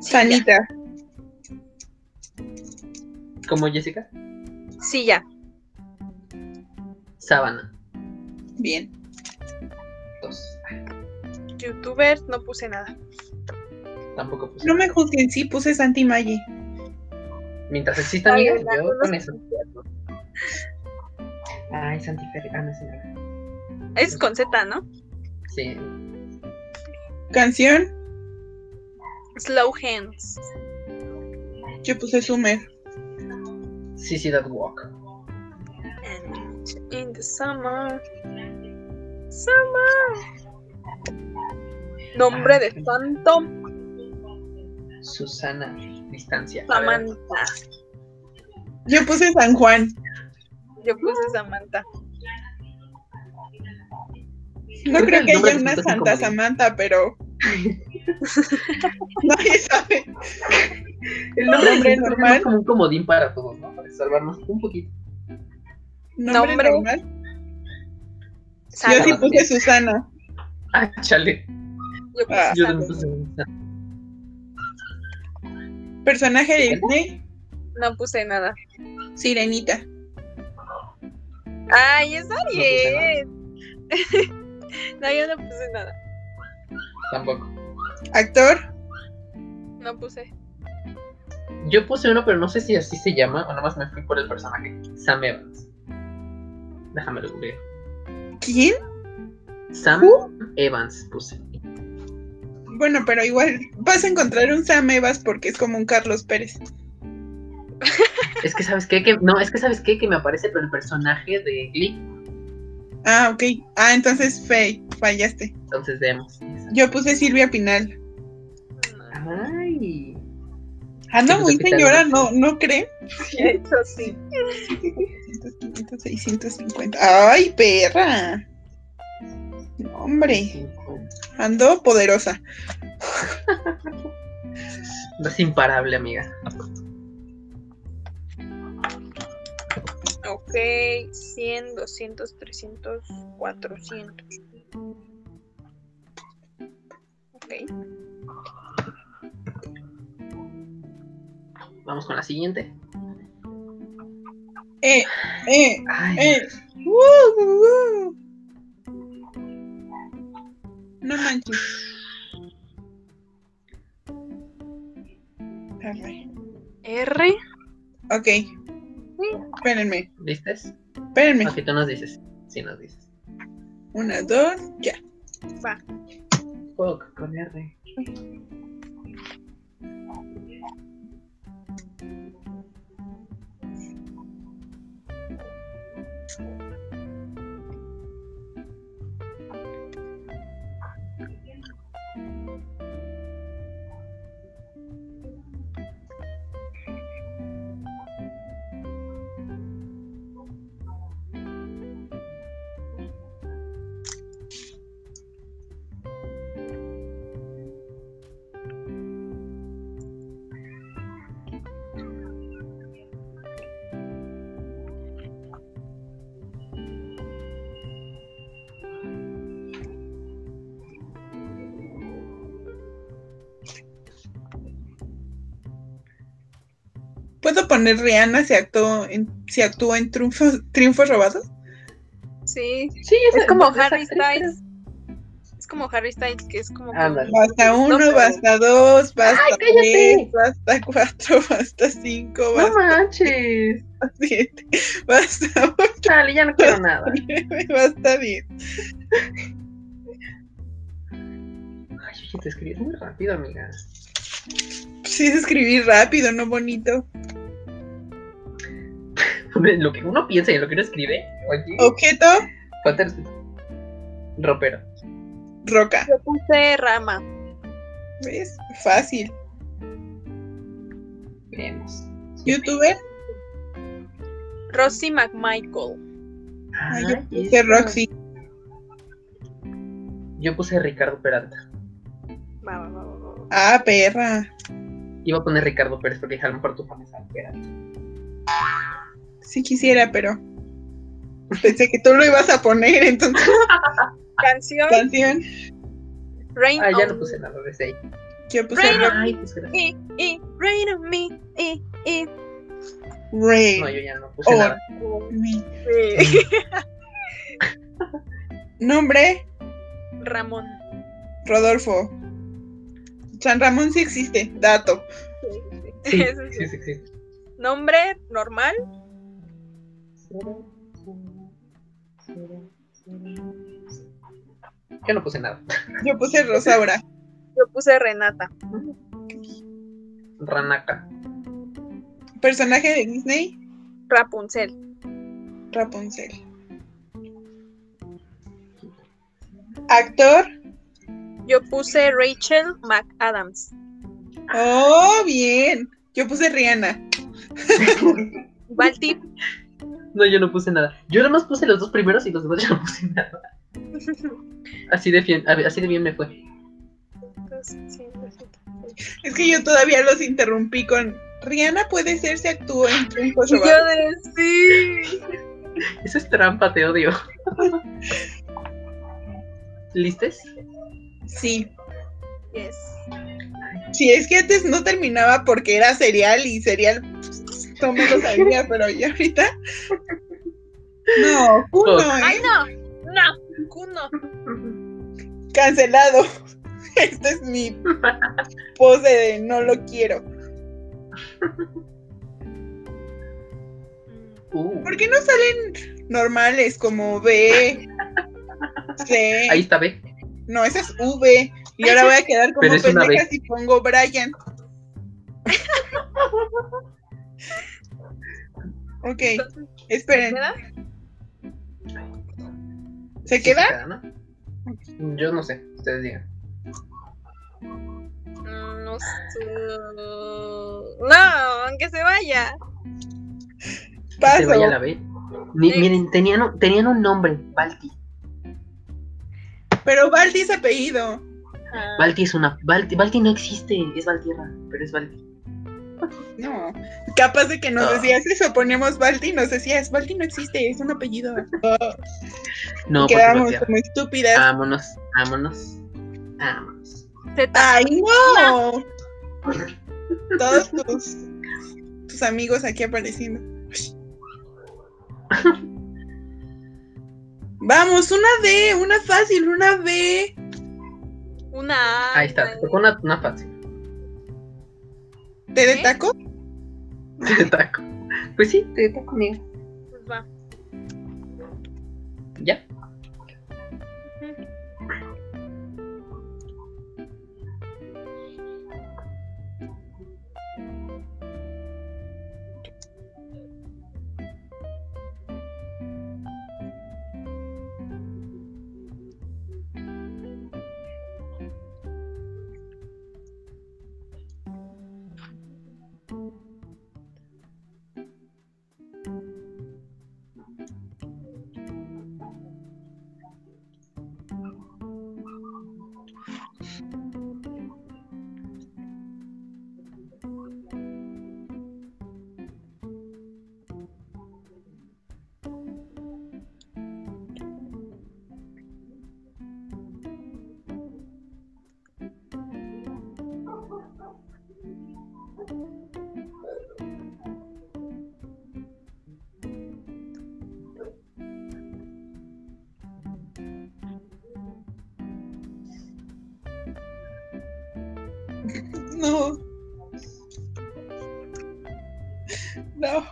Speaker 2: Sanita.
Speaker 1: Como Jessica.
Speaker 3: Sí, ya.
Speaker 1: Sábana.
Speaker 2: Bien.
Speaker 1: Dos.
Speaker 3: Youtuber, no puse nada.
Speaker 1: Tampoco pues, puse.
Speaker 2: No me juzguen, sí puse Santi Maggi.
Speaker 1: Mientras exista
Speaker 3: Ay,
Speaker 1: amigas,
Speaker 3: la
Speaker 1: yo
Speaker 3: conozco.
Speaker 1: con eso. Ay, Santi Ferri- ah, no, sí, no.
Speaker 3: Es con Z, ¿no?
Speaker 1: Sí.
Speaker 2: Canción,
Speaker 3: Slow Hands.
Speaker 2: yo puse Summer.
Speaker 1: Sí, sí, that walk.
Speaker 3: And in the summer. Summer. Nombre de santo
Speaker 1: Susana. Distancia. A ver,
Speaker 3: Samantha.
Speaker 2: Yo puse San Juan.
Speaker 3: Yo puse Samantha.
Speaker 2: No
Speaker 1: Creo
Speaker 2: creo
Speaker 1: que
Speaker 2: que
Speaker 1: el nombre
Speaker 2: haya una
Speaker 1: resulta
Speaker 2: Santa
Speaker 1: incomodín.
Speaker 2: Samantha,
Speaker 1: [laughs]
Speaker 2: pero. Nadie sabe.
Speaker 1: El nombre,
Speaker 2: Nombre
Speaker 1: del nombre
Speaker 2: normal.
Speaker 1: es como un comodín para todos, ¿no? Para salvarnos un poquito.
Speaker 2: Nombre,
Speaker 3: Nombre.
Speaker 2: normal. Yo
Speaker 3: Sara.
Speaker 2: sí puse Susana.
Speaker 1: Ah, chale.
Speaker 3: Yo puse
Speaker 2: Ah.
Speaker 1: Yo
Speaker 3: Sara.
Speaker 1: también puse Susana.
Speaker 2: Personaje de Disney,
Speaker 3: No puse nada.
Speaker 2: Sirenita.
Speaker 3: Ay, es
Speaker 1: puse
Speaker 3: Ariel. [laughs] No, yo no puse nada.
Speaker 1: Tampoco.
Speaker 2: Actor,
Speaker 3: No puse.
Speaker 1: Yo puse uno, pero no sé si así se llama o nomás me fui por el personaje. Sam Evans. Déjame lo googleo.
Speaker 2: ¿quién?
Speaker 1: Sam Evans puse.
Speaker 2: Bueno, pero igual vas a encontrar un Sam Evas porque es como un Carlos Pérez.
Speaker 1: Es que sabes qué, que no, es que sabes qué, que me aparece pero el personaje de Glee.
Speaker 2: Ah, ok. Ah, entonces fe, fallaste.
Speaker 1: Entonces vemos.
Speaker 2: Yo puse Silvia Pinal.
Speaker 3: No.
Speaker 1: Ay.
Speaker 2: Ando
Speaker 1: Entonces,
Speaker 2: muy
Speaker 1: ¿qué tal?
Speaker 2: señora, Ah, ¿no, ¿no creen?
Speaker 3: Eso sí.
Speaker 2: 500, 500, 650. ¡Ay, perra! No, Hombre, ando poderosa.
Speaker 1: No es imparable, amiga.
Speaker 3: Ok, 100, 200, 300, 400. Ok.
Speaker 1: Vamos con la siguiente.
Speaker 2: Eh, eh,
Speaker 1: Ay,
Speaker 2: eh. Uh, uh, uh. No manches. Arre.
Speaker 3: R.
Speaker 2: Ok. Espérenme,
Speaker 1: ¿viste?
Speaker 2: espérenme.
Speaker 1: Aquí tú nos dices. Sí, nos dices.
Speaker 2: Una, dos, ya.
Speaker 1: Fuck, con R.
Speaker 2: ¿Puedo poner Rihanna si actuó en, si actuó en triunfos, triunfos robados?
Speaker 3: Sí.
Speaker 1: Sí,
Speaker 3: Es
Speaker 1: esa-
Speaker 3: como
Speaker 1: esa
Speaker 3: Harry
Speaker 1: actriz.
Speaker 3: Styles. Es como Harry Styles, que es como. que-
Speaker 1: Ándale.
Speaker 2: Basta uno,
Speaker 3: pero-
Speaker 2: basta dos, basta
Speaker 1: ¡Ay, cállate!
Speaker 2: tres, basta cuatro, [laughs] basta cinco,
Speaker 1: No
Speaker 2: basta
Speaker 1: manches.
Speaker 2: siete, [laughs] basta ocho,
Speaker 1: Chale, ya no quiero
Speaker 2: [laughs]
Speaker 1: nada.
Speaker 2: nueve, basta diez.
Speaker 1: Ay, oye, te escribí muy rápido, amiga.
Speaker 2: Sí, Pues es escribir rápido, no bonito.
Speaker 1: Lo que uno piensa y lo que uno escribe. Oye,
Speaker 2: Objeto,
Speaker 1: falta el- Ropero.
Speaker 2: roca.
Speaker 3: Yo puse rama.
Speaker 2: ¿Ves? Fácil.
Speaker 1: Veamos.
Speaker 2: ¿Youtuber?
Speaker 3: Rosy McMichael.
Speaker 2: Ay, yo
Speaker 1: Ay,
Speaker 2: puse
Speaker 1: esto-
Speaker 2: Roxy.
Speaker 1: Yo puse Ricardo Peralta.
Speaker 3: Va, va, va, va, va.
Speaker 2: Ah, perra.
Speaker 1: Iba a poner Ricardo Pérez porque dije, a lo mejor tú pones a Peralta.
Speaker 2: Sí quisiera, pero pensé que tú lo ibas a poner, entonces
Speaker 3: Canción
Speaker 2: canción.
Speaker 3: Rain
Speaker 1: Ah, ya
Speaker 3: on
Speaker 1: no
Speaker 3: Me.
Speaker 1: puse nada desde ahí.
Speaker 2: Yo puse
Speaker 3: Rain
Speaker 2: Roxy.
Speaker 1: Ay, pues gracias.
Speaker 3: Y, y, eh, Rain on Me. eh, Y, y.
Speaker 2: Rain.
Speaker 1: No, yo ya no puse
Speaker 2: Oh.
Speaker 1: nada.
Speaker 2: Mi
Speaker 1: [laughs]
Speaker 3: Sí.
Speaker 2: Nombre,
Speaker 3: Ramón.
Speaker 2: Rodolfo. San Ramón sí existe, dato.
Speaker 3: Sí, sí, sí.
Speaker 1: Sí,
Speaker 3: Eso sí.
Speaker 1: sí, sí, sí.
Speaker 3: Nombre normal.
Speaker 1: Yo no puse nada.
Speaker 2: Yo puse Rosaura.
Speaker 3: Yo puse Renata.
Speaker 1: Ranaca.
Speaker 2: Personaje de Disney,
Speaker 3: Rapunzel.
Speaker 2: Rapunzel. Actor,
Speaker 3: Yo puse Rachel McAdams.
Speaker 2: oh, bien. Yo puse Rihanna. [laughs]
Speaker 3: Balti.
Speaker 1: No, yo no puse nada. Yo nada más puse los dos primeros y los demás [laughs] yo no puse nada. Así de bien, a ver, así de bien me fue.
Speaker 2: Es que yo todavía los interrumpí con Rihanna puede ser si actúa en Triunfo
Speaker 3: Y yo de sí.
Speaker 1: Eso es trampa, te odio. [laughs] ¿Listes?
Speaker 2: Sí.
Speaker 3: Yes.
Speaker 2: Sí, es que antes no terminaba porque era cereal y cereal pues, todo me lo sabía, pero ya ahorita. No, Kuno,
Speaker 1: Todos.
Speaker 2: ¿eh?
Speaker 3: Ay, no. No. Kuno.
Speaker 2: cancelado. [laughs] Esta es mi pose de no lo quiero.
Speaker 1: Uh,
Speaker 2: ¿Por qué no salen normales como B, C?
Speaker 1: ahí está B.
Speaker 2: No, esa es V. Y ahora voy a quedar como
Speaker 1: Pero es una
Speaker 2: pendeja
Speaker 1: B.
Speaker 2: si pongo Brian. Ok,
Speaker 3: Entonces,
Speaker 2: esperen.
Speaker 3: ¿verdad?
Speaker 2: ¿Se
Speaker 1: Sí,
Speaker 2: queda?
Speaker 1: ¿no? Yo no sé, ustedes digan.
Speaker 3: Mm, No sé. No, aunque se vaya.
Speaker 1: Que se vaya la
Speaker 2: Paso.
Speaker 1: B. Ni-
Speaker 3: Next.
Speaker 1: miren, tenían, un- tenían un nombre, Balti.
Speaker 2: Pero Val dice apellido.
Speaker 3: Ah,
Speaker 1: Balti es una. Balti, Balti no existe, es Valtierra, pero es Balti.
Speaker 2: No. Capaz de que nos
Speaker 1: Ah.
Speaker 2: decías eso, poníamos Balti y nos decías, Balti no existe, es un apellido.
Speaker 1: No, porque es
Speaker 2: Quedábamos
Speaker 1: Valtierra.
Speaker 2: como estúpidas.
Speaker 1: Ah, Vámonos, vámonos, vámonos.
Speaker 3: Z.
Speaker 2: ¡Ay, no! Todos tus, tus amigos aquí apareciendo. Vamos, una D, una fácil, una B.
Speaker 3: Una A.
Speaker 1: Ahí está, te tocó una, una fácil.
Speaker 2: ¿Te de
Speaker 3: ¿Eh?
Speaker 2: taco?
Speaker 1: [laughs] Te taco. Pues sí, te taco, amiga.
Speaker 3: Pues va.
Speaker 1: Ya.
Speaker 2: No. No.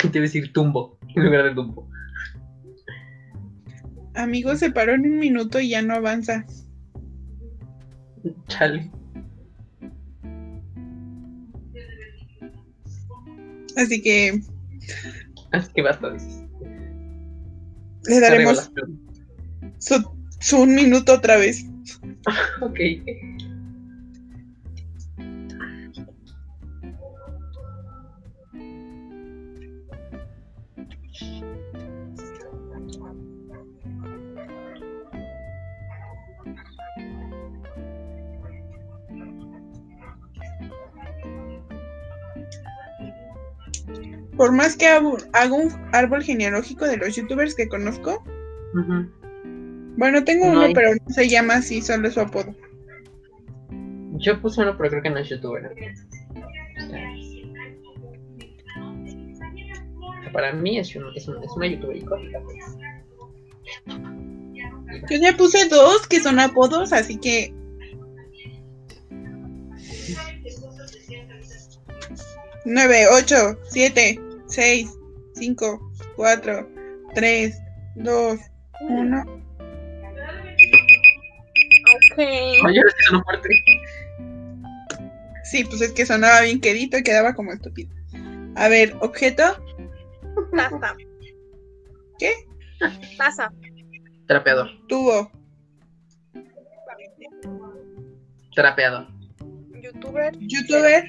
Speaker 1: Te iba a decir tumbo en lugar de tumbo.
Speaker 2: Amigo, se paró en un minuto y ya no avanza.
Speaker 1: Chale.
Speaker 2: Así que
Speaker 1: Así que basta, dices.
Speaker 2: le daremos
Speaker 1: Arregla.
Speaker 2: su, su un minuto otra vez.
Speaker 1: Ok.
Speaker 2: Por más que hago, hago un árbol genealógico de los youtubers que conozco,
Speaker 1: Ujú.
Speaker 2: bueno, tengo
Speaker 1: No
Speaker 2: uno,
Speaker 1: hay.
Speaker 2: pero no se llama así, solo es su apodo.
Speaker 1: Yo puse uno, pero creo que no es youtuber. Para mí es, un- es, un- es una youtuber icónica. pues.
Speaker 2: Yo ya puse dos que son apodos, así que nueve, ocho, siete, seis, cinco, cuatro, tres, dos, uno.
Speaker 3: Ok.
Speaker 1: Oye, es que sonó fuerte.
Speaker 2: Sí, pues es que sonaba bien quedito y quedaba como estúpido. A ver, objeto,
Speaker 3: Taza.
Speaker 2: ¿Qué?
Speaker 3: Taza.
Speaker 1: Trapeador,
Speaker 2: tubo,
Speaker 1: trapeador.
Speaker 3: Youtuber.
Speaker 2: youtuber.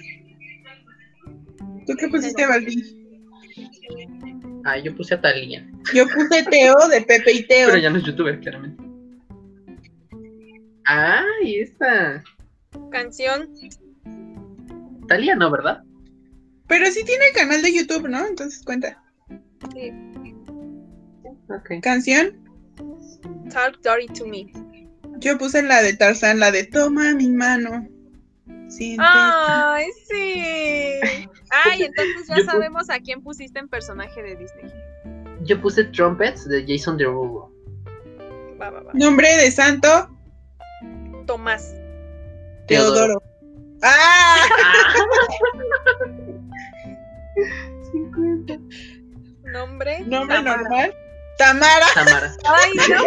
Speaker 2: ¿Tú qué pusiste, Valdi?
Speaker 1: Ah, yo puse a Talía.
Speaker 2: Yo puse Teo de Pepe y Teo.
Speaker 1: Pero ya no es youtuber, claramente. Ah, y esta.
Speaker 3: Canción.
Speaker 1: Talía no, ¿verdad?
Speaker 2: Pero sí tiene canal de YouTube, ¿no? Entonces cuenta.
Speaker 3: Sí.
Speaker 1: Ok.
Speaker 2: Canción,
Speaker 3: Talk dirty to me.
Speaker 2: yo puse la de Tarzán, la de Toma mi mano. Siente.
Speaker 3: Ah. Ay, sí. Ay, entonces ya
Speaker 1: Yo pu-
Speaker 3: sabemos a quién pusiste en personaje de Disney.
Speaker 1: Yo puse Trumpets de Jason Derulo.
Speaker 3: Va, va, va.
Speaker 2: Nombre de santo,
Speaker 3: Tomás.
Speaker 2: Teodoro. ¡Ah! [laughs]
Speaker 1: [laughs]
Speaker 3: Nombre.
Speaker 2: Nombre
Speaker 3: Tamara.
Speaker 2: normal, Tamara.
Speaker 1: Tamara.
Speaker 3: Ay, no.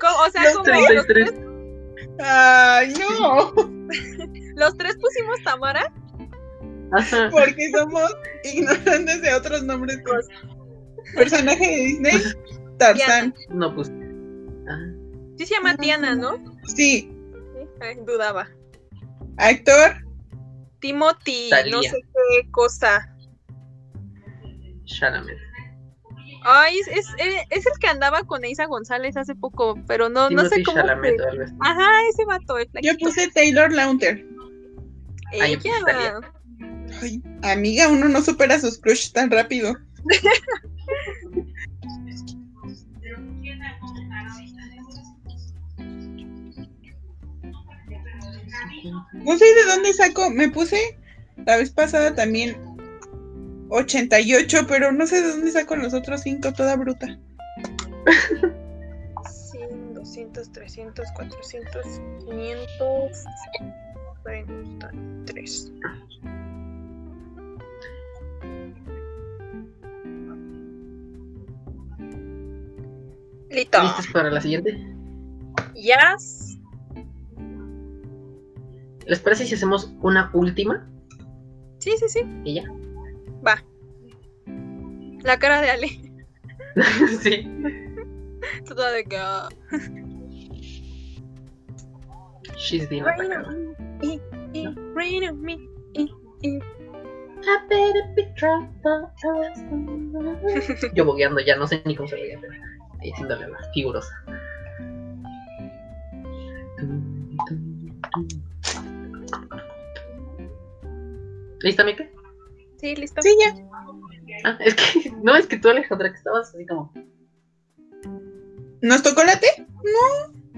Speaker 3: Co- O sea,
Speaker 2: Los
Speaker 3: como los tres,
Speaker 1: 33.
Speaker 2: ¡Ay, no! [laughs]
Speaker 3: los tres pusimos Tamara.
Speaker 1: Ajá.
Speaker 2: Porque somos ignorantes de otros nombres. que- Personaje de Disney, Tarzán.
Speaker 1: No puse. Ah,
Speaker 3: Sí se llama Tiana, ¿no?
Speaker 2: Sí.
Speaker 3: Sí, ay, dudaba.
Speaker 2: Actor,
Speaker 3: Timothy, no
Speaker 1: Thalía.
Speaker 3: sé qué cosa.
Speaker 1: Chalamet.
Speaker 3: Ay, es, es, eh, es el que andaba con Isa González hace poco, pero no, no sé
Speaker 1: Timothée
Speaker 3: cómo.
Speaker 1: Chalamet
Speaker 3: se-
Speaker 1: o algo así.
Speaker 3: Ajá, ese vato. El
Speaker 2: yo
Speaker 3: flaquito.
Speaker 2: puse Taylor Launter.
Speaker 1: Ah, yo puse
Speaker 3: Ella.
Speaker 1: Thalía.
Speaker 2: Ay, amiga, uno no supera sus crush tan rápido. No sé de dónde saco. Me puse la vez pasada también 88, pero no sé de dónde saco los otros cinco, toda bruta.
Speaker 3: 100, 200, 300, 400, 500, 43. Listo.
Speaker 1: ¿Listos para la siguiente?
Speaker 3: Ya.
Speaker 1: ¿Les parece si hacemos una última? [laughs]
Speaker 3: Sí, sí, sí.
Speaker 1: ¿Y ya?
Speaker 3: Va. La cara de Ale. [laughs]
Speaker 1: sí.
Speaker 3: Toda de que. ah.
Speaker 1: She's been
Speaker 3: Rain
Speaker 1: atacada.
Speaker 3: on me, eh, eh, rain on me, eh, eh.
Speaker 1: Yo bogueando ya, no sé ni cómo se boguea, pero ahí haciéndole la figurosa. ¿Lista, Mika?
Speaker 3: Sí, listo.
Speaker 2: Sí, ya.
Speaker 1: Ah, es que, [laughs] no, es que tú, Alejandra, que estabas así como.
Speaker 2: ¿Nos tocó la T?
Speaker 1: No,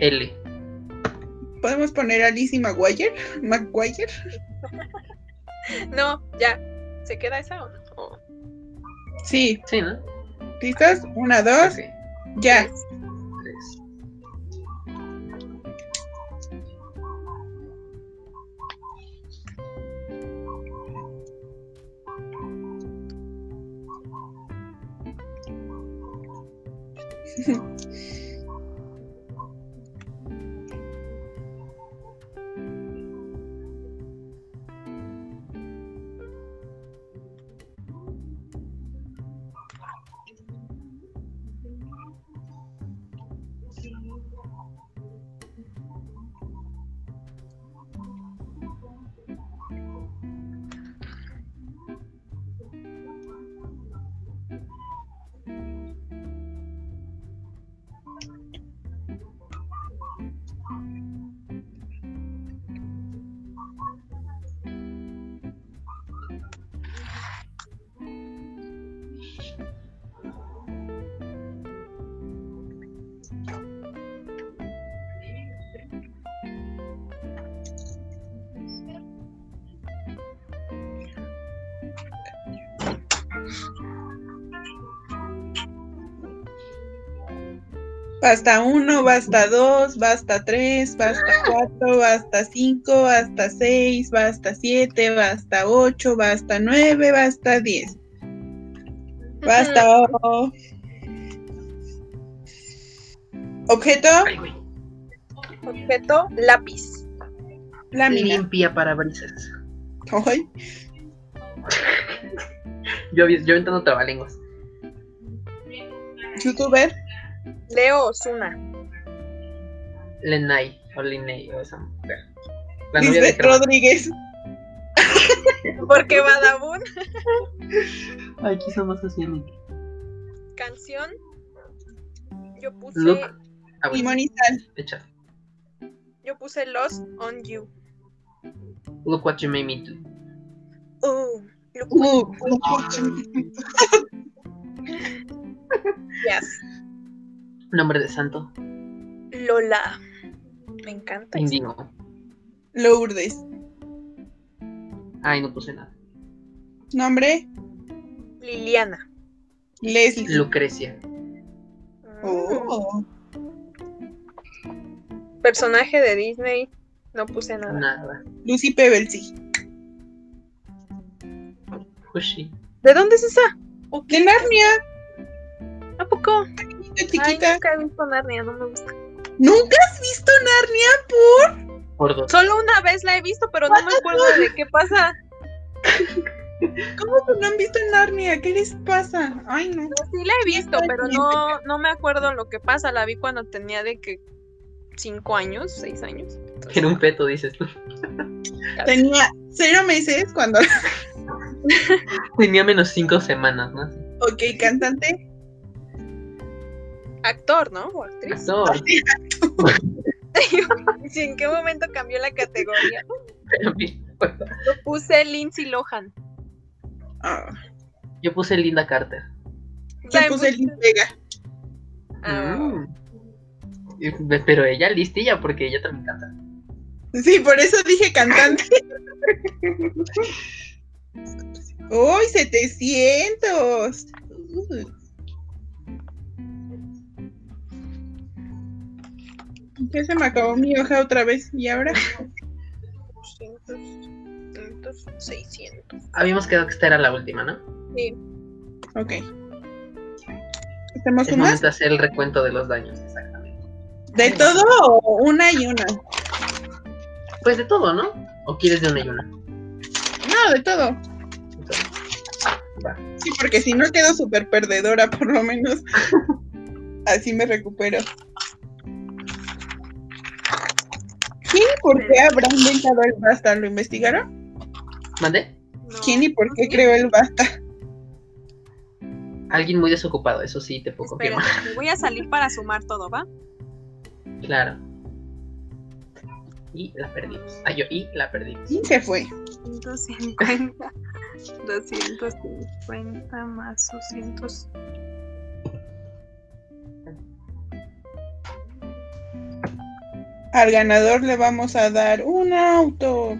Speaker 1: L.
Speaker 2: ¿Podemos poner a Lizzie McGuire? ¿McGuire?
Speaker 3: No, ya. ¿Se queda esa o no? O-
Speaker 2: Sí,
Speaker 1: Sí, ¿no?
Speaker 2: ¿listas? Una, dos,
Speaker 1: Sí,
Speaker 2: ya.
Speaker 1: tres.
Speaker 2: Basta uno, basta dos, basta tres, basta cuatro, basta cinco, basta seis, basta siete, basta ocho, basta nueve, basta diez. Basta. o- Objeto,
Speaker 1: Ay, güey.
Speaker 3: Ujú. Objeto, lápiz.
Speaker 2: lámina.
Speaker 1: Limpia parabrisas.
Speaker 2: Ay,
Speaker 1: Yo, vi- yo entrando trabalenguas.
Speaker 2: Youtuber,
Speaker 3: Leo Osuna.
Speaker 1: Lenay o Linay o esa mujer. La novia de
Speaker 2: Lisbeth
Speaker 1: Germán.
Speaker 2: Rodríguez.
Speaker 3: Porque Badabun.
Speaker 1: Ay, aquí somos asiáticos.
Speaker 3: Canción. Yo puse.
Speaker 1: Look. Ah,
Speaker 2: Y
Speaker 1: bueno,
Speaker 2: Monizal.
Speaker 1: echa.
Speaker 3: Yo puse Lost on You.
Speaker 1: Look what you made me do.
Speaker 3: Uh, look
Speaker 2: Uh,
Speaker 1: Ah.
Speaker 3: yes.
Speaker 1: Nombre de santo.
Speaker 3: Lola. Me encanta. eso.
Speaker 1: Indigo.
Speaker 2: Lourdes.
Speaker 1: Ay, no puse nada.
Speaker 2: Nombre,
Speaker 3: Liliana.
Speaker 2: Leslie.
Speaker 1: Lucrecia.
Speaker 2: Oh,
Speaker 3: Personaje de Disney. No puse nada.
Speaker 1: Nada.
Speaker 2: Lucy Pebblesy.
Speaker 1: Ushi.
Speaker 3: ¿De dónde es esa?
Speaker 2: De Narnia,
Speaker 3: ¿A poco?
Speaker 2: de
Speaker 3: Ay,
Speaker 2: chiquita.
Speaker 3: nunca he visto Narnia, no me gusta.
Speaker 2: ¿Nunca has visto Narnia por?
Speaker 1: Por dos.
Speaker 3: Solo una vez la he visto, pero no me acuerdo de qué pasa.
Speaker 2: ¿Cómo que no han visto Narnia? ¿Qué les pasa? Ay, no.
Speaker 3: Sí la he visto, pero no, no me acuerdo lo que pasa. La vi cuando tenía de que cinco años, seis años.
Speaker 1: En un peto, dices tú. [laughs]
Speaker 2: Tenía cero meses cuando.
Speaker 1: Tenía menos cinco semanas, ¿no?
Speaker 2: [laughs] Ok, cantante.
Speaker 3: Actor, ¿no? O actriz.
Speaker 1: Actor.
Speaker 3: [laughs] Sí, ¿En qué momento cambió la categoría?
Speaker 1: Pero bien, bueno.
Speaker 3: Yo puse Lindsay Lohan.
Speaker 2: Ah,
Speaker 1: [laughs] Yo puse Linda Carter.
Speaker 2: yo
Speaker 3: También
Speaker 2: puse Liz Vega.
Speaker 3: Ah,
Speaker 1: Mm. Y- Pero ella listilla porque ella también canta.
Speaker 2: Sí, por eso dije cantante. ¡Uy, 700! Uh. Ya se me acabó mi hoja otra vez. ¿Y ahora?
Speaker 3: 200, 500, 600.
Speaker 1: Habíamos quedado que esta era la última, ¿no?
Speaker 2: Ok. ¿Hacemos
Speaker 1: Es
Speaker 2: unas?
Speaker 1: momento de hacer el recuento de los daños, exactamente.
Speaker 2: ¿De todo o una y una?
Speaker 1: Pues de todo, ¿no? ¿O quieres de una y una?
Speaker 2: No, de todo.
Speaker 1: Entonces, va.
Speaker 2: Sí, porque si no quedo súper perdedora, por lo [laughs] menos. Así me recupero. ¿Quién y por qué habrá inventado el basta? ¿Lo investigaron?
Speaker 1: ¿Mandé?
Speaker 3: No.
Speaker 2: ¿Quién y por qué creó el basta?
Speaker 1: Alguien muy desocupado, eso sí, te puedo
Speaker 3: Espera,
Speaker 1: confirmar.
Speaker 3: me voy a salir para sumar todo, ¿va?
Speaker 1: Claro. Y la perdimos. Ah, yo, y la perdimos.
Speaker 2: Y se fue.
Speaker 3: 250, 250 más 200.
Speaker 2: Al ganador le vamos a dar un auto.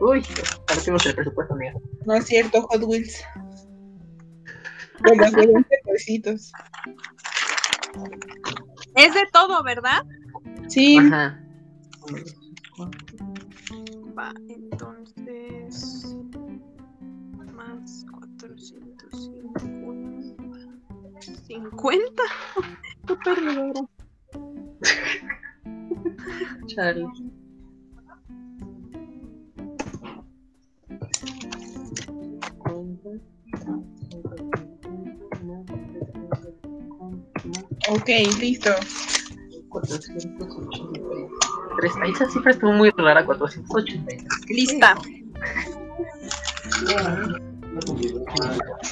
Speaker 1: Uy, partimos el presupuesto negro.
Speaker 2: No es cierto, Hot Wheels. De los de 20 pesitos.
Speaker 3: Es de todo, ¿verdad?
Speaker 2: Sí,
Speaker 1: Ajá.
Speaker 3: Va, entonces. Más 450. 50. Qué perdedora.
Speaker 1: Chale.
Speaker 2: ok, listo.
Speaker 1: 483. Ahí esa cifra estuvo muy rara, 483.
Speaker 3: Lista.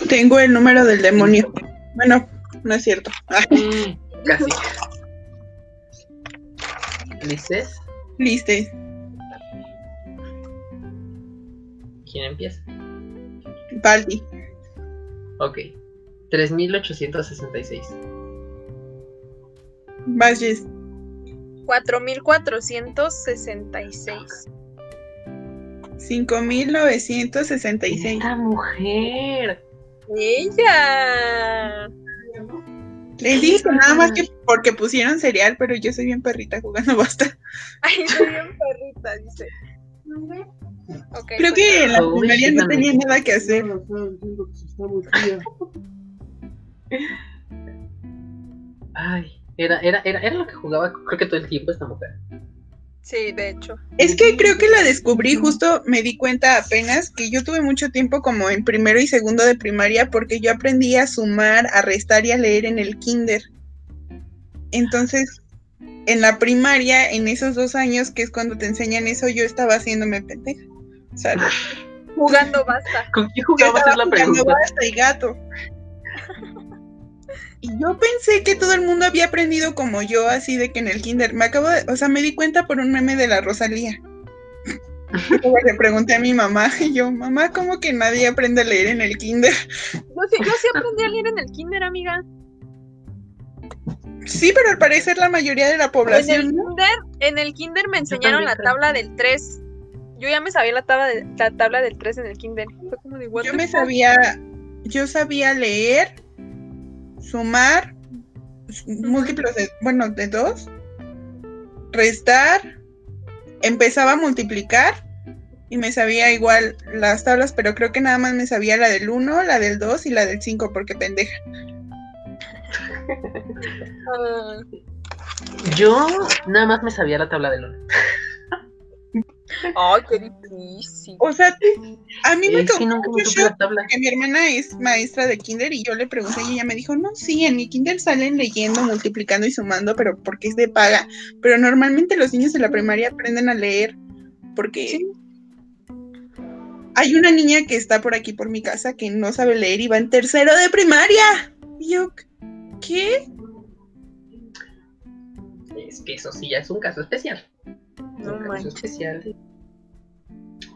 Speaker 2: Tengo el número del demonio. Bueno, no es cierto. Ah,
Speaker 1: Casi. ¿Listes?
Speaker 2: Listo.
Speaker 1: ¿Quién empieza?
Speaker 2: Baldi.
Speaker 1: Ok. 3866.
Speaker 2: Valles.
Speaker 3: 4466.
Speaker 2: 5966.
Speaker 1: ¡Esta mujer!
Speaker 3: ¡Ella!
Speaker 2: Les dije nada más que porque pusieron cereal, pero yo soy bien perrita jugando [laughs] basta.
Speaker 3: Ay, soy bien perrita, dice. Okay,
Speaker 2: Creo
Speaker 3: pues,
Speaker 2: que en la
Speaker 1: Uy,
Speaker 2: primaria
Speaker 1: yo
Speaker 2: no
Speaker 1: también.
Speaker 2: tenía nada que hacer.
Speaker 1: Ay, era, era, era, era lo que jugaba, creo que todo el tiempo esta mujer.
Speaker 3: Sí, de hecho.
Speaker 2: Es que creo que la descubrí justo, me di cuenta apenas que yo tuve mucho tiempo como en primero y segundo de primaria porque yo aprendí a sumar, a restar y a leer en el kinder. Entonces, en la primaria, en esos dos años que es cuando te enseñan eso, yo estaba haciéndome pendeja. O sea, yo
Speaker 3: Jugando basta.
Speaker 1: ¿Con quién jugabas? Es
Speaker 2: estaba
Speaker 1: la
Speaker 2: jugando
Speaker 1: pregunta.
Speaker 2: basta y gato. Y yo pensé que todo el mundo había aprendido como yo, así de que en el kinder. Me acabo de, o sea, me di cuenta por un meme de la Rosalía.
Speaker 1: [laughs]
Speaker 2: Luego le pregunté a mi mamá y yo, mamá, ¿cómo que nadie aprende a leer en el kinder?
Speaker 3: Yo sí, yo sí aprendí a leer en el kinder, amiga.
Speaker 2: Sí, pero al parecer la mayoría de la
Speaker 3: En el
Speaker 2: población ¿no?
Speaker 3: kinder, en el kinder me
Speaker 1: también
Speaker 3: enseñaron la
Speaker 1: creo.
Speaker 3: tabla del 3. Yo ya me sabía la tabla, de- la tabla del 3 en el kinder. Fue como de, what
Speaker 2: yo
Speaker 3: the
Speaker 2: me
Speaker 3: fuck?
Speaker 2: sabía, yo sabía leer, sumar, s- múltiplos de, bueno, de dos, restar, empezaba a multiplicar y me sabía igual las tablas, pero creo que nada más me sabía la del 1, la del 2 y la del 5, porque pendeja.
Speaker 3: Ah,
Speaker 1: Yo nada más me sabía la tabla de luna.
Speaker 3: Ay, qué difícil.
Speaker 2: O sea, a mí
Speaker 1: Eh,
Speaker 2: me
Speaker 1: sí,
Speaker 2: causó
Speaker 1: nunca me
Speaker 2: mucho
Speaker 1: supe la tabla.
Speaker 2: Porque mi hermana es maestra de kinder y yo le pregunté y ella me dijo, no, sí, en mi kinder salen leyendo, multiplicando y sumando, pero porque es de paga. Pero normalmente los niños de la primaria aprenden a leer porque
Speaker 3: Sí.
Speaker 2: hay una niña que está por aquí por mi casa que no sabe leer y va en tercero de primaria. Y yo, ¿qué?
Speaker 1: Es que eso sí ya es un caso especial. Es
Speaker 3: No
Speaker 1: un caso
Speaker 3: manches.
Speaker 1: especial.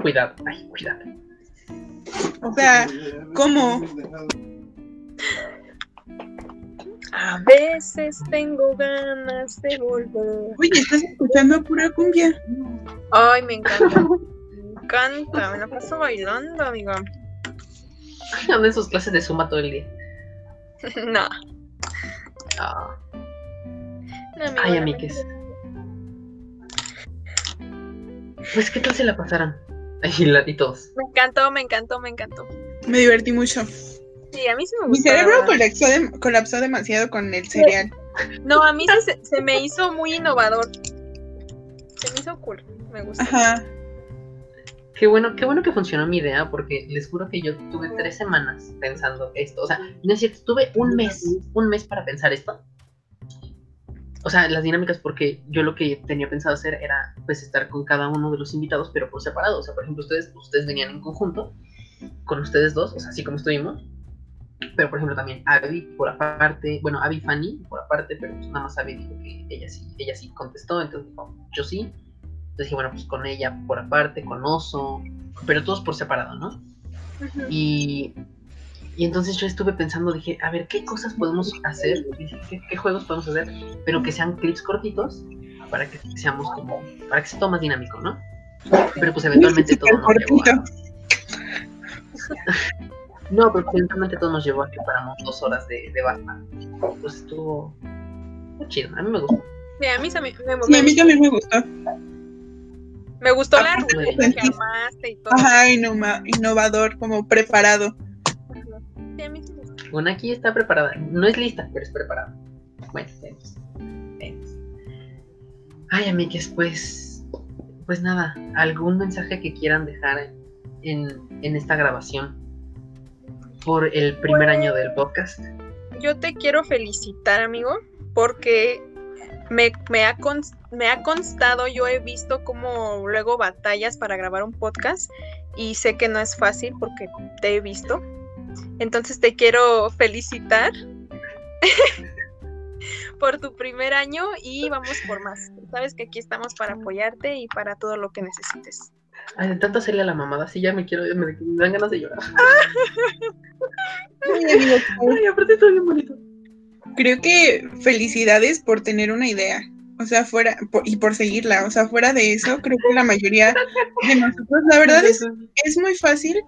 Speaker 1: Cuidado, ay, cuidado.
Speaker 2: O sea, ¿cómo?
Speaker 3: A veces tengo ganas de volver.
Speaker 2: Oye, estás escuchando pura cumbia.
Speaker 3: Ay, me encanta. Me encanta. Me la paso bailando, amiga. [laughs]
Speaker 1: Dando esos clases de suma todo el día.
Speaker 3: No.
Speaker 1: Ah,
Speaker 3: no amiga,
Speaker 1: ay,
Speaker 3: no.
Speaker 1: amigues. Pues, ¿qué tal se la pasaran? Ay, la- y todos.
Speaker 3: Me encantó, me encantó, me encantó.
Speaker 2: Me divertí mucho.
Speaker 3: Sí, a mí sí me
Speaker 2: Mi
Speaker 3: gustó. la
Speaker 2: cerebro
Speaker 3: verdad.
Speaker 2: colapsó, dem- colapsó demasiado con el cereal.
Speaker 3: No, a mí sí se, se me hizo muy innovador. Se me hizo cool. Me gustó.
Speaker 2: Ajá.
Speaker 1: Qué bueno, qué bueno que funcionó mi idea, porque les juro que yo tuve tres semanas pensando esto. O sea, no es cierto, tuve un mes, un mes para pensar esto. O sea, las dinámicas, porque yo lo que tenía pensado hacer era, pues, estar con cada uno de los invitados, pero por separado. O sea, por ejemplo, ustedes, ustedes venían en conjunto, con ustedes dos, o sea, así como estuvimos. Pero, por ejemplo, también Abby, por aparte, bueno, Abby y Fanny, por aparte, pero pues, nada más Abby dijo que ella sí, ella sí contestó, entonces dijo, yo sí. Entonces dije, bueno, pues con ella por aparte, con Oso, pero todos por separado, ¿no?
Speaker 3: Ujú.
Speaker 1: Y, y entonces yo estuve pensando, dije, a ver, ¿qué cosas podemos hacer? Dije, ¿Qué, qué juegos podemos hacer? Pero que sean clips cortitos para que seamos como, para que sea todo más dinámico, ¿no? Pero pues eventualmente todo nos llevó a... No, pero pues eventualmente todo nos llevó a que paramos dos horas de, de Batman. Pues estuvo estuvo chido, a mí me gustó.
Speaker 3: Sí, a mí se me, me-
Speaker 2: Sí, a mí también me gustó.
Speaker 3: me gustó la
Speaker 1: Ah,
Speaker 3: ruta
Speaker 1: bueno.
Speaker 3: que armaste y todo.
Speaker 2: pues, Ajá, innova- innovador, como preparado.
Speaker 3: Sí, a mí sí me gustó.
Speaker 1: Bueno, aquí está preparada. No es lista, pero es preparada. Bueno, vemos. vemos. Ay, amigues, pues. Pues nada, algún mensaje que quieran dejar en, en esta grabación por el primer
Speaker 3: Pues-
Speaker 1: año del podcast.
Speaker 3: Yo te quiero felicitar, amigo, porque me, me ha cons- me ha constado, yo he visto como luego batallas para grabar un podcast y sé que no es fácil porque te he visto. Entonces te quiero felicitar [laughs] por tu primer año y vamos por más. Sabes que aquí estamos para apoyarte y para todo lo que necesites.
Speaker 1: Ay, de tanto hacerle a la mamada, sí, ya me quiero, me, me dan ganas de llorar.
Speaker 2: Ay, amigo,
Speaker 1: Ay, aparte está bien bonito.
Speaker 2: Creo que felicidades por tener una idea. O sea, fuera, por- y por seguirla. O sea, fuera de eso, creo que la mayoría de nosotros, la verdad es, es muy fácil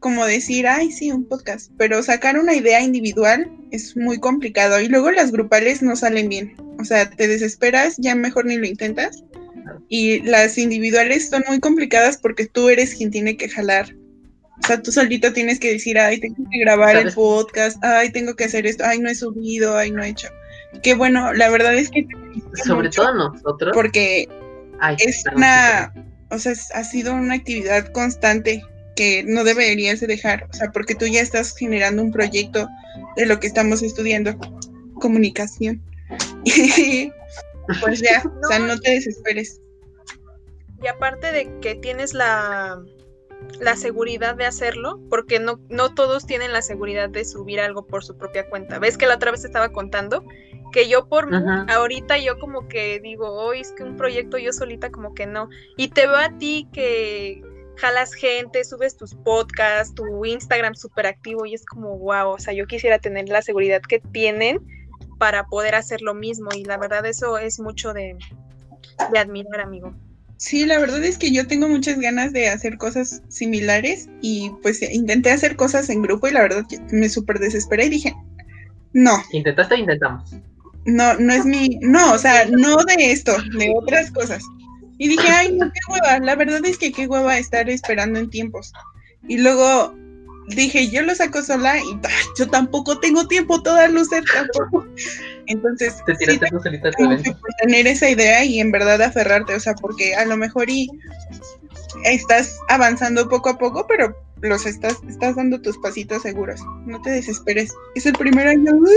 Speaker 2: como decir, ay, sí, un podcast. Pero sacar una idea individual es muy complicado. Y luego las grupales no salen bien. O sea, te desesperas, ya mejor ni lo intentas. Y las individuales son muy complicadas porque tú eres quien tiene que jalar. O sea, tú solito tienes que decir, ay, tengo que grabar el
Speaker 1: ¿Sabes?
Speaker 2: podcast, ay, tengo que hacer esto, ay, no he subido, ay, no he hecho. Que bueno, la verdad es que te felicito
Speaker 1: Sobre
Speaker 2: mucho
Speaker 1: todo nosotros.
Speaker 2: porque
Speaker 1: Ay,
Speaker 2: es
Speaker 1: perdón,
Speaker 2: una, o sea, es- ha sido una actividad constante que no deberías de dejar, o sea, porque tú ya estás generando un proyecto de lo que estamos estudiando, comunicación. [laughs] Y pues ya, o sea, no te desesperes.
Speaker 3: Y aparte de que tienes la, la seguridad de hacerlo, porque no, no todos tienen la seguridad de subir algo por su propia cuenta. ¿Ves que la otra vez te estaba contando? Que yo por mí,
Speaker 1: Ajá.
Speaker 3: ahorita yo como que digo, hoy es que un proyecto yo solita como que no. Y te veo a ti que jalas gente, subes tus podcasts, tu Instagram súper activo y es como, wow, o sea, yo quisiera tener la seguridad que tienen para poder hacer lo mismo y la verdad eso es mucho de, de admirar, amigo.
Speaker 2: Sí, la verdad es que yo tengo muchas ganas de hacer cosas similares y pues intenté hacer cosas en grupo y la verdad que me súper desesperé y dije, no,
Speaker 1: Intentaste, intentamos.
Speaker 2: no, no es mi, no, o sea, no de esto, de otras cosas. Y dije, ay, no, qué hueva, la verdad es que qué hueva estar esperando en tiempos. Y luego dije, yo lo saco sola y ay, yo tampoco tengo tiempo, toda luces tampoco. Entonces,
Speaker 1: Te
Speaker 2: sí,
Speaker 1: tiraste tú solita tu
Speaker 2: tengo que
Speaker 1: evento.
Speaker 2: tener esa idea y en verdad aferrarte, o sea, porque a lo mejor y estás avanzando poco a poco, pero los estás, estás dando tus pasitos seguros. No te desesperes. Es el primer año. ¡uh!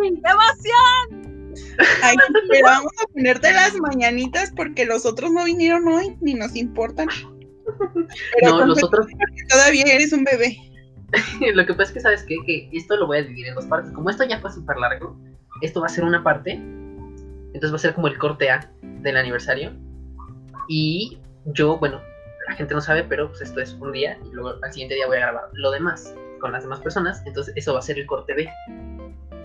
Speaker 3: ¡Demasiado!
Speaker 2: Ay, pero vamos a ponerte las mañanitas porque los otros no vinieron hoy ni nos importan. Pero
Speaker 1: No, los
Speaker 2: confieso
Speaker 1: otros
Speaker 2: que todavía eres un bebé.
Speaker 1: [laughs] lo que pasa es que sabes qué? que esto lo voy a dividir en dos partes. Como esto ya fue súper largo, esto va a ser una parte. Entonces va a ser como el corte A del aniversario. Y yo, bueno, la gente no sabe, pero pues esto es un día y luego al siguiente día voy a grabar lo demás con las demás personas. Entonces eso va a ser el corte B.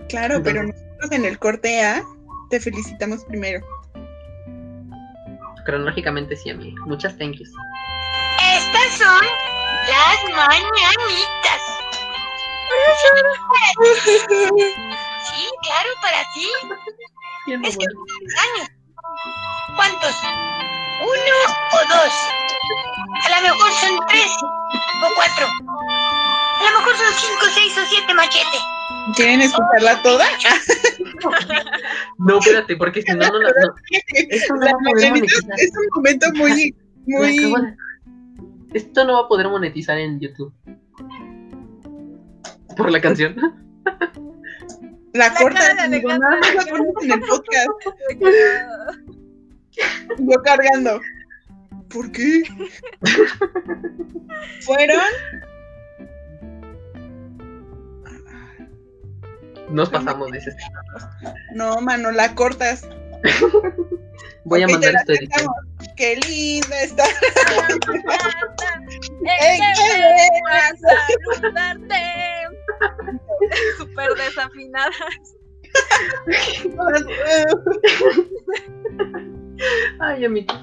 Speaker 2: Claro, pero
Speaker 1: Entonces-
Speaker 2: nosotros en el corte A te felicitamos primero.
Speaker 1: Cronológicamente sí, mí Muchas thank yous.
Speaker 4: Estas son las mañanitas. Sí, claro, para ti.
Speaker 1: Bien,
Speaker 4: Es que-
Speaker 1: bueno.
Speaker 4: Años. ¿Cuántos? ¿Uno o dos? A lo mejor son tres o cuatro. A lo mejor son cinco, seis o siete machete.
Speaker 2: ¿Quieren escucharla toda?
Speaker 1: No, espérate, porque si no, no, la- no. Esto no va a
Speaker 2: Las
Speaker 1: poder
Speaker 2: mañanitas
Speaker 1: monetizar.
Speaker 2: es un momento muy,
Speaker 1: Me
Speaker 2: muy
Speaker 1: acabo de- Esto no va a poder monetizar en YouTube. Por la canción. [laughs]
Speaker 2: la
Speaker 3: La
Speaker 2: corta.
Speaker 3: cara de
Speaker 2: digo,
Speaker 3: Alejandra.
Speaker 2: nada más [laughs] la ponemos en el podcast. Yo cargando. ¿Por qué? Fueron
Speaker 1: Nos pasamos, dices.
Speaker 2: No, mano, la cortas.
Speaker 1: Voy a
Speaker 2: Ok,
Speaker 1: mandar
Speaker 2: te la
Speaker 1: esto a editar.
Speaker 2: Qué linda está. [laughs]
Speaker 3: Excelente a saludarte. [laughs] Súper desafinada.
Speaker 1: Ay, amigos.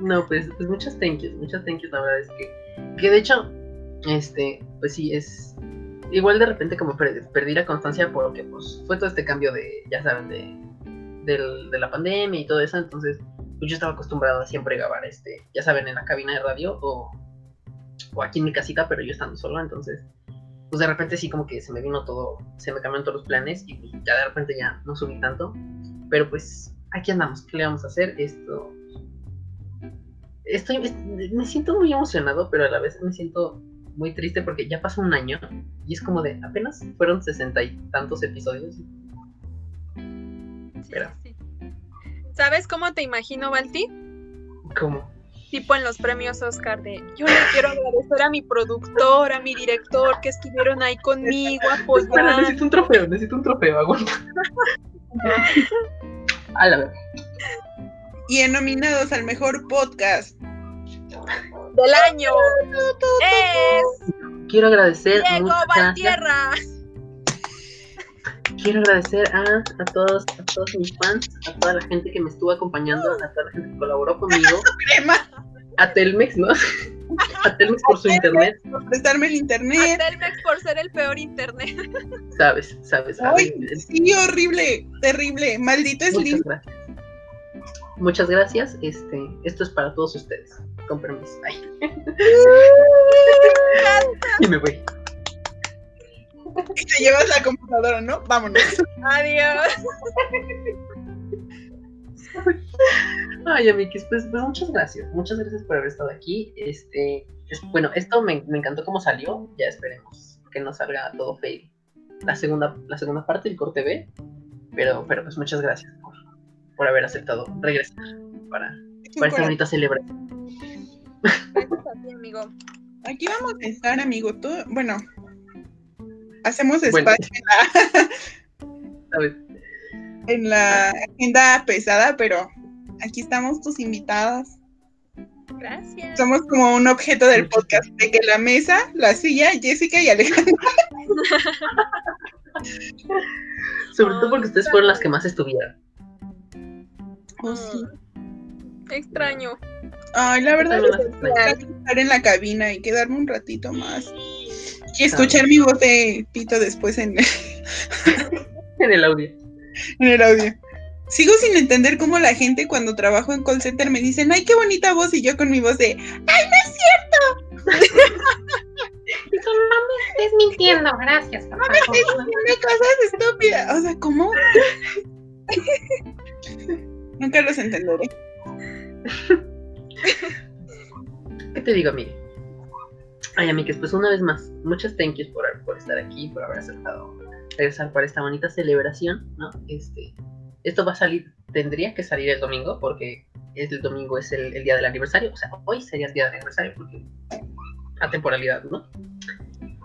Speaker 1: No, pues, pues muchas thank yous, muchas thank yous, la verdad es que. Que de hecho, este, pues sí, es. Igual de repente como per- perdí la constancia porque pues fue todo este cambio de, ya saben, de, del- de la pandemia y todo eso, entonces pues yo estaba acostumbrado a siempre grabar, este, ya saben, en la cabina de radio o, o aquí en mi casita, pero yo estando solo, entonces pues de repente sí como que se me vino todo, se me cambiaron todos los planes y pues, ya de repente ya no subí tanto, pero pues aquí andamos, ¿qué le vamos a hacer? Esto. Estoy. Me siento muy emocionado, pero a la vez me siento muy triste porque ya pasó un año y es como de apenas fueron sesenta y tantos episodios.
Speaker 3: Sí,
Speaker 1: Mira.
Speaker 3: sí. ¿Sabes cómo te imagino, Balti?
Speaker 1: Como.
Speaker 3: Tipo en los premios Oscar de yo le quiero agradecer a mi productor, a mi director que estuvieron ahí conmigo
Speaker 1: Espera,
Speaker 2: [laughs]
Speaker 3: apoyando.
Speaker 1: necesito un trofeo, necesito un trofeo, aguanta. A la vez.
Speaker 2: Y en nominados al mejor podcast.
Speaker 3: del año es
Speaker 1: Quiero agradecer
Speaker 3: Diego
Speaker 1: muchas gracias.
Speaker 3: Valtierra.
Speaker 1: Quiero agradecer a, a todos, a todos mis fans, a toda la gente que me estuvo acompañando, a toda la gente que colaboró conmigo,
Speaker 2: Crema
Speaker 1: a Telmex, ¿no? [laughs] A Telmex por su internet.
Speaker 2: por prestarme el
Speaker 3: A
Speaker 2: internet.
Speaker 3: Telmex por ser el peor internet.
Speaker 1: Sabes, sabes, sabes.
Speaker 2: Ay, sí, horrible, terrible. Maldito
Speaker 1: Muchas
Speaker 2: Slim.
Speaker 1: gracias. Muchas gracias. Este, esto es para todos ustedes. Con permiso. Ay.
Speaker 2: [laughs]
Speaker 1: y me voy.
Speaker 2: Y te llevas la computadora, ¿no? Vámonos.
Speaker 3: Adiós.
Speaker 1: Ay, amiguis, pues, pues muchas gracias. Muchas gracias por haber estado aquí. Este, es- bueno, esto me, me encantó cómo salió. Ya esperemos que no salga todo fail. La segunda, la segunda parte, el corte B. Pero, pero pues muchas gracias por, por haber aceptado regresar para, para esta bonita celebración.
Speaker 3: Gracias a ti, amigo.
Speaker 2: Aquí vamos a estar, amigo. Todo- Bueno, hacemos
Speaker 1: Bueno.
Speaker 2: espacio
Speaker 1: ¿sabes?
Speaker 2: en la agenda pesada, pero aquí estamos tus invitadas.
Speaker 3: Gracias.
Speaker 2: Somos como un objeto del podcast, de que la mesa, la silla, Jessica y Alejandra.
Speaker 1: Sobre todo porque ustedes fueron las que más estuvieron.
Speaker 2: Oh, sí.
Speaker 3: Ah, Mm. Extraño.
Speaker 2: Ay, la verdad
Speaker 1: Yo
Speaker 2: es que
Speaker 1: también las
Speaker 2: tengo que estar en la cabina y quedarme un ratito más. Y escuchar mi voz de pito después en, [laughs]
Speaker 1: En el audio.
Speaker 2: en el audio. Sigo sin entender cómo la gente cuando trabajo en call center me dicen, ay, qué bonita voz, y yo con mi voz
Speaker 5: [laughs]
Speaker 2: de,
Speaker 5: Y tú no me estés mintiendo, gracias. Papá.
Speaker 2: Diciendo cosas estúpidas. O sea, ¿cómo? [laughs] Nunca los entenderé.
Speaker 1: ¿Qué te digo, amiga? Ay, amigues, pues una vez más, muchas thank yous por, por estar aquí, por haber aceptado regresar para esta bonita celebración, ¿no? Este, esto va a salir, tendría que salir el domingo, porque el domingo es el, el día del aniversario, o sea, hoy sería el día del aniversario, porque a temporalidad, ¿no?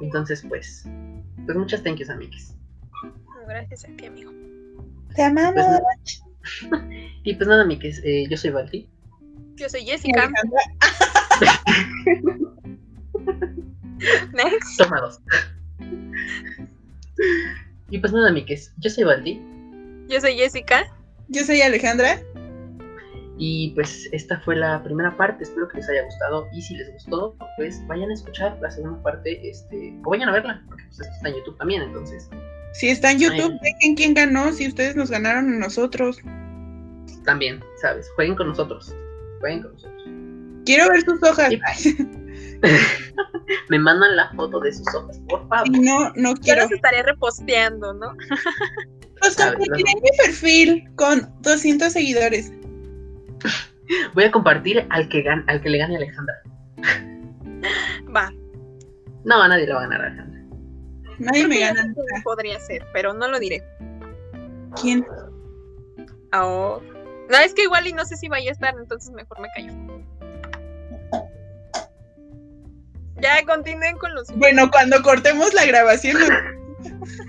Speaker 1: Entonces, pues, pues muchas thank yous, amigues.
Speaker 3: Gracias a ti, amigo.
Speaker 2: Te amamos.
Speaker 1: Pues, y pues nada, [laughs] amigues, eh, yo soy Valti.
Speaker 3: Yo soy
Speaker 2: Pues, Alejandra.
Speaker 3: Jessica. [laughs] Next.
Speaker 1: Toma dos. y pues nada, amigues, yo soy Valti.
Speaker 3: Yo soy Jessica.
Speaker 2: Yo soy Alejandra.
Speaker 1: Y pues esta fue la primera parte, espero que les haya gustado y si les gustó, pues vayan a escuchar la segunda parte, este, o vayan a verla, porque pues esto está en YouTube también, entonces
Speaker 2: Si está en YouTube,
Speaker 1: Bueno.
Speaker 2: dejen quién ganó, si ustedes nos ganaron a nosotros.
Speaker 1: también, ¿sabes? Jueguen con nosotros, jueguen con nosotros.
Speaker 2: Quiero ver sus hojas.
Speaker 1: Sí.
Speaker 2: Ay, Si
Speaker 1: Me mandan la foto de sus ojos, por favor.
Speaker 2: no, no
Speaker 3: Yo
Speaker 2: quiero.
Speaker 3: los estaré reposteando, ¿no?
Speaker 2: Los
Speaker 1: pues, A ver,
Speaker 2: compartiré en mi perfil con 200 seguidores.
Speaker 1: Voy a compartir al que, gan- al que le gane a Alejandra.
Speaker 3: Va.
Speaker 1: No, a nadie le va a ganar a Alejandra.
Speaker 2: Nadie
Speaker 3: Creo
Speaker 2: me
Speaker 3: que ya
Speaker 1: [laughs]
Speaker 2: gana.
Speaker 3: sé quién Podría ser, pero no lo diré.
Speaker 2: ¿Quién?
Speaker 3: Ah, No, es que igual y no sé si vaya a estar, entonces mejor me callo. Ya continúen con los.
Speaker 2: Bueno, cuando cortemos la grabación, nos-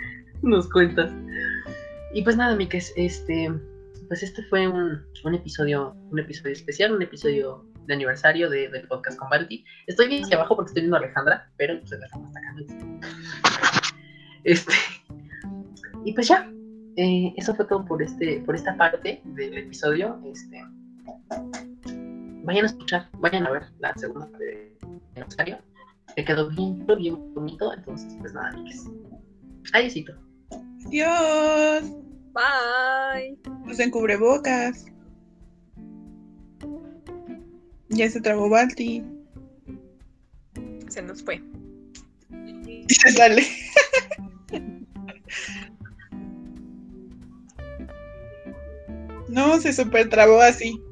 Speaker 1: [laughs] Nos cuentas. Y pues nada, Mikes, este, pues este fue un, un episodio, un episodio especial, un episodio de aniversario de- del podcast con Balti. Estoy bien hacia abajo porque estoy viendo a Alejandra, pero pues Alejandra está acá. ¿no? Este, y pues ya, eh, eso fue todo por este, por esta parte del episodio. Este, vayan a escuchar, vayan a ver la segunda parte del aniversario. Se quedó bien, bien bonito, entonces pues nada, amigues. Adiósito.
Speaker 2: Dios.
Speaker 3: Bye.
Speaker 2: Usen cubrebocas. Ya se trabó Balti. [laughs]
Speaker 3: Se nos fue.
Speaker 2: Se [laughs] sale. No, se super trabó así.